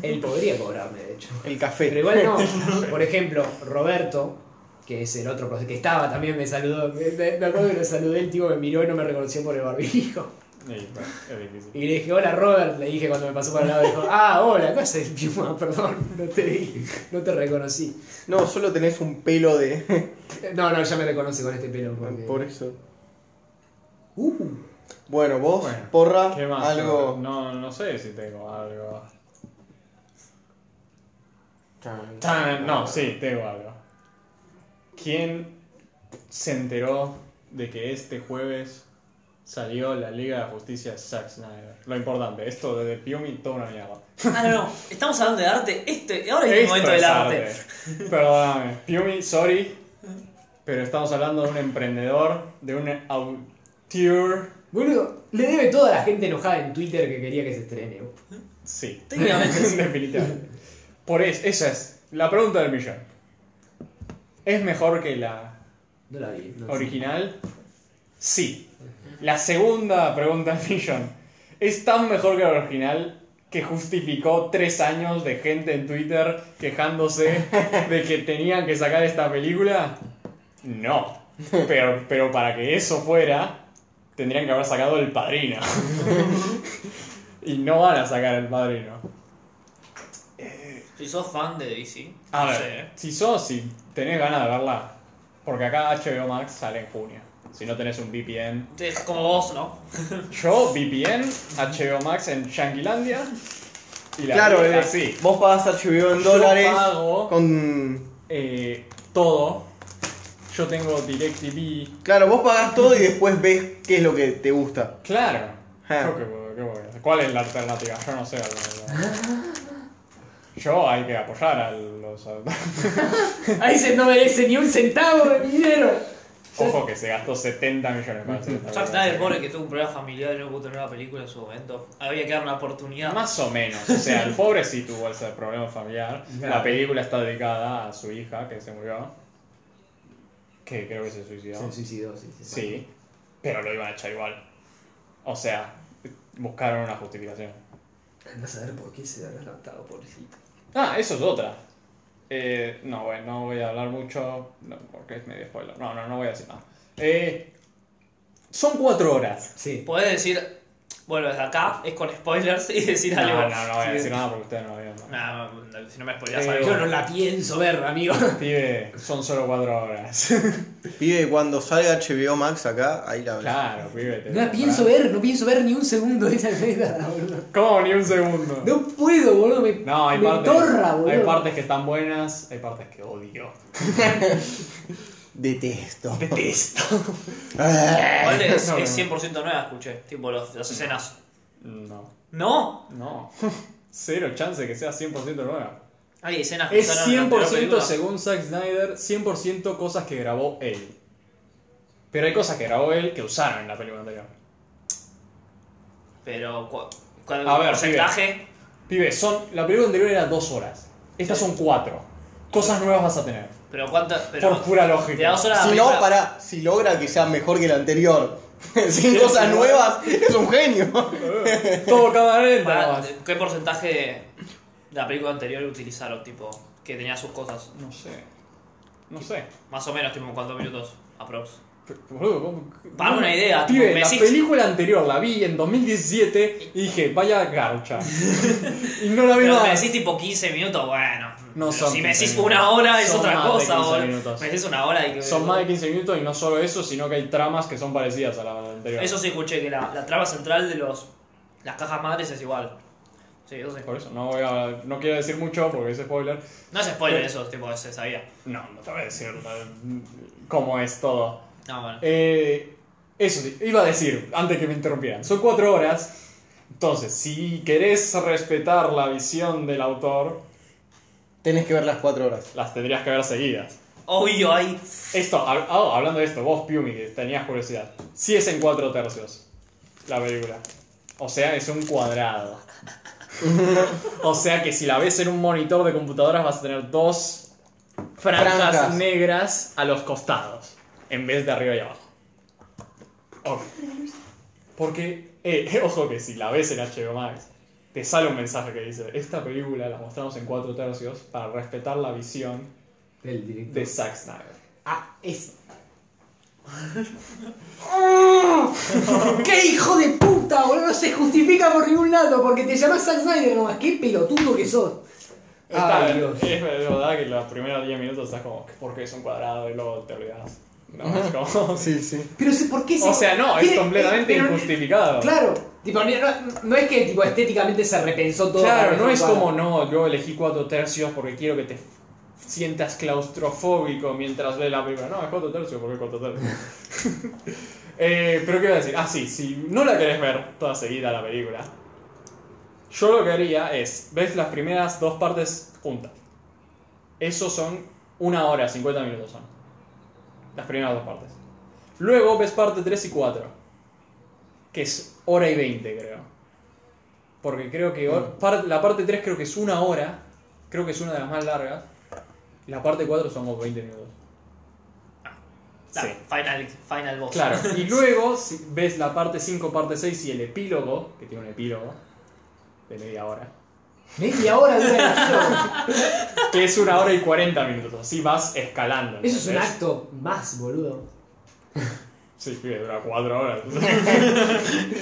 Speaker 1: Él podría cobrarme, de hecho.
Speaker 3: El
Speaker 1: Pero
Speaker 3: café.
Speaker 1: igual no. Por ejemplo, Roberto, que es el otro profe- que estaba también, me saludó. Me, me- me acuerdo que lo saludé, el tipo me miró y no me reconoció por el barbijo.
Speaker 4: Y, bueno, es difícil.
Speaker 1: Y le dije, hola Robert, le dije cuando me pasó por el lado, dijo, ah, hola, ¿qué haces, Piuma? Perdón, no te vi, no te reconocí.
Speaker 3: No, solo tenés un pelo de.
Speaker 1: No, no, ya me reconoce con este pelo. porque-
Speaker 3: Por eso.
Speaker 1: Uh,
Speaker 3: Bueno, vos,
Speaker 4: Bueno,
Speaker 3: porra,
Speaker 4: ¿Qué más?
Speaker 3: algo.
Speaker 4: No, no sé si tengo algo.
Speaker 3: Tan,
Speaker 4: Tan- No, sí, tengo algo. ¿Quién se enteró de que este jueves salió la Liga de la Justicia de Zack Snyder? Lo importante, esto de Piumi, toda una mierda.
Speaker 2: Ah, no, no. Estamos hablando de arte. Este, ahora es el
Speaker 4: Esto
Speaker 2: momento del
Speaker 4: es
Speaker 2: arte.
Speaker 4: arte. Perdóname, Piumi, sorry, pero estamos hablando de un emprendedor, de un auteur.
Speaker 1: boludo, le debe toda la gente enojada en Twitter que quería que se estrene.
Speaker 4: Sí,
Speaker 2: Técnicamente sí.
Speaker 4: definitivamente. Por eso, esa es la pregunta del millón. ¿Es mejor que la
Speaker 1: No la vi. no sé.
Speaker 4: original? Sí. La segunda pregunta del millón. ¿Es tan mejor que la original que justificó tres años de gente en Twitter quejándose de que tenían que sacar esta película? No. Pero, pero para que eso fuera, tendrían que haber sacado el padrino. y no van a sacar el padrino.
Speaker 2: Si sos fan de DC.
Speaker 4: A
Speaker 2: no
Speaker 4: ver,
Speaker 2: sé, ¿eh?
Speaker 4: si sos, si tenés ganas de verla, porque acá HBO Max sale en junio. Si no tenés un VPN.
Speaker 2: Es como vos, ¿no?
Speaker 4: Yo, VPN, HBO Max en Yanquilandia. Y la
Speaker 3: Claro,
Speaker 4: vi
Speaker 3: eh,
Speaker 4: así.
Speaker 3: vos pagás a HBO en dólares
Speaker 4: Yo pago
Speaker 3: con.
Speaker 4: eh, todo. Yo tengo DirecTV.
Speaker 3: Claro, vos pagás todo y después ves qué es lo que te gusta.
Speaker 4: Claro.
Speaker 3: Ah.
Speaker 4: Yo qué puedo- qué puedo hacer. ¿Cuál es la alternativa? Yo no sé. la verdad. Yo hay que apoyar a los...
Speaker 1: Ahí se no merece ni un centavo de mi dinero.
Speaker 4: Ojo que se gastó 70 millones para hacer esta
Speaker 2: Zack
Speaker 4: película.
Speaker 2: Snyder, eh, pobre que tuvo un problema familiar y no pudo tener la película en su momento. Había que dar una oportunidad.
Speaker 4: Más o menos, o sea, el pobre sí tuvo ese problema familiar. La película está dedicada a su hija que se murió, que creo que se suicidó.
Speaker 1: Se suicidó, sí. sí.
Speaker 4: Sí, pero lo iban a echar igual. O sea, buscaron una justificación.
Speaker 1: Anda a saber por qué se habrá levantado, pobrecito.
Speaker 4: Ah, eso es otra. Eh, no, bueno, no voy a hablar mucho no, porque es medio spoiler. No, no, no voy a decir nada. Eh, son cuatro horas.
Speaker 1: Sí.
Speaker 2: Podés decir, Bueno, desde acá es con spoilers y decir
Speaker 4: No,
Speaker 2: algo.
Speaker 4: no, no voy a decir nada porque ustedes no lo vieron.
Speaker 2: Nah, no, si no me spoileas
Speaker 4: Eh,
Speaker 2: algo.
Speaker 1: Yo no la pienso ver, amigo.
Speaker 4: Pibe, son solo cuatro horas.
Speaker 3: Pibe, cuando salga HBO Max acá, ahí la ves.
Speaker 4: Claro, pibe. te
Speaker 1: No la
Speaker 4: voy a
Speaker 1: pienso
Speaker 4: parar.
Speaker 1: ver, no pienso ver ni un segundo de esa mierda, boludo.
Speaker 4: ¿Cómo? Ni un segundo.
Speaker 1: No puedo, boludo. Me,
Speaker 4: No, hay
Speaker 1: me
Speaker 4: partes.
Speaker 1: torra, boludo.
Speaker 4: hay partes que están buenas, hay partes que odio.
Speaker 3: Detesto. Eh,
Speaker 4: Detesto.
Speaker 2: Igual es,
Speaker 4: No, no.
Speaker 2: es 100% nueva, escuché. Tipo, los, las escenas.
Speaker 4: No,
Speaker 2: ¿No?
Speaker 4: no. Cero chance que sea 100% nueva.
Speaker 2: Hay escenas que
Speaker 4: Es
Speaker 2: usaron en la anterior
Speaker 4: 100%
Speaker 2: película.
Speaker 4: según Zack Snyder, 100% cosas que grabó él. Pero hay cosas que grabó él que usaron en la película anterior.
Speaker 2: Pero cu- cuando
Speaker 4: A ver,
Speaker 2: porcentaje.
Speaker 4: Pibe, son, la película anterior era dos horas. Estas son cuatro. Cosas nuevas vas a tener.
Speaker 2: Pero cuánto. Pero,
Speaker 4: por pura lógica.
Speaker 2: de dos horas a Ah, la
Speaker 3: Si no,
Speaker 2: película-
Speaker 3: para, si logra que sea mejor que el anterior, sin cosas nuevas, es un genio.
Speaker 4: Todo cámara lenta.
Speaker 2: para- eh,
Speaker 4: nomás.
Speaker 2: ¿Qué porcentaje de la película anterior utilizaron? Tipo, que tenía sus cosas.
Speaker 4: No sé. No sé.
Speaker 2: Más o menos, tipo, cuántos minutos aprox.
Speaker 4: Pero, boludo, ¿cómo-
Speaker 2: Para una idea, tipo,
Speaker 4: Pibe,
Speaker 2: me
Speaker 4: la
Speaker 2: decís-
Speaker 4: película anterior la vi en 2017 y dije, vaya garcha. y no la vi
Speaker 2: Pero me
Speaker 4: más.
Speaker 2: decís tipo 15 minutos, bueno.
Speaker 4: No
Speaker 2: pero
Speaker 4: son
Speaker 2: si me
Speaker 4: 15
Speaker 2: decís
Speaker 4: minutos.
Speaker 2: una hora es
Speaker 4: Son
Speaker 2: otra
Speaker 4: más de
Speaker 2: cosa,
Speaker 4: 15
Speaker 2: boludo.
Speaker 4: minutos.
Speaker 2: Me decís una hora y que.
Speaker 4: Son más de 15 minutos y no solo eso, sino que hay tramas que son parecidas a la anterior.
Speaker 2: Eso sí escuché, que la, la trama central de los las cajas madres es igual. Sí, eso sí.
Speaker 4: Por eso no voy a, no quiero decir mucho porque es spoiler.
Speaker 2: No es spoiler eso, tipo, se sabía.
Speaker 4: No, no te voy a decir la- cómo es todo.
Speaker 2: No, bueno.
Speaker 4: Eh, eso sí, iba a decir, antes que me interrumpieran, son cuatro horas. Entonces, si querés respetar la visión del autor,
Speaker 3: Tenés que ver las cuatro horas.
Speaker 4: las tendrías que ver seguidas.
Speaker 2: Obvio, Oh, ahí.
Speaker 4: Esto, hab- ah, hablando de esto, vos, Piumi, que tenías curiosidad. Si es en cuatro tercios la película. O sea, es un cuadrado. o sea que si la ves en un monitor de computadoras vas a tener dos franjas,
Speaker 3: Franjas.
Speaker 4: negras a los costados. En vez de arriba y abajo. Obvio. Porque, eh, ojo que si la ves en HBO Max, te sale un mensaje que dice, esta película la mostramos en cuatro tercios para respetar la visión
Speaker 1: Del director.
Speaker 4: de Zack Snyder.
Speaker 1: Ah, es. ¡Qué hijo de puta, boludo! No se justifica por ningún lado porque te llamas Zack Snyder nomás. ¡Qué pelotudo que sos!
Speaker 4: Está
Speaker 1: Ay,
Speaker 4: bien.
Speaker 1: Dios.
Speaker 4: Es verdad que los primeros 10 minutos estás como, ¿por qué es un cuadrado? Y luego te olvidas. No, es como...
Speaker 3: Sí, sí.
Speaker 1: Pero se- ¿por qué se-
Speaker 4: O sea, no,
Speaker 1: tiene-
Speaker 4: es
Speaker 1: este, eh,
Speaker 4: completamente
Speaker 1: pero-
Speaker 4: injustificado.
Speaker 1: Claro, tipo, no, no es que tipo, estéticamente se repensó todo.
Speaker 4: Claro,
Speaker 1: para
Speaker 4: no es
Speaker 1: dejar
Speaker 4: como, no, yo elegí cuatro tercios porque quiero que te sientas claustrofóbico mientras ves la película. No, es cuatro tercios porque es cuatro tercios. Eh, pero qué iba a decir, ah, sí, si no la querés ver toda seguida la película, yo lo que haría es, ves las primeras dos partes juntas. Esos son una hora, 50 minutos son. Las primeras dos partes. Luego ves parte 3 y 4. Que es hora y 20, creo. Porque creo que hor- par- la parte 3 creo que es una hora. Creo que es una de las más largas. Y la parte 4 son como 20 minutos.
Speaker 2: Nah, final, final boss.
Speaker 4: Claro. Y luego si ves la parte 5, parte 6 y el epílogo. Que tiene un epílogo. De media hora.
Speaker 1: Media hora dura
Speaker 4: Que es una hora y 40 minutos. Así vas escalando.
Speaker 1: el show. Eso es un
Speaker 4: ¿entendés?
Speaker 1: acto más, boludo.
Speaker 4: Sí, pibe, dura 4 horas.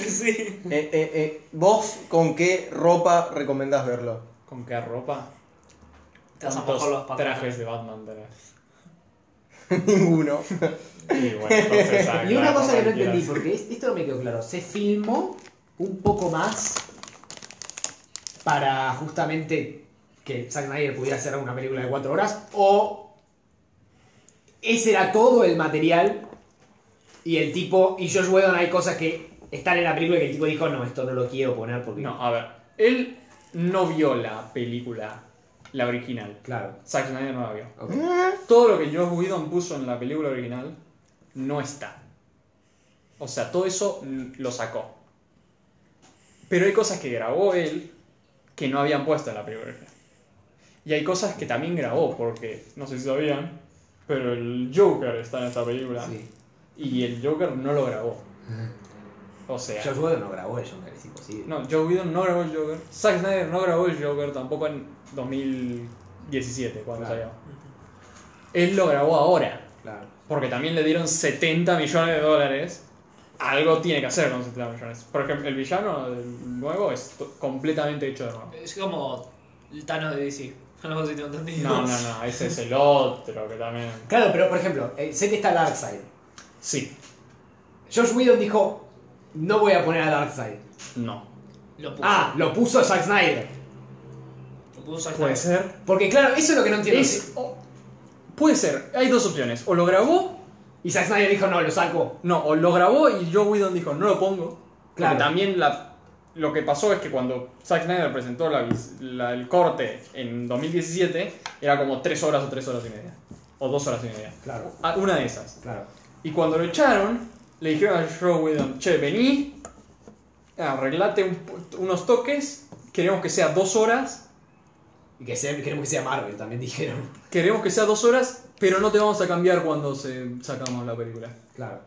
Speaker 2: sí.
Speaker 3: Eh, eh, eh, ¿Vos con qué ropa recomendás verlo?
Speaker 4: ¿Con qué ropa?
Speaker 2: Te vas a
Speaker 4: ¿Cuántos
Speaker 2: mojar los pantalones.
Speaker 4: trajes de Batman tenés?
Speaker 3: Ninguno. Eh,
Speaker 4: Y bueno, entonces, ah,
Speaker 1: Y una
Speaker 4: claro,
Speaker 1: cosa que no
Speaker 4: cualquiera.
Speaker 1: entendí, porque es- esto no me quedó claro. Se filmó un poco más para justamente que Zack Snyder pudiera hacer una película de cuatro horas, o ese era todo el material y el tipo, y Josh Whedon hay cosas que están en la película que el tipo dijo, no, esto no lo quiero poner porque...
Speaker 4: No, a ver. Él no vio la película, la original.
Speaker 1: Claro.
Speaker 4: Zack Snyder no la vio.
Speaker 1: ok.
Speaker 4: Todo lo que Joss Whedon puso en la película original no está. O sea, todo eso mm, lo sacó. Pero hay cosas que grabó él que no habían puesto en la película original. Y hay cosas que también grabó, porque no sé si sabían, pero el Joker está en esta película.
Speaker 1: Sí.
Speaker 4: Y el Joker no lo grabó. O sea.
Speaker 1: Josh Whedon no grabó eso, es imposible.
Speaker 4: No, Joe Whedon no grabó el Joker. Zack Snyder no grabó el Joker tampoco en 2017, cuando
Speaker 1: Claro.
Speaker 4: salió. Él lo grabó ahora,
Speaker 1: Claro.
Speaker 4: porque también le dieron 70 millones de dólares algo tiene que hacer con 70 millones. Por ejemplo, el villano el nuevo es to- completamente hecho de nuevo.
Speaker 14: Es como el Thanos de DC. Algo así te entendí.
Speaker 4: No, no, no, ese es el otro que también.
Speaker 1: Claro, pero por ejemplo, eh, sé que está Darkseid.
Speaker 4: Sí,
Speaker 1: Josh Whedon dijo, no voy a poner a Darkseid.
Speaker 4: no.
Speaker 14: Lo puso.
Speaker 1: Ah, lo puso Zack Snyder.
Speaker 14: Lo puso Zack
Speaker 4: Puede
Speaker 14: Snyder.
Speaker 4: ser.
Speaker 1: Porque claro, eso es lo que no entiendo.
Speaker 4: Es- o- puede ser, hay dos opciones. O lo grabó,
Speaker 1: Y Zack Snyder dijo, no, lo saco.
Speaker 4: no, o lo grabó y Joe Whedon dijo, no lo pongo.
Speaker 1: Claro.
Speaker 4: Claro. también la, lo que pasó es que cuando Zack Snyder presentó la vis- la- el corte en 2017, era como tres horas o tres horas y media. O dos horas y media.
Speaker 1: Claro,
Speaker 4: Ah, Una de esas.
Speaker 1: claro.
Speaker 4: Y cuando lo echaron, le dijeron a Joe Whedon, che, vení, arreglate un pu- unos toques, queremos que sea dos horas,
Speaker 1: Y que sea, queremos que sea Marvel, también dijeron.
Speaker 4: queremos que sea dos horas, pero no te vamos a cambiar cuando se- sacamos la película.
Speaker 1: Claro.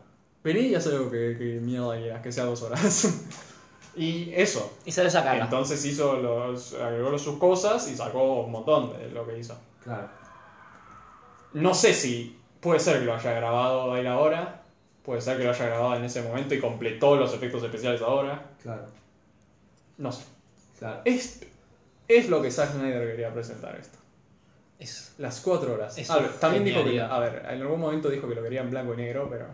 Speaker 4: Vení y haz algo que, que mierda quieras, que sea dos horas. y eso.
Speaker 2: Y salió esa cara.
Speaker 4: Entonces hizo los, agregó sus cosas y sacó un montón de lo que hizo.
Speaker 1: Claro.
Speaker 4: No sé si puede ser que lo haya grabado ahí ahora, puede ser que lo haya grabado en ese momento y completó los efectos especiales ahora.
Speaker 1: Claro.
Speaker 4: No sé.
Speaker 1: Claro.
Speaker 4: Es, es lo que Zack Snyder quería presentar esto.
Speaker 2: Es-
Speaker 4: Las cuatro horas.
Speaker 2: Es
Speaker 4: A ver, también dijo que.
Speaker 2: genialidad.
Speaker 4: A ver, en algún momento dijo que lo quería en blanco y negro, pero.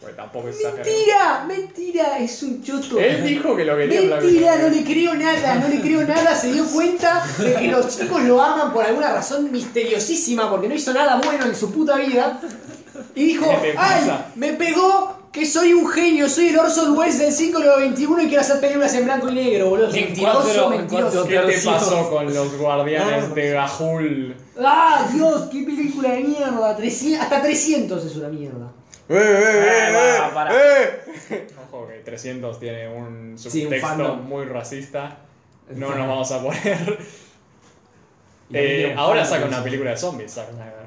Speaker 4: Pues tampoco es
Speaker 1: Mentira, Ah, mentira, es un choto.
Speaker 4: Él dijo que lo quería en blanco y
Speaker 1: Mentira, no
Speaker 4: negro.
Speaker 1: le creo nada, no le creo nada. Se dio cuenta de que los chicos lo aman por alguna razón misteriosísima, porque no hizo nada bueno en su puta vida. Y dijo,
Speaker 4: ¿Qué te
Speaker 1: ¡ay!
Speaker 4: pasa?
Speaker 1: Me pegó que soy un genio, soy el Orson Welles del siglo XXI y quiero hacer películas en blanco y negro, boludo.
Speaker 2: En
Speaker 1: Mentiroso,
Speaker 2: cuatro- en
Speaker 1: mentiroso.
Speaker 2: cuatro-
Speaker 4: ¿Qué te
Speaker 2: Tercios.
Speaker 4: pasó con los guardianes de Gahul?
Speaker 1: ¡Ah, Dios! ¡Qué película de mierda! 300 hasta 300 es una mierda.
Speaker 3: ¡Eh, eh, eh,
Speaker 2: Ah, para,
Speaker 3: eh!
Speaker 4: Ojo que 300 tiene un
Speaker 1: Sí, un
Speaker 4: subtexto
Speaker 1: fandom.
Speaker 4: muy racista. No nos vamos a poner.
Speaker 1: Y
Speaker 4: Eh,
Speaker 1: tiene un
Speaker 4: ahora
Speaker 1: fandom.
Speaker 4: saca una película de zombies, Zack Snyder.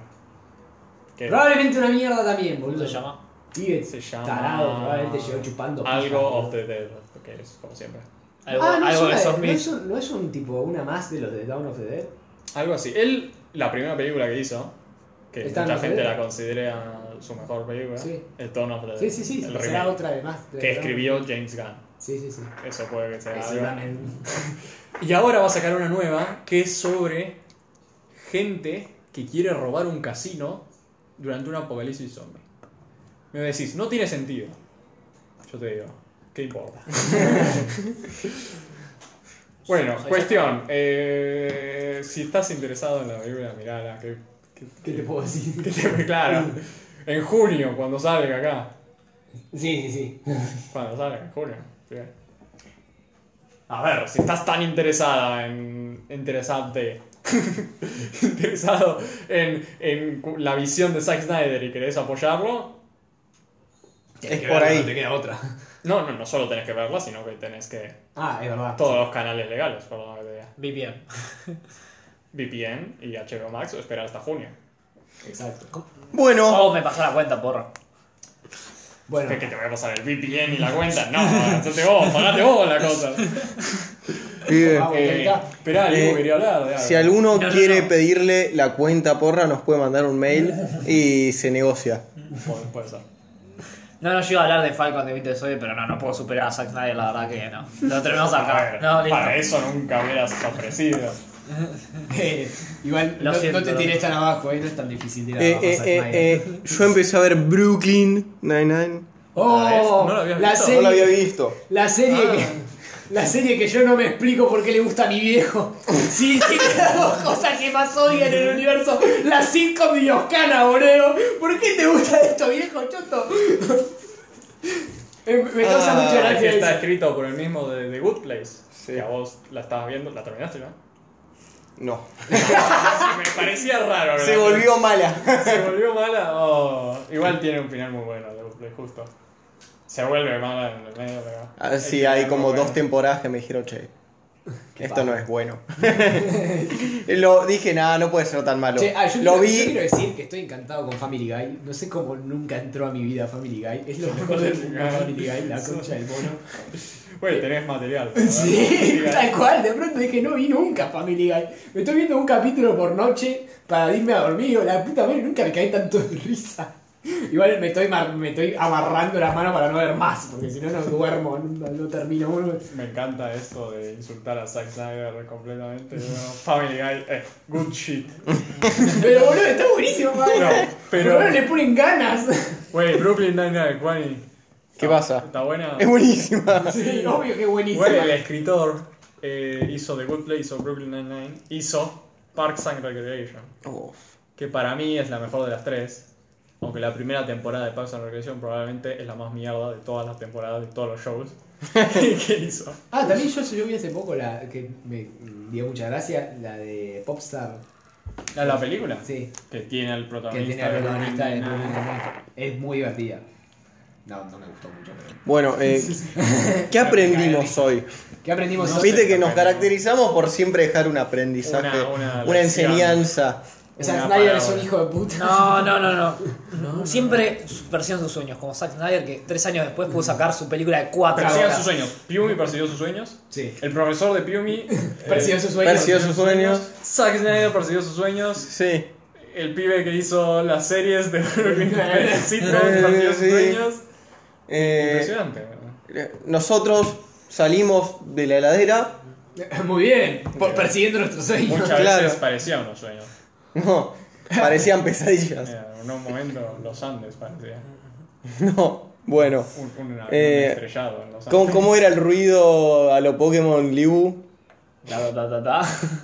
Speaker 4: Que
Speaker 1: Probablemente una mierda también,
Speaker 2: ¿Cómo
Speaker 1: boludo.
Speaker 2: se llama?
Speaker 1: Pibe,
Speaker 4: se llama.
Speaker 1: tarado, probablemente llegó chupando. pija,
Speaker 4: Algo
Speaker 1: boludo.
Speaker 4: of the Dead, que es como siempre.
Speaker 2: Algo,
Speaker 1: Ah, no,
Speaker 2: algo de
Speaker 1: es una- no,
Speaker 2: zombies.
Speaker 1: es un, no es un tipo, una más de los de Dawn of the Dead.
Speaker 4: Algo así. Él, la primera película que hizo, que
Speaker 1: Está en
Speaker 4: mucha
Speaker 1: los
Speaker 4: gente
Speaker 1: dedos.
Speaker 4: la considera su mejor película,
Speaker 1: Sí.
Speaker 4: el Dawn of the Dead.
Speaker 1: Sí, sí, sí,
Speaker 4: el
Speaker 1: será
Speaker 4: remake,
Speaker 1: otra de más. de
Speaker 4: que
Speaker 1: Dawn.
Speaker 4: escribió James Gunn.
Speaker 1: Sí, sí, sí.
Speaker 4: Eso puede que sea.
Speaker 1: Es
Speaker 4: algo.
Speaker 1: una-
Speaker 4: Y ahora va a sacar una nueva que es sobre gente que quiere robar un casino durante un apocalipsis zombie. Me decís, no tiene sentido. Yo te digo, ¿qué importa? bueno, cuestión. eh, si estás interesado en la película, mirala. Que, que-
Speaker 1: ¿Qué te puedo decir?
Speaker 4: que te- claro, en junio, cuando salga acá.
Speaker 1: Sí, sí, sí.
Speaker 4: Cuando salga, en junio. bien. A ver, si estás tan interesada en. interesante. interesado en, en cu- la visión de Zack Snyder y querés apoyarlo.
Speaker 3: Es por ahí.
Speaker 1: queda otra.
Speaker 4: No, no, no solo tenés que verla, sino que tenés que.
Speaker 1: Ah, es verdad.
Speaker 4: Todos los canales legales, perdón que te diga.
Speaker 2: VPN.
Speaker 4: VPN y HBO Max o esperar hasta junio.
Speaker 1: Exacto.
Speaker 3: Bueno,
Speaker 2: Oh, me pasó la cuenta, porra.
Speaker 1: Bueno,
Speaker 4: ¿Qué que te voy a pasar el VPN y la cuenta? No, hacete vos, pagate vos la cosa.
Speaker 3: pibe,
Speaker 1: vamos,
Speaker 4: Eh,
Speaker 1: Delta.
Speaker 4: esperá, Diego
Speaker 3: Eh,
Speaker 4: quería hablar de algo.
Speaker 3: si alguno
Speaker 2: Ah, no,
Speaker 3: quiere
Speaker 2: no.
Speaker 3: pedirle la cuenta porra, nos puede mandar un mail y se negocia.
Speaker 4: Puede- puede ser.
Speaker 2: No, no llego a hablar de Falcon de Winter Soldier, pero no, no puedo superar a Zack Snyder, la verdad que no. Lo terminamos
Speaker 4: A
Speaker 2: acá.
Speaker 4: ver,
Speaker 2: Ah, No,
Speaker 4: para
Speaker 2: listo.
Speaker 4: eso nunca hubieras ofrecido.
Speaker 1: Eh, igual no,
Speaker 2: Lo
Speaker 1: no
Speaker 2: siento,
Speaker 1: te
Speaker 2: lo-
Speaker 1: tires tan abajo, eh, no es tan difícil tirar
Speaker 3: Eh,
Speaker 1: abajo a
Speaker 3: eh,
Speaker 1: Zack
Speaker 3: eh,
Speaker 1: Snyder.
Speaker 3: eh, yo empecé a ver Brooklyn Nine-Nine.
Speaker 1: Oh,
Speaker 4: ¿No lo habías
Speaker 1: la
Speaker 4: visto?
Speaker 3: No
Speaker 1: serie,
Speaker 3: la había visto.
Speaker 1: la serie
Speaker 3: Ah.
Speaker 1: que la serie que yo no me explico por qué le gusta a mi viejo. Sí, tiene las dos cosas que más odia en el universo, la sitcom y los cana, boludo. ¿Por qué te gusta esto, viejo choto? Eh, Me causa
Speaker 3: Ah,
Speaker 1: mucha
Speaker 4: Aquí
Speaker 1: gracia.
Speaker 4: está
Speaker 1: eso.
Speaker 4: escrito por el mismo de The Good Place.
Speaker 3: Sí.
Speaker 4: Que a vos la estabas viendo, la terminaste, ¿no?
Speaker 3: No.
Speaker 4: Me parecía raro, ¿verdad?
Speaker 3: Se volvió mala.
Speaker 4: Se volvió mala. Oh, igual tiene un final muy bueno, The Good Place, justo. Se vuelve mala en el medio, pero.
Speaker 3: Ah, Sí,
Speaker 4: El
Speaker 3: hay
Speaker 4: final
Speaker 3: como
Speaker 4: muy
Speaker 3: dos
Speaker 4: bueno.
Speaker 3: temporadas que me dijeron, che, esto no es bueno. Lo dije, nada, no puede ser tan malo.
Speaker 1: Che, ah, yo,
Speaker 3: Lo
Speaker 1: quiero, yo
Speaker 3: vi.
Speaker 1: quiero decir que estoy encantado con Family Guy. No sé cómo nunca entró a mi vida Family Guy. Es lo mejor del mundo Family Guy, la concha del mono.
Speaker 4: Bueno, tenés material.
Speaker 1: Sí,
Speaker 4: ¿verdad?
Speaker 1: tal cual. De pronto dije, no vi nunca Family Guy. Me estoy viendo un capítulo por noche para irme a dormir. Digo, La puta madre, nunca me caí tanto de risa.
Speaker 15: Igual me estoy, mar- me estoy amarrando las manos para no ver más, porque si no, no duermo, no, no termino.
Speaker 4: Me encanta esto de insultar a Zack Snyder completamente. ¿no? Family Guy, eh, good shit.
Speaker 15: Pero boludo, está buenísimo, padre.
Speaker 4: No,
Speaker 15: Pero
Speaker 4: pero,
Speaker 15: ahora le ponen ganas.
Speaker 4: wey, Brooklyn Nine-Nine, Juani.
Speaker 3: ¿Qué pasa?
Speaker 4: ¿Está buena?
Speaker 3: Es buenísima.
Speaker 15: Sí, obvio que es buenísimo.
Speaker 4: Bueno, el escritor eh, hizo The Good Place, hizo Brooklyn Nine-Nine, hizo Parks and Recreation,
Speaker 3: Oh,
Speaker 4: que para mí es la mejor de las tres. Aunque la primera temporada de Parks and Recreation probablemente es la más mierda de todas las temporadas de todos los shows que hizo.
Speaker 1: Ah, también yo, yo vi hace poco la que me dio mucha gracia, la de Popstar.
Speaker 4: La, Ah, la película
Speaker 1: Sí,
Speaker 4: que tiene al
Speaker 1: que
Speaker 4: protagonista.
Speaker 1: tiene la
Speaker 4: de
Speaker 1: protagonista de
Speaker 4: Brooklyn Nine-Nine.
Speaker 1: Es muy divertida. No, no me gustó mucho, pero.
Speaker 3: Bueno, eh, ¿qué aprendimos hoy?
Speaker 1: ¿Qué aprendimos hoy?
Speaker 3: Viste que nos caracterizamos por siempre dejar un aprendizaje,
Speaker 4: Una- una
Speaker 3: una,
Speaker 4: lección.
Speaker 3: enseñanza.
Speaker 1: O sea,
Speaker 4: Una
Speaker 1: Snyder es un
Speaker 4: palabra.
Speaker 1: hijo de puta.
Speaker 2: No, no, no, no. Siempre persigan sus sueños, como Zack Snyder, que tres años después pudo sacar su película de cuatro
Speaker 4: Persigan
Speaker 2: horas.
Speaker 4: sus sueños. Piumi persiguió sus sueños.
Speaker 1: Sí.
Speaker 4: El profesor de Piumi eh,
Speaker 1: Persiguió sus sueños.
Speaker 3: Persiguió sus sueños.
Speaker 4: Zack Snyder persiguió sus sueños.
Speaker 3: Sí.
Speaker 4: El pibe que hizo las series de Brooklyn Nine-Nine, sitcoms,
Speaker 3: Eh,
Speaker 4: persiguió sus
Speaker 3: sí.
Speaker 4: sueños.
Speaker 3: Eh,
Speaker 4: Impresionante.
Speaker 3: nosotros salimos de la heladera.
Speaker 15: Muy bien, por- persiguiendo nuestros sueños.
Speaker 4: Muchas
Speaker 3: Claro.
Speaker 4: veces parecían unos sueños.
Speaker 3: No, parecían pesadillas.
Speaker 4: Mira, Eh, En un momento los Andes parecía.
Speaker 3: No, bueno.
Speaker 4: Un, un- un
Speaker 3: Eh,
Speaker 4: estrellado en los Andes.
Speaker 3: ¿Cómo, cómo era el ruido a lo Pokémon Liu?
Speaker 2: Claro, ta, ta, ta.